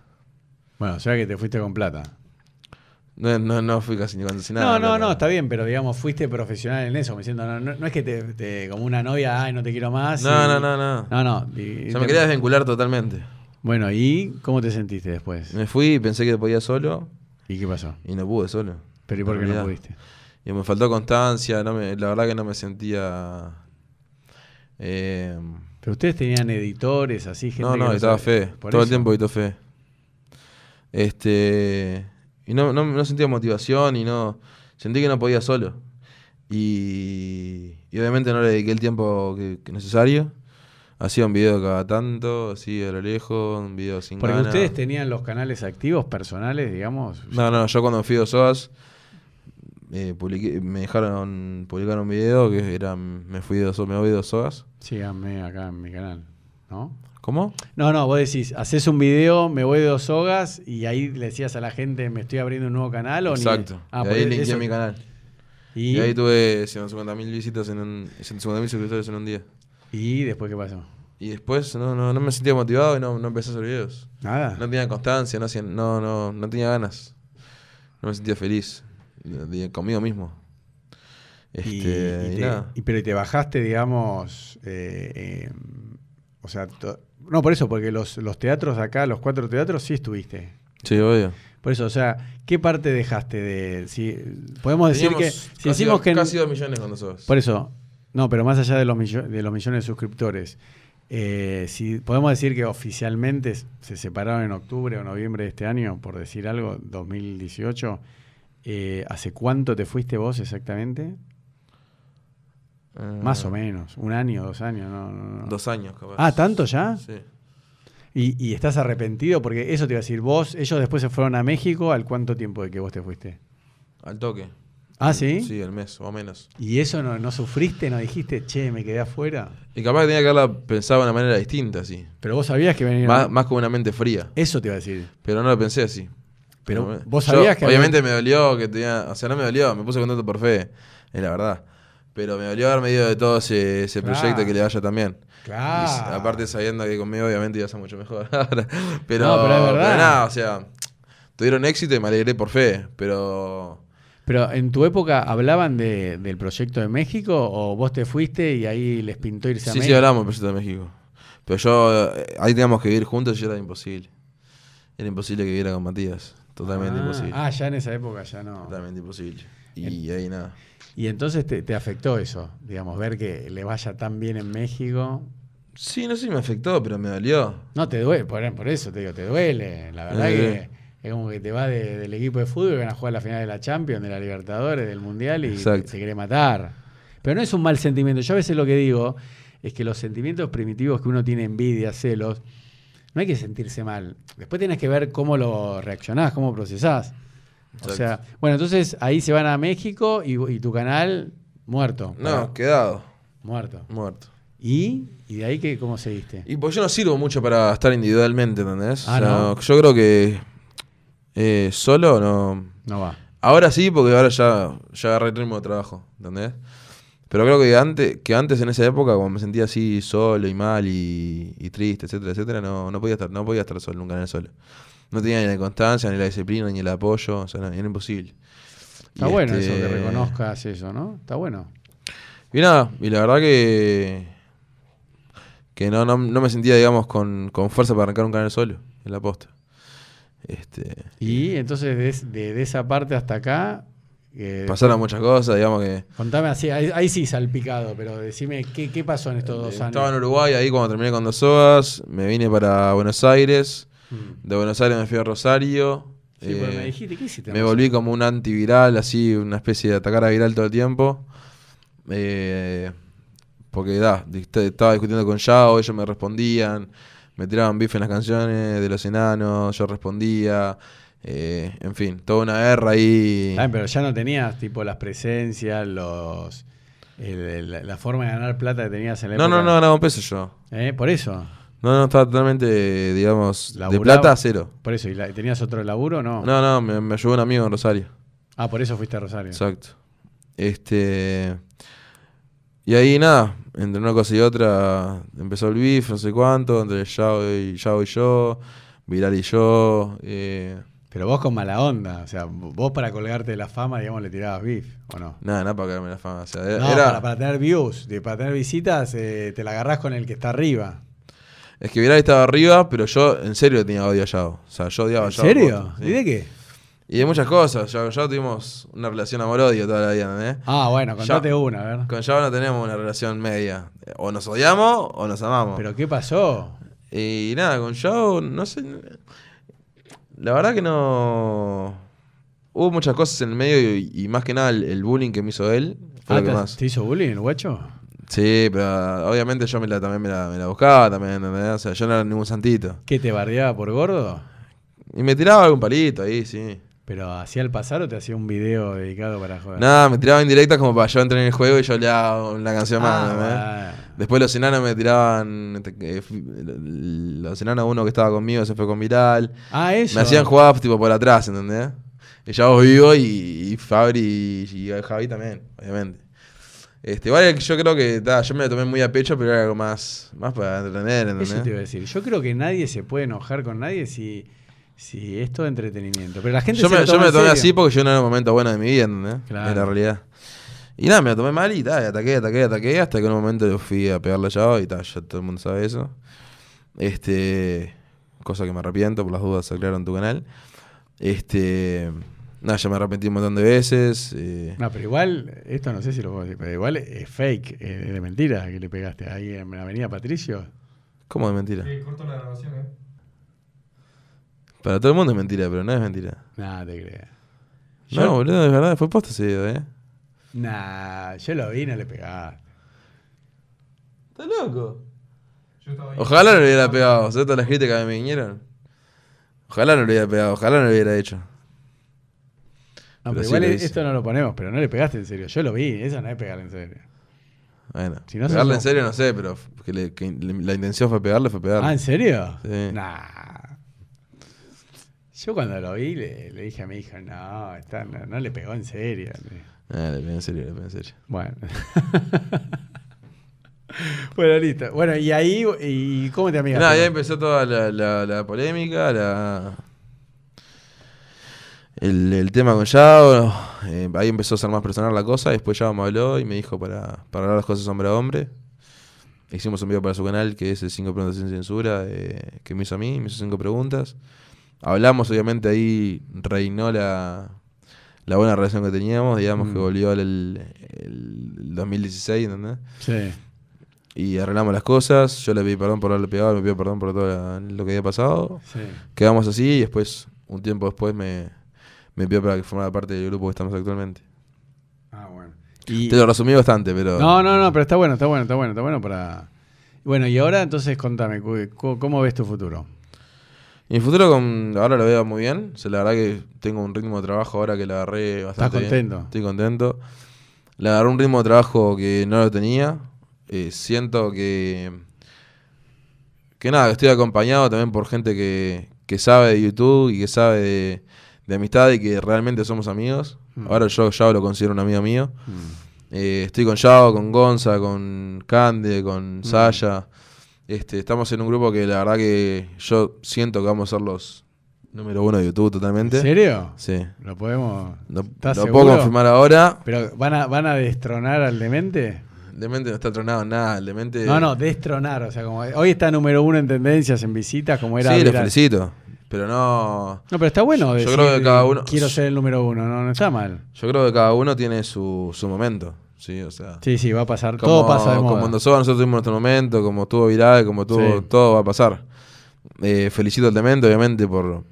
Speaker 1: Bueno, o sea que te fuiste con plata.
Speaker 2: No, no, no fui casi ni condicionado.
Speaker 1: No, no, no, está bien, pero digamos, fuiste profesional en eso, como diciendo, no, no, no es que te, te- como una novia, ay, no te quiero más.
Speaker 2: No,
Speaker 1: y-
Speaker 2: no, no, no.
Speaker 1: No, no. y-
Speaker 2: O sea, me quería desvincular totalmente.
Speaker 1: Bueno, ¿y cómo te sentiste después?
Speaker 2: Me fui y pensé que podía solo
Speaker 1: ¿Y qué pasó?
Speaker 2: y no pude solo.
Speaker 1: Pero ¿y por qué
Speaker 2: Realidad.
Speaker 1: no pudiste?
Speaker 2: Y me faltó constancia, no me, la verdad que no me sentía... eh,
Speaker 1: Pero ustedes tenían editores, así, gente.
Speaker 2: no,
Speaker 1: que
Speaker 2: no,
Speaker 1: los-
Speaker 2: estaba fe.
Speaker 1: por
Speaker 2: Todo el
Speaker 1: eso.
Speaker 2: tiempo estaba fe. Este, y no, no, no sentía motivación y no... Sentí que no podía solo. Y, y obviamente no le dediqué el tiempo que, que necesario. Hacía un video cada tanto, así a lo lejos, un video sin
Speaker 1: Porque
Speaker 2: ganas.
Speaker 1: ustedes tenían los canales activos, personales, digamos.
Speaker 2: No, no, yo cuando fui a Osoas eh, publiqué- me dejaron publicar un video que era me fui de Osoas, me voy de Osoas.
Speaker 1: Síganme acá en mi canal, ¿no?
Speaker 2: ¿Cómo?
Speaker 1: No, no, vos decís, haces un video, me voy de dos sogas y ahí le decías a la gente, me estoy abriendo un nuevo canal o ni-
Speaker 2: Exacto.
Speaker 1: Ah,
Speaker 2: Y
Speaker 1: por
Speaker 2: ahí
Speaker 1: eso-
Speaker 2: linké mi canal.
Speaker 1: Y,
Speaker 2: Y, ahí tuve 150.000 visitas en un 150.000 suscriptores en un día.
Speaker 1: y después, ¿qué pasó?
Speaker 2: Y después no, no, no me sentía motivado y no, no empecé a hacer videos.
Speaker 1: Nada.
Speaker 2: No tenía constancia, no, hacía- no, no, no tenía ganas. No me sentía feliz de- conmigo mismo. Este,
Speaker 1: Y- y
Speaker 2: y
Speaker 1: te-
Speaker 2: nada.
Speaker 1: y- pero y te bajaste, digamos, eh, eh, o sea, to- no por eso, porque los, los teatros acá, los cuatro teatros, sí estuviste.
Speaker 2: Sí, obvio.
Speaker 1: Por eso, o sea, ¿qué parte dejaste de...? Si, podemos decir que...
Speaker 2: Teníamos
Speaker 1: Si
Speaker 2: casi,
Speaker 1: decimos que... en-
Speaker 2: casi 2 millones cuando sos.
Speaker 1: Por eso, no, pero más allá de los, millo- de los millones de suscriptores, eh, si podemos decir que oficialmente s- se separaron en octubre o noviembre de este año, por decir algo, 2018, eh, ¿hace cuánto te fuiste vos exactamente?
Speaker 2: Eh,
Speaker 1: Más o menos, un año, dos años, no, no, no.
Speaker 2: Dos años, capaz.
Speaker 1: Ah, ¿tanto ya?
Speaker 2: Sí.
Speaker 1: Y, y estás arrepentido? Porque eso te iba a decir, vos, ellos después se fueron a México, ¿al cuánto tiempo de que vos te fuiste?
Speaker 2: Al toque.
Speaker 1: Ah, sí.
Speaker 2: Sí, al mes, o menos.
Speaker 1: ¿Y eso no, no sufriste? ¿No dijiste, che, me quedé afuera?
Speaker 2: Y capaz que tenía que haberla pensado de una manera distinta, sí.
Speaker 1: Pero vos sabías que venían...
Speaker 2: Más, más con una mente fría.
Speaker 1: Eso te iba a decir.
Speaker 2: Pero no lo pensé así.
Speaker 1: Pero
Speaker 2: No me-
Speaker 1: vos
Speaker 2: Yo,
Speaker 1: sabías que había-
Speaker 2: Obviamente me dolió que tenía. O sea, no me dolió, me puse contento por fe. Es la verdad. Pero me dolió haber medido de todo ese, ese
Speaker 1: Claro.
Speaker 2: proyecto que le vaya también. Y s-
Speaker 1: Claro.
Speaker 2: aparte sabiendo que conmigo obviamente ibas a ser mucho mejor. ahora. pero,
Speaker 1: No, pero es
Speaker 2: pero
Speaker 1: verdad.
Speaker 2: nada, o sea, tuvieron éxito y me alegré por fe. Pero
Speaker 1: Pero en tu época hablaban de- del proyecto de México o vos te fuiste y ahí les pintó irse a
Speaker 2: Sí, sí,
Speaker 1: México.
Speaker 2: hablamos del proyecto de México. Pero yo, eh, ahí teníamos que vivir juntos y era imposible. Era imposible que viviera con Matías. Totalmente
Speaker 1: ah,
Speaker 2: imposible.
Speaker 1: Ah, ya en esa época ya no.
Speaker 2: Totalmente imposible. Y ahí nada.
Speaker 1: Y entonces te, te afectó eso, digamos, ver que le vaya tan bien en México.
Speaker 2: Sí, no sé si me afectó, pero me dolió.
Speaker 1: No te duele, por, por eso te digo, te duele. La verdad
Speaker 2: Eh.
Speaker 1: que es como que te vas de- del equipo de fútbol y van a jugar la final de la Champions, de la Libertadores, del Mundial y te,
Speaker 2: Exacto.
Speaker 1: te quiere matar. Pero no es un mal sentimiento. Yo a veces lo que digo es que los sentimientos primitivos que uno tiene, envidia, celos, no hay que sentirse mal. Después tienes que ver cómo lo reaccionás, cómo procesás. O
Speaker 2: Exacto.
Speaker 1: sea, bueno, entonces ahí se van a México y, y tu canal Muerto.
Speaker 2: No, quedado.
Speaker 1: Muerto.
Speaker 2: Muerto.
Speaker 1: ¿Y? ¿Y de ahí que, cómo seguiste?
Speaker 2: Y pues yo no sirvo mucho para estar individualmente, ¿entendés?
Speaker 1: Ah,
Speaker 2: O sea,
Speaker 1: ¿no?
Speaker 2: Yo creo que eh, solo no.
Speaker 1: No va.
Speaker 2: Ahora sí, porque ahora ya, ya agarré el ritmo de trabajo, ¿entendés? Pero creo que antes, que antes en esa época, cuando me sentía así solo y mal y, y triste, etcétera, etcétera, no, no podía estar, no podía estar solo, nunca en el solo. No tenía ni la constancia, ni la disciplina, ni el apoyo, o sea, no, era imposible.
Speaker 1: Está
Speaker 2: Y,
Speaker 1: bueno
Speaker 2: este,
Speaker 1: eso, que reconozcas eso, ¿no? Está bueno.
Speaker 2: Y nada, y la verdad que. que no, no, no me sentía, digamos, con, con fuerza para arrancar un canal solo, en la posta. Este,
Speaker 1: Y entonces des- de, de esa parte hasta acá... eh,
Speaker 2: pasaron muchas cosas, digamos que.
Speaker 1: Contame así, ahí, ahí sí salpicado, pero decime qué, qué pasó en estos dos años.
Speaker 2: Eh, Estaba en Uruguay ahí cuando terminé con dos horas, me vine para Buenos Aires,
Speaker 1: Mm.
Speaker 2: de Buenos Aires me fui a Rosario.
Speaker 1: Sí, porque
Speaker 2: eh,
Speaker 1: me dijiste, ¿qué hiciste?
Speaker 2: me volví como un antiviral, así, una especie de atacara viral todo el tiempo. Eh, porque da, di- te- estaba discutiendo con Yao, ellos me respondían, me tiraban bife en las canciones de los enanos, yo respondía, eh, en fin, toda una guerra ahí.
Speaker 1: Ah, pero ya no tenías tipo las presencias, los el- el- la- la forma de ganar plata que tenías en la
Speaker 2: No,
Speaker 1: época.
Speaker 2: no, no, no, un peso yo.
Speaker 1: ¿Eh? Por eso,
Speaker 2: No, no, estaba totalmente, digamos, de
Speaker 1: Laburaba.
Speaker 2: plata a cero.
Speaker 1: por eso. ¿Y la- tenías otro laburo o no?
Speaker 2: No, no, me, me ayudó un amigo en Rosario.
Speaker 1: Ah, por eso fuiste a Rosario.
Speaker 2: Exacto. Este. Y ahí nada, entre una cosa y otra empezó el beef, no sé cuánto, entre Yao y, Yao y yo, Viral y yo. eh,
Speaker 1: Pero vos con mala onda, o sea, vos para colgarte de la fama, digamos, le tirabas beef, ¿o no?
Speaker 2: nada, nada para cagarme la fama. O sea, Eh, era,
Speaker 1: No, para, para tener views, de- para tener visitas, eh, te la agarrás con el que está arriba.
Speaker 2: Es que Viral estaba arriba, pero yo en serio le tenía odio a Yao. O sea, yo odiaba a
Speaker 1: ¿En
Speaker 2: Yao.
Speaker 1: serio?
Speaker 2: posta, sí.
Speaker 1: ¿Y de qué?
Speaker 2: Y de muchas cosas. Yao y yo tuvimos una relación amor-odio toda la vida, ¿entendés?
Speaker 1: Ah, bueno, contate
Speaker 2: Ya.
Speaker 1: una, a ver.
Speaker 2: Con Yao no tenemos una relación media. O nos odiamos o nos amamos.
Speaker 1: ¿Pero qué pasó?
Speaker 2: Y nada, con Yao, no sé. La verdad que no. Hubo muchas cosas en el medio y, y más que nada el, el bullying que me hizo él. Fue
Speaker 1: Ah,
Speaker 2: lo que
Speaker 1: ¿te,
Speaker 2: más.
Speaker 1: te hizo bullying, el guacho?
Speaker 2: Sí, pero obviamente yo me la, también me la, me la buscaba también, ¿entendés? O sea, yo no era ningún santito.
Speaker 1: ¿Qué te bardeaba por gordo?
Speaker 2: Y me tiraba algún palito ahí, sí.
Speaker 1: ¿Pero hacía el pasar o te hacía un video dedicado para joder?
Speaker 2: Nada, me tiraba indirectas como para yo entrar en el juego y yo le daba una canción más, ¿entendés?
Speaker 1: Ah, va.
Speaker 2: Después los enanos me tiraban. este, que f- Los enanos, uno que estaba conmigo se fue con viral.
Speaker 1: Ah, eso.
Speaker 2: Me hacían jugar tipo por atrás, ¿entendés? Y ya vos vivo y, y Fabri y, y Javi también, obviamente. Este, igual yo creo que ta, yo me lo tomé muy a pecho, pero era algo más, más para entretener, ¿entendés?
Speaker 1: Eso te iba a decir. Yo creo que nadie se puede enojar con nadie si, si es todo entretenimiento. Pero la gente
Speaker 2: yo,
Speaker 1: se
Speaker 2: me,
Speaker 1: lo
Speaker 2: yo
Speaker 1: toma
Speaker 2: me lo
Speaker 1: en
Speaker 2: tomé
Speaker 1: serio.
Speaker 2: así porque yo no era un momento bueno de mi vida, ¿entendés?
Speaker 1: Claro.
Speaker 2: Es la realidad. Y nada, me lo tomé mal y ta, y ataqué, ataqué, ataqué, hasta que en un momento le fui a pegarle ya y tal, ya todo el mundo sabe eso. Este, cosa que me arrepiento, por las dudas se aclararon en tu canal. Este, nada, ya me arrepentí un montón de veces. eh,
Speaker 1: No, pero igual, esto no sé si lo puedo decir, pero igual es fake, es de mentira que le pegaste ahí en la avenida Patricio.
Speaker 2: ¿Cómo es mentira?
Speaker 3: Sí, corto la grabación, ¿eh?
Speaker 2: Para todo el mundo es mentira, pero no es mentira.
Speaker 1: Nah, te creas.
Speaker 2: No,
Speaker 1: Yo-
Speaker 2: boludo, es verdad, fue posta ese video, eh.
Speaker 1: Nah, yo lo vi, no le pegaste.
Speaker 2: Está loco.
Speaker 3: Yo estaba ahí.
Speaker 2: Ojalá no lo hubiera pegado, o sea, todas las críticas que me vinieron. Ojalá no lo hubiera pegado, ojalá no lo hubiera hecho.
Speaker 1: No,
Speaker 2: Pero
Speaker 1: pero
Speaker 2: sí
Speaker 1: igual
Speaker 2: lo
Speaker 1: e-
Speaker 2: hice.
Speaker 1: esto no lo ponemos, pero no le pegaste en serio. Yo lo vi, eso no es pegar en serio.
Speaker 2: Bueno,
Speaker 1: Si no sos
Speaker 2: pegarle en
Speaker 1: vos.
Speaker 2: serio no sé, pero f- que le- que le- la intención fue pegarle, fue pegarle.
Speaker 1: ¿Ah, en serio?
Speaker 2: Sí.
Speaker 1: Nah. Yo cuando lo vi le, le dije a mi hija, no, está- no, no le pegó en serio. Le-
Speaker 2: Ah, le pegué en serio, le pegué en serio.
Speaker 1: Bueno. bueno, listo. Bueno, y ahí, ¿y cómo te amigas?
Speaker 2: Nada, ya empezó toda la, la- la polémica, la... El, el tema con Yao, eh, ahí empezó a ser más personal la cosa, después Yao me habló y me dijo para, para hablar las cosas hombre a hombre. Hicimos un video para su canal que es el 5 preguntas sin censura, eh, que me hizo a mí, me hizo cinco preguntas. Hablamos, obviamente ahí reinó la, la buena relación que teníamos, digamos
Speaker 1: Mm.
Speaker 2: que volvió al- el, el 2016, ¿entendés?
Speaker 1: Sí.
Speaker 2: y arreglamos las cosas. Yo le pedí perdón por haberle pegado, me pidió perdón por todo la- lo que había pasado.
Speaker 1: sí.
Speaker 2: Quedamos así y después, un tiempo después, me, me pidió para que formara parte del grupo que estamos actualmente.
Speaker 1: Ah, bueno. Y-
Speaker 2: Te lo resumí bastante, pero.
Speaker 1: no, no, no, pero está bueno, está bueno, está bueno, está bueno para... Bueno, y ahora entonces contame, cu- cu- ¿cómo ves tu futuro?
Speaker 2: Y el futuro con, ahora lo veo muy bien. O sea, la verdad que tengo un ritmo de trabajo ahora que la agarré bastante. bien.
Speaker 1: contento?
Speaker 2: Estoy contento. Le agarré un ritmo de trabajo que no lo tenía. Eh, siento que. Que nada, estoy acompañado también por gente que, que sabe de YouTube y que sabe de, de amistad y que realmente somos amigos.
Speaker 1: Mm.
Speaker 2: Ahora yo ya lo considero un amigo mío.
Speaker 1: Mm.
Speaker 2: Eh, estoy con Yao, con Gonza, con Cande,
Speaker 1: Mm.
Speaker 2: con Saya. Este, estamos en un grupo que la verdad que yo siento que vamos a ser los número uno de YouTube totalmente.
Speaker 1: ¿En serio?
Speaker 2: Sí.
Speaker 1: ¿Lo podemos...?
Speaker 2: Lo,
Speaker 1: ¿Estás
Speaker 2: lo
Speaker 1: seguro?
Speaker 2: puedo confirmar ahora.
Speaker 1: ¿Pero van a, van a destronar al demente?
Speaker 2: Demente no está tronado nada. el Demente.
Speaker 1: No, no, destronar. O sea, como hoy está número uno en tendencias, en visitas, como era...
Speaker 2: sí, lo
Speaker 1: viral.
Speaker 2: felicito. Pero no.
Speaker 1: No, pero está bueno
Speaker 2: Yo
Speaker 1: decir,
Speaker 2: creo que cada uno-
Speaker 1: quiero ser el número uno, no, no está mal.
Speaker 2: Yo creo que cada uno tiene su, su momento. Sí, o sea.
Speaker 1: Sí, sí, va a pasar,
Speaker 2: como,
Speaker 1: todo pasa de moda.
Speaker 2: Como nosotros, nosotros tuvimos nuestro momento, como estuvo viral, como estuvo.
Speaker 1: Sí.
Speaker 2: Todo va a pasar. Eh, felicito al Demente, obviamente, por,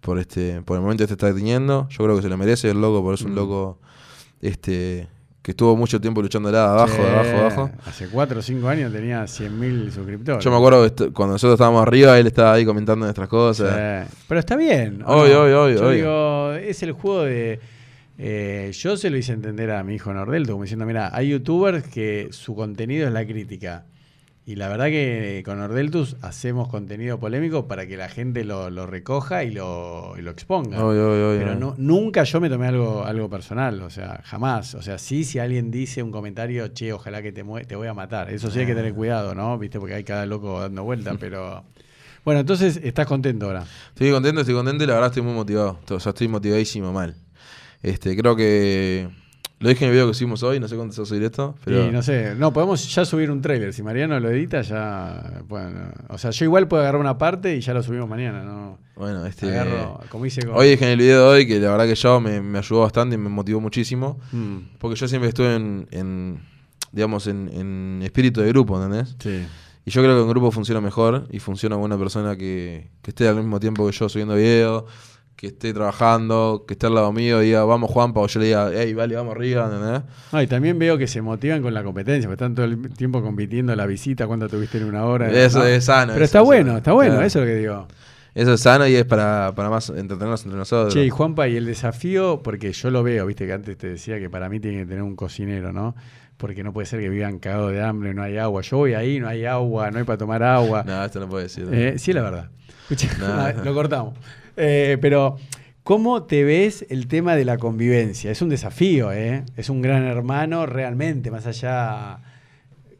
Speaker 2: por este por el momento que se está teniendo. Yo creo que se lo merece el loco, por eso es
Speaker 1: Mm.
Speaker 2: un loco este que estuvo mucho tiempo luchando de abajo,
Speaker 1: Sí.
Speaker 2: de abajo, de abajo.
Speaker 1: Hace 4 o 5 años tenía 100.000 suscriptores.
Speaker 2: Yo me acuerdo que esto- cuando nosotros estábamos arriba, él estaba ahí comentando nuestras cosas.
Speaker 1: Sí. Pero está bien. ¿o
Speaker 2: Obvio, obvio, obvio,
Speaker 1: Yo
Speaker 2: obvio.
Speaker 1: digo, es el juego de. eh, yo se lo hice entender a mi hijo Nordelto, como diciendo, mira, hay youtubers que su contenido es la crítica. Y la verdad que eh, con Nordeltus hacemos contenido polémico para que la gente lo, lo recoja y lo, y lo exponga.
Speaker 2: Obvio, obvio, obvio.
Speaker 1: Pero no- nunca yo me tomé algo, algo personal, o sea, jamás. O sea, sí, si alguien dice un comentario, che, ojalá que te, mue- te voy a matar. Eso sí hay que tener cuidado, ¿no? Viste, porque hay cada loco dando vuelta, pero. Bueno, entonces estás contento ahora.
Speaker 2: Estoy contento, estoy contento y la verdad estoy muy motivado. O sea, estoy motivadísimo mal. Este, creo que. Lo dije en el video que hicimos hoy, no sé cuánto se va a subir esto, pero.
Speaker 1: Y no sé, no, podemos ya subir un trailer. Si Mariano lo edita, ya. Bueno, o sea, yo igual puedo agarrar una parte y ya lo subimos mañana, ¿no?
Speaker 2: Bueno, este.
Speaker 1: Agarro, como hice con.
Speaker 2: Hoy dije en el video de hoy que la verdad que yo me, me ayudó bastante y me motivó muchísimo.
Speaker 1: Mm,
Speaker 2: Porque yo siempre estuve en. en, digamos, en, en espíritu de grupo, ¿entendés?
Speaker 1: sí.
Speaker 2: Y yo creo que en grupo funciona mejor y funciona con una persona que, que esté al mismo tiempo que yo subiendo videos, que esté trabajando, que esté al lado mío y diga, vamos Juanpa, o yo le diga, hey, vale, vamos arriba, ¿entendés?
Speaker 1: No, y también veo que se motivan con la competencia, porque están todo el tiempo compitiendo la visita, cuánto tuviste en una hora.
Speaker 2: Eso
Speaker 1: ¿no?
Speaker 2: es sano.
Speaker 1: Pero
Speaker 2: eso
Speaker 1: está
Speaker 2: es
Speaker 1: bueno,
Speaker 2: sano.
Speaker 1: está bueno,
Speaker 2: Claro.
Speaker 1: eso es lo que digo.
Speaker 2: Eso es sano y es para, para más entretenernos entre nosotros.
Speaker 1: Che, y Juanpa, y el desafío, porque yo lo veo, viste que antes te decía que para mí tiene que tener un cocinero, ¿no? Porque no puede ser que vivan cagados de hambre, no hay agua. Yo voy ahí, no hay agua, no hay para tomar agua.
Speaker 2: No, esto no puedo decir.
Speaker 1: Eh, sí, es la verdad. Escuchá,
Speaker 2: No.
Speaker 1: lo cortamos. Eh, pero, ¿cómo te ves el tema de la convivencia? Es un desafío, ¿eh? Es un gran hermano realmente, más allá.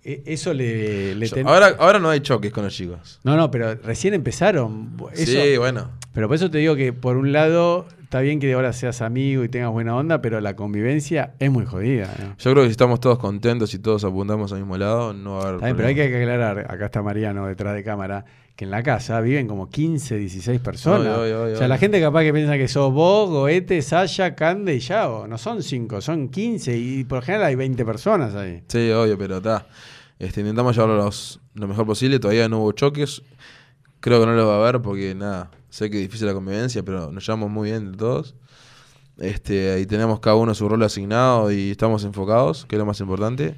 Speaker 1: e- Eso le, le
Speaker 2: Yo-
Speaker 1: ten-
Speaker 2: ahora, ahora no hay choques con los chicos.
Speaker 1: No, no, pero recién empezaron. Eso,
Speaker 2: Sí, bueno.
Speaker 1: Pero por eso te digo que, por un lado, está bien que ahora seas amigo y tengas buena onda, pero la convivencia es muy jodida. ¿no?
Speaker 2: Yo creo que si estamos todos contentos y todos apuntamos al mismo lado, no va a haber.
Speaker 1: Está bien, pero hay
Speaker 2: problema.
Speaker 1: que aclarar, acá está Mariano detrás de cámara, que en la casa viven como 15, 16 personas.
Speaker 2: Obvio, obvio, obvio,
Speaker 1: o sea, la
Speaker 2: obvio.
Speaker 1: gente capaz que piensa que sos vos, Goete, Sasha, Cande y Yao. No son 5, son 15 y por general hay 20 personas ahí.
Speaker 2: Sí, obvio, pero está. Este, intentamos llevarlo los- lo mejor posible. Todavía no hubo choques. Creo que no lo va a haber porque, nada, sé que es difícil la convivencia, pero nos llevamos muy bien entre todos. Este, y tenemos cada uno su rol asignado y estamos enfocados, que es lo más importante.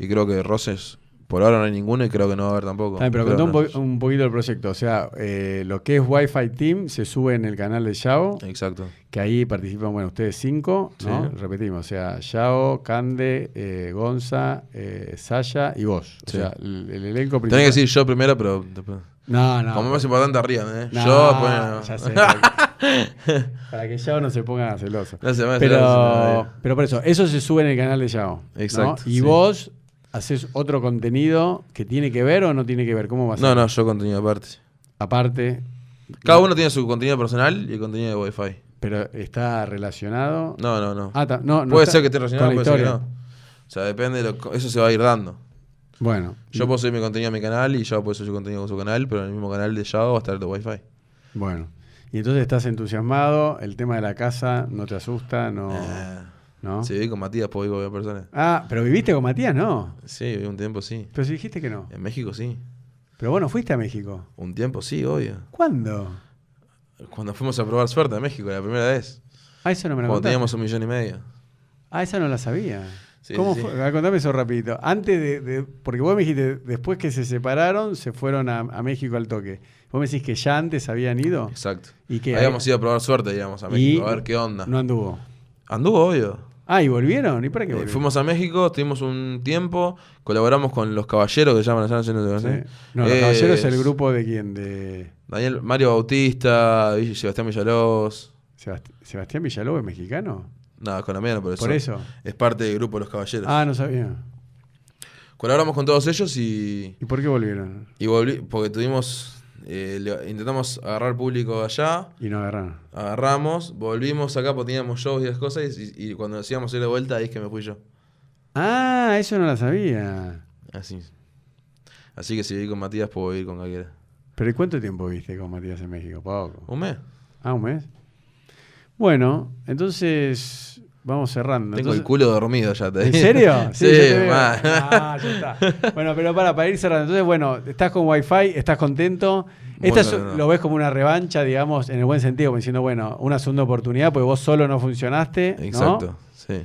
Speaker 2: Y creo que roces por ahora no hay ninguno y creo que no va a haber tampoco.
Speaker 1: Está bien, pero
Speaker 2: Creo
Speaker 1: contá un,
Speaker 2: que
Speaker 1: po- un poquito el proyecto. O sea, eh, lo que es Wi-Fi Team se sube en el canal de Yao.
Speaker 2: no. Exacto.
Speaker 1: Que ahí participan, bueno, ustedes cinco, ¿no?
Speaker 2: Sí.
Speaker 1: Repetimos, o sea, Yao, Cande, eh, Gonza, eh, Sasha y vos. O
Speaker 2: Sí.
Speaker 1: sea, el, el elenco principal.
Speaker 2: Tenés que decir yo primero, pero después.
Speaker 1: No, no.
Speaker 2: Como
Speaker 1: pero-
Speaker 2: más importante arriba, ¿eh?
Speaker 1: No,
Speaker 2: yo, pues.
Speaker 1: ya sé, para que- para que Yao no se ponga celoso.
Speaker 2: No se me hace
Speaker 1: Pero,
Speaker 2: nada.
Speaker 1: pero por eso, eso se sube en el canal de Yao. ¿no?
Speaker 2: Exacto,
Speaker 1: Y
Speaker 2: sí.
Speaker 1: vos haces otro contenido que tiene que ver o no tiene que ver. ¿Cómo va a ser?
Speaker 2: No, no, yo contenido aparte.
Speaker 1: Aparte,
Speaker 2: Cada uno tiene su contenido personal y el contenido de Wi-Fi.
Speaker 1: pero está relacionado.
Speaker 2: No, no, no.
Speaker 1: Ah, ta- no, no
Speaker 2: puede
Speaker 1: está-
Speaker 2: ser que esté relacionado,
Speaker 1: con la
Speaker 2: puede ser que no.
Speaker 1: historia. Mm.
Speaker 2: O sea, depende de lo co- Eso se va a ir dando.
Speaker 1: Bueno,
Speaker 2: Yo puedo subir mi contenido a mi canal y Yao puede subir su contenido con su canal, pero en el mismo canal de Yao va a estar el de Wi-Fi.
Speaker 1: Bueno, y entonces estás entusiasmado, el tema de la casa no te asusta, no.
Speaker 2: Eh,
Speaker 1: ¿no?
Speaker 2: Sí, viví con Matías, puedo ir con varias personas.
Speaker 1: Ah, pero viviste con Matías, no.
Speaker 2: Sí, viví un tiempo sí.
Speaker 1: Pero si dijiste que no.
Speaker 2: En México sí.
Speaker 1: Pero bueno, fuiste a México.
Speaker 2: Un tiempo sí, obvio.
Speaker 1: ¿Cuándo?
Speaker 2: Cuando fuimos a probar suerte a México la primera vez.
Speaker 1: Ah, eso no me lo
Speaker 2: Cuando
Speaker 1: contaste.
Speaker 2: teníamos un millón y medio.
Speaker 1: Ah, esa no la sabía.
Speaker 2: Sí,
Speaker 1: ¿Cómo
Speaker 2: sí, sí.
Speaker 1: fue? Ah, Contame eso rapidito. Antes de, de- Porque vos me dijiste, después que se separaron, se fueron a, a México al toque. Vos me decís que ya antes habían ido
Speaker 2: Exacto.
Speaker 1: y que...
Speaker 2: Habíamos ido a probar suerte, digamos, a
Speaker 1: y
Speaker 2: México, a ver qué onda.
Speaker 1: No anduvo.
Speaker 2: Anduvo, obvio.
Speaker 1: Ah, ¿y volvieron? ¿Y para qué
Speaker 2: Eh,
Speaker 1: volvieron?
Speaker 2: fuimos a México, estuvimos un tiempo, colaboramos con Los Caballeros, que llaman allá, no sé, no
Speaker 1: Sí.
Speaker 2: sé.
Speaker 1: No, los
Speaker 2: Eh,
Speaker 1: caballeros es el grupo de quién? De
Speaker 2: Daniel, Mario Bautista, Vill- Sebastián Villalobos.
Speaker 1: Sebast- Sebastián Villalobos, es mexicano.
Speaker 2: Nada, no, colombiano, por eso.
Speaker 1: Por eso.
Speaker 2: Es parte del grupo Los Caballeros.
Speaker 1: Ah, no sabía.
Speaker 2: Colaboramos con todos ellos y,
Speaker 1: ¿Y por qué volvieron?
Speaker 2: y volví, porque tuvimos, eh, le- intentamos agarrar público allá,
Speaker 1: Y no agarraron.
Speaker 2: agarramos, volvimos acá porque teníamos shows y esas cosas y, y cuando decíamos ir de vuelta ahí es que me fui yo.
Speaker 1: Ah, eso no la sabía.
Speaker 2: Así. Así que si viví con Matías puedo vivir con cualquiera.
Speaker 1: ¿Pero ¿y cuánto tiempo viste con Matías en México? Poco.
Speaker 2: ¿Un mes?
Speaker 1: Ah, un mes. Bueno, entonces vamos cerrando.
Speaker 2: Tengo el
Speaker 1: Entonces-
Speaker 2: culo dormido ya. Te
Speaker 1: ¿En
Speaker 2: digo.
Speaker 1: serio?
Speaker 2: sí,
Speaker 1: ya te veo.
Speaker 2: mal.
Speaker 1: Ah, ya está. Bueno, pero para, para ir cerrando. Entonces, bueno, estás con Wi-Fi, estás contento. Esta es-
Speaker 2: Bueno, no.
Speaker 1: lo ves como una revancha, digamos, en el buen sentido, como diciendo, bueno, una segunda oportunidad, porque vos solo no funcionaste. ¿no?
Speaker 2: Exacto, sí.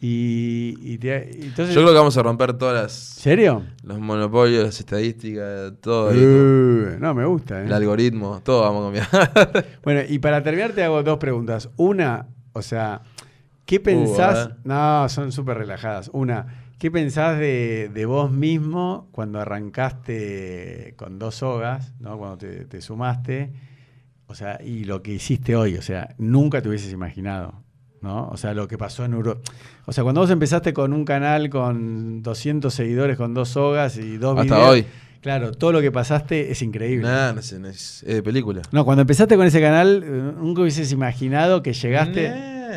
Speaker 1: Y, y te- y entonces.
Speaker 2: Yo creo que vamos a romper todas las-
Speaker 1: ¿Serio?
Speaker 2: los monopolios, las estadísticas, todo. y todo.
Speaker 1: Eh, no, me gusta. ¿eh?
Speaker 2: El algoritmo, todo vamos a cambiar.
Speaker 1: Bueno, y para terminar te hago dos preguntas. Una, o sea, ¿qué pensás?
Speaker 2: Uh, a ver.
Speaker 1: no, son súper relajadas. Una, ¿qué pensás de, de vos mismo cuando arrancaste con dos sogas, ¿no? cuando te, te sumaste? O sea, y lo que hiciste hoy, o sea, nunca te hubieses imaginado. ¿No? O sea, lo que pasó en Europa. O sea, cuando vos empezaste con un canal con 200 seguidores, con dos sogas y dos
Speaker 2: Hasta
Speaker 1: videos,
Speaker 2: hoy.
Speaker 1: Claro, todo lo que pasaste es increíble.
Speaker 2: Nah, no sé, no es, es de película.
Speaker 1: No, cuando empezaste con ese canal, eh, nunca hubieses imaginado que llegaste.
Speaker 2: Nah,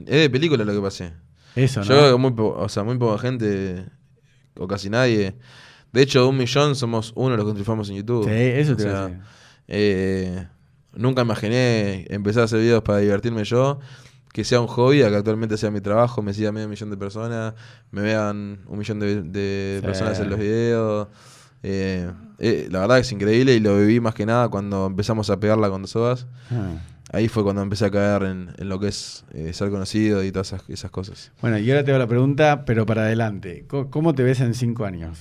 Speaker 2: es de película lo que pasé.
Speaker 1: Eso,
Speaker 2: Eh. Yo creo
Speaker 1: ¿no?
Speaker 2: que muy, po- o sea, muy poca gente, o casi nadie. De hecho, de un millón somos uno de los que triunfamos en YouTube.
Speaker 1: sí, eso te
Speaker 2: O
Speaker 1: iba a
Speaker 2: sea,
Speaker 1: decir.
Speaker 2: Eh, nunca imaginé empezar a hacer videos para divertirme yo, que sea un hobby, a que actualmente sea mi trabajo, me siga medio millón de personas, me vean un millón de, de
Speaker 1: Sí.
Speaker 2: personas en los videos. Eh, eh, la verdad que es increíble y lo viví más que nada cuando empezamos a pegarla con dos sogas.
Speaker 1: Ah.
Speaker 2: Ahí fue cuando empecé a caer en, en lo que es eh, ser conocido y todas esas, esas cosas.
Speaker 1: Bueno, y ahora te hago la pregunta, pero para adelante. Co- ¿Cómo te ves en cinco años?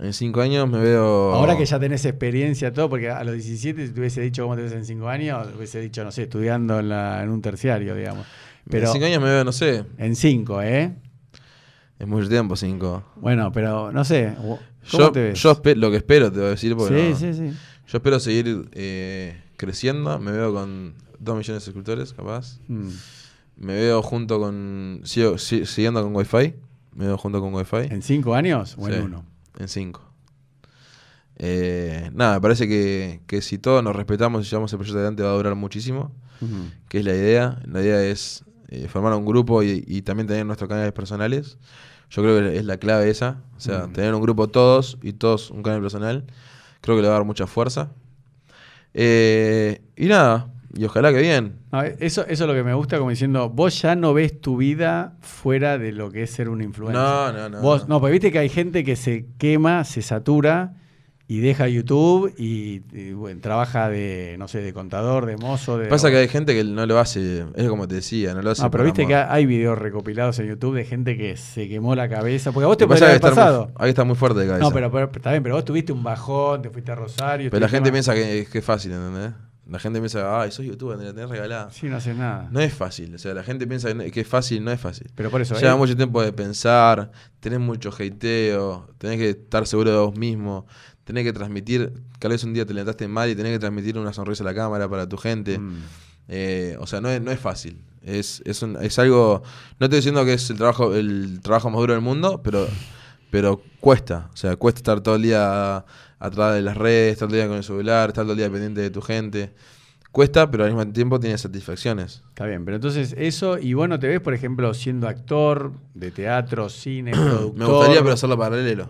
Speaker 2: En cinco años me veo...
Speaker 1: Ahora que ya tenés experiencia, todo, porque a los 17, si te hubiese dicho cómo te ves en cinco años, te hubiese dicho, no sé, estudiando en, la- en un terciario, digamos. Pero
Speaker 2: En cinco años me veo, no sé,
Speaker 1: en cinco, ¿eh?
Speaker 2: es mucho tiempo cinco.
Speaker 1: Bueno, pero no sé. ¿Cómo
Speaker 2: Yo,
Speaker 1: te ves?
Speaker 2: yo espe- lo que espero, te voy a decir, porque
Speaker 1: sí,
Speaker 2: no-
Speaker 1: sí, sí.
Speaker 2: Yo espero seguir eh, creciendo. Me veo con 2 millones de suscriptores, capaz.
Speaker 1: Mm.
Speaker 2: Me veo junto con. sigo- si- siguiendo con Wi-Fi. Me veo junto con Wi-Fi.
Speaker 1: ¿En cinco años o
Speaker 2: Sí.
Speaker 1: en uno?
Speaker 2: En 5. nada, me parece que, que si todos nos respetamos y llevamos el proyecto adelante, va a durar muchísimo.
Speaker 1: Ujú.
Speaker 2: Que es la idea. La idea es eh, formar un grupo y, y también tener nuestros canales personales. Yo creo que es la clave esa. O sea,
Speaker 1: Mm.
Speaker 2: tener un grupo todos y todos un canal personal. Creo que le va a dar mucha fuerza. Eh, y nada, y ojalá que bien.
Speaker 1: No, e- eso, eso es lo que me gusta, como diciendo, vos ya no ves tu vida fuera de lo que es ser un influencer.
Speaker 2: No, no, no.
Speaker 1: vos, no, pero viste que hay gente que se quema, se satura y deja YouTube y, y, bueno, trabaja de, no sé, de contador, de mozo, de.
Speaker 2: Pasa que hay gente que no lo hace, es como te decía, no lo hace.
Speaker 1: Ah, pero
Speaker 2: por
Speaker 1: viste
Speaker 2: amor.
Speaker 1: que ha- hay videos recopilados en YouTube de gente que se quemó la cabeza. Porque a vos
Speaker 2: Lo que
Speaker 1: te
Speaker 2: pasa
Speaker 1: podría
Speaker 2: es que
Speaker 1: haber
Speaker 2: estar muy-
Speaker 1: pasado.
Speaker 2: Hay que estar muy fuerte de cabeza.
Speaker 1: No, pero, pero- está bien, pero vos tuviste un bajón, te fuiste a Rosario.
Speaker 2: Pero la
Speaker 1: estuviste
Speaker 2: gente
Speaker 1: mal.
Speaker 2: piensa que, que es fácil, ¿entendés? La gente piensa, ay, sos youtuber, te la tenés regalada.
Speaker 1: Sí, no haces nada.
Speaker 2: No es fácil, o sea, la gente piensa que no- que es fácil, no es fácil.
Speaker 1: Pero por eso.
Speaker 2: Lleva
Speaker 1: eh,
Speaker 2: mucho tiempo de pensar, tenés mucho hateo, tenés que estar seguro de vos mismo, tenés que transmitir, tal vez un día te levantaste mal y tenés que transmitir una sonrisa a la cámara para tu gente.
Speaker 1: mm.
Speaker 2: Eh, o sea, no es, no es fácil. Es, es, un- es algo, no estoy diciendo que es el trabajo, el trabajo más duro del mundo, pero, pero cuesta. O sea, cuesta estar todo el día atrás de las redes, estar todo el día con el celular, estar todo el día pendiente de tu gente. Cuesta, pero al mismo tiempo tiene satisfacciones.
Speaker 1: Está bien, pero entonces eso, y bueno, te ves, por ejemplo, siendo actor de teatro, cine, productor.
Speaker 2: Me gustaría, pero hacerlo paralelo.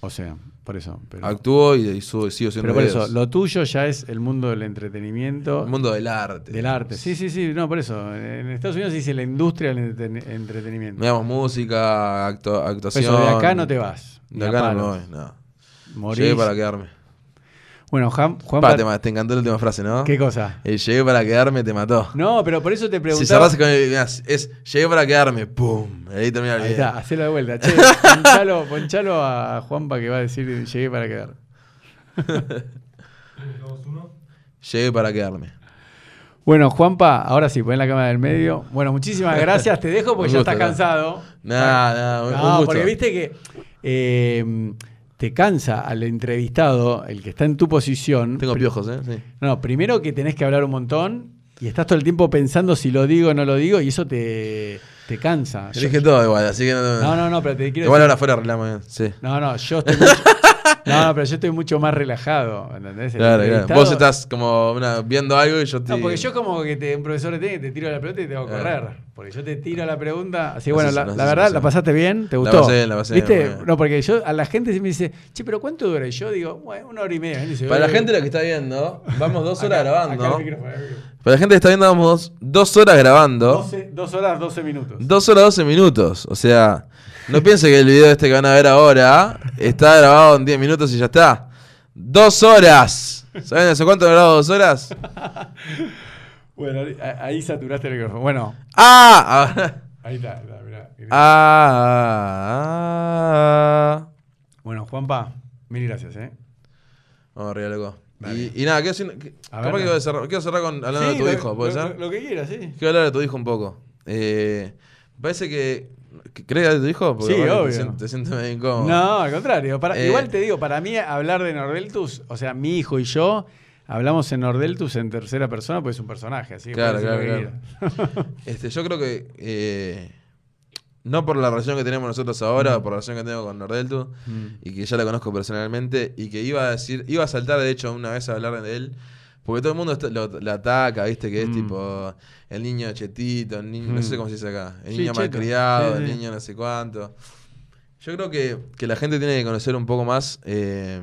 Speaker 1: O sea, por eso. Pero,
Speaker 2: Actúo y, y subo- sigo siendo
Speaker 1: pero por
Speaker 2: videos.
Speaker 1: eso, lo tuyo ya es el mundo del entretenimiento,
Speaker 2: El mundo del arte.
Speaker 1: del arte. Sí, sí, sí, no, por eso. En Estados Unidos se dice la industria del entreten- entretenimiento.
Speaker 2: Miramos música, actu-
Speaker 1: Por
Speaker 2: actuación.
Speaker 1: eso, de acá no te vas. ni
Speaker 2: De
Speaker 1: a
Speaker 2: acá no
Speaker 1: palos.
Speaker 2: me voy, no.
Speaker 1: Morís.
Speaker 2: Llegué para quedarme.
Speaker 1: Bueno, Juan, Juan
Speaker 2: Pa,
Speaker 1: Pat-
Speaker 2: te, ma- te encantó la última frase, ¿no?
Speaker 1: ¿qué cosa?
Speaker 2: El llegué para quedarme te mató.
Speaker 1: No, pero por eso te
Speaker 2: si
Speaker 1: preguntaba.
Speaker 2: cerrás con el. mirá, es llegué para quedarme, ¡pum! Ahí termina el
Speaker 1: Ahí
Speaker 2: video.
Speaker 1: está, hacelo de vuelta. Che, ponchalo, ponchalo a Juanpa que va a decir llegué para quedar.
Speaker 3: Dos, uno.
Speaker 2: Llegué para quedarme.
Speaker 1: Bueno, Juanpa, ahora sí, pon la cámara del medio. Bueno, muchísimas gracias. Te dejo porque
Speaker 2: Un
Speaker 1: ya
Speaker 2: gusto,
Speaker 1: estás
Speaker 2: ¿no?
Speaker 1: cansado.
Speaker 2: Nah, nah, un-
Speaker 1: No,
Speaker 2: un gusto.
Speaker 1: porque viste que eh, te cansa al entrevistado, el que está en tu posición.
Speaker 2: Tengo
Speaker 1: Pri-
Speaker 2: piojos, ¿eh? Sí.
Speaker 1: No, primero que tenés que hablar un montón y estás todo el tiempo pensando si lo digo o no lo digo y eso te, te cansa.
Speaker 2: Yo
Speaker 1: Yo-
Speaker 2: dije todo igual, así que no.
Speaker 1: no, no, no, pero te quiero
Speaker 2: Igual
Speaker 1: decir-
Speaker 2: ahora fuera arreglamos, eh, sí.
Speaker 1: No, no, yo estoy mucho- No, no, pero yo estoy mucho más relajado, ¿entendés? El
Speaker 2: Claro, claro.
Speaker 1: entrevistado-
Speaker 2: Vos estás como una- viendo algo y yo te.
Speaker 1: No, porque yo como que te, un profesor de tenis te tiro la pelota y te hago
Speaker 2: Eh.
Speaker 1: correr. Porque yo te tiro la pregunta. Así
Speaker 2: No
Speaker 1: bueno,
Speaker 2: sé,
Speaker 1: la,
Speaker 2: no sé
Speaker 1: la
Speaker 2: si
Speaker 1: verdad,
Speaker 2: pasé.
Speaker 1: ¿la pasaste bien? ¿Te
Speaker 2: La
Speaker 1: gustó?
Speaker 2: pasé, la pasé,
Speaker 1: ¿Viste?
Speaker 2: muy bien.
Speaker 1: No, porque yo a la gente se me dice, che, pero ¿cuánto dura? Y yo digo, bueno, una hora y media. Y dice,
Speaker 2: Para la
Speaker 1: "Eh,
Speaker 2: gente lo que está viendo, vamos dos horas
Speaker 1: acá-
Speaker 2: grabando.
Speaker 1: acá el micrófono, acá el micrófono".
Speaker 2: Para la gente que está viendo, vamos dos, dos horas grabando.
Speaker 1: Doce- dos horas, 12 minutos.
Speaker 2: Dos horas 12 minutos. O sea, no piense que el video este que van a ver ahora está grabado en 10 minutos y ya está. Dos horas. ¿Saben hace cuánto he grabado dos horas?
Speaker 1: Bueno, ahí- ahí saturaste el micrófono. Bueno,
Speaker 2: ¡Ah! Ahora-
Speaker 1: ahí está, está, mirá.
Speaker 2: ¡Ah! ah, ah.
Speaker 1: Bueno, Juanpa, mil gracias, ¿eh?
Speaker 2: Vamos arriba, loco.
Speaker 1: Dale.
Speaker 2: Y, y nada, quiero, decir- que-
Speaker 1: A ver,
Speaker 2: capaz que
Speaker 1: dale.
Speaker 2: voy a cerrar- quiero cerrar con, hablando de
Speaker 1: Sí,
Speaker 2: tu
Speaker 1: lo-
Speaker 2: hijo, ¿puede
Speaker 1: lo-
Speaker 2: ser?
Speaker 1: Lo, que quieras, sí.
Speaker 2: Quiero hablar de tu hijo un poco. Eh, parece que. ¿Crees hablar de tu hijo?
Speaker 1: Sí,
Speaker 2: aparte
Speaker 1: obvio.
Speaker 2: Te, sien- te siento medio incómodo.
Speaker 1: No, al contrario. Para-
Speaker 2: Eh,
Speaker 1: igual te digo, para mí hablar de Nordeltus, o sea, mi hijo y yo hablamos en Nordeltus en tercera persona porque es un personaje, así que
Speaker 2: Claro,
Speaker 1: puedes decir
Speaker 2: claro,
Speaker 1: lo que
Speaker 2: claro. Este, yo creo que eh, no por la relación que tenemos nosotros ahora, por la relación que tengo con Nordeltu,
Speaker 1: quieras.
Speaker 2: y que ya la conozco personalmente, y que iba a decir, iba a saltar de hecho una vez a hablar de él, porque todo el mundo está- lo, lo ataca, viste, que es
Speaker 1: Mm.
Speaker 2: tipo el niño chetito, el niño, no
Speaker 1: Mm.
Speaker 2: sé cómo se dice acá, el
Speaker 1: Sí,
Speaker 2: niño
Speaker 1: cheto.
Speaker 2: malcriado,
Speaker 1: Sí,
Speaker 2: el
Speaker 1: sí.
Speaker 2: niño no sé cuánto. Yo creo que, que la gente tiene que conocer un poco más, eh,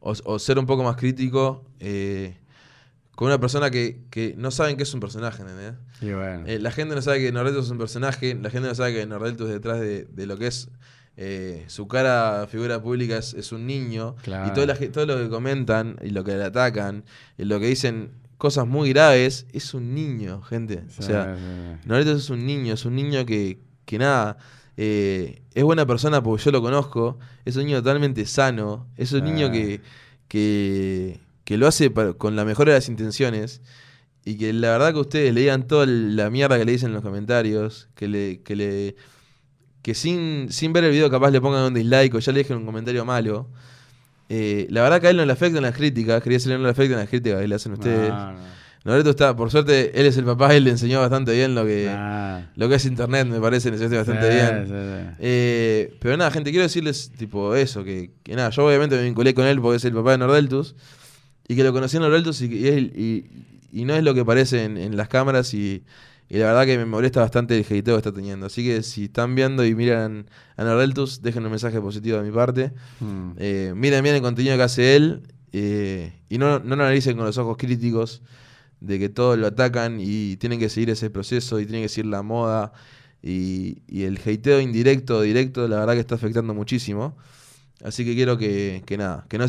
Speaker 2: o, o ser un poco más crítico. eh, con una persona que, que no saben que es un personaje, ¿entendés?
Speaker 1: Y bueno.
Speaker 2: Eh, la gente no sabe que Nordeltus es un personaje, la gente no sabe que Nordeltus detrás de, de lo que es eh, su cara, figura pública, es, es un niño.
Speaker 1: Claro.
Speaker 2: Y todo, la, ge- todo lo que comentan y lo que le atacan y lo que dicen cosas muy graves, es un niño, gente. O sea, Nordeltus es un niño, es un niño que, que nada. eh, es buena persona porque yo lo conozco, es un niño totalmente sano, es un niño
Speaker 1: Ah.
Speaker 2: que, que, que lo hace pa- con la mejor de las intenciones y que la verdad que ustedes le digan toda la mierda que le dicen en los comentarios, que le que le que sin, sin ver el video capaz le pongan un dislike o ya le dejen un comentario malo. eh, la verdad que a él no le afectan las críticas, quería decirle no le afectan las críticas que le hacen ustedes.
Speaker 1: No, no,
Speaker 2: Noreto está, por suerte, él es el papá, él le enseñó bastante bien lo que,
Speaker 1: Ah. no.
Speaker 2: lo que es internet, me parece, le enseñó eh, bastante
Speaker 1: Sí,
Speaker 2: bien.
Speaker 1: sí, sí.
Speaker 2: Eh, pero nada, gente, quiero decirles tipo eso, que, que nada, yo obviamente me vinculé con él porque es el papá de Nordeltus y que lo conocí en Nordeltus y, que- y, es- y- y no es lo que parece en, en las cámaras y, y la verdad que me molesta bastante el hateo que está teniendo. Así que si están viendo y miran a Nordeltus, dejen un mensaje positivo de mi parte.
Speaker 1: Mm.
Speaker 2: Eh, miren bien el contenido que hace él eh, y no, no lo analicen con los ojos críticos de que todos lo atacan y tienen que seguir ese proceso y tienen que seguir la moda y, y el hateo indirecto, directo, la verdad que está afectando muchísimo. Así que quiero que, que nada, que no se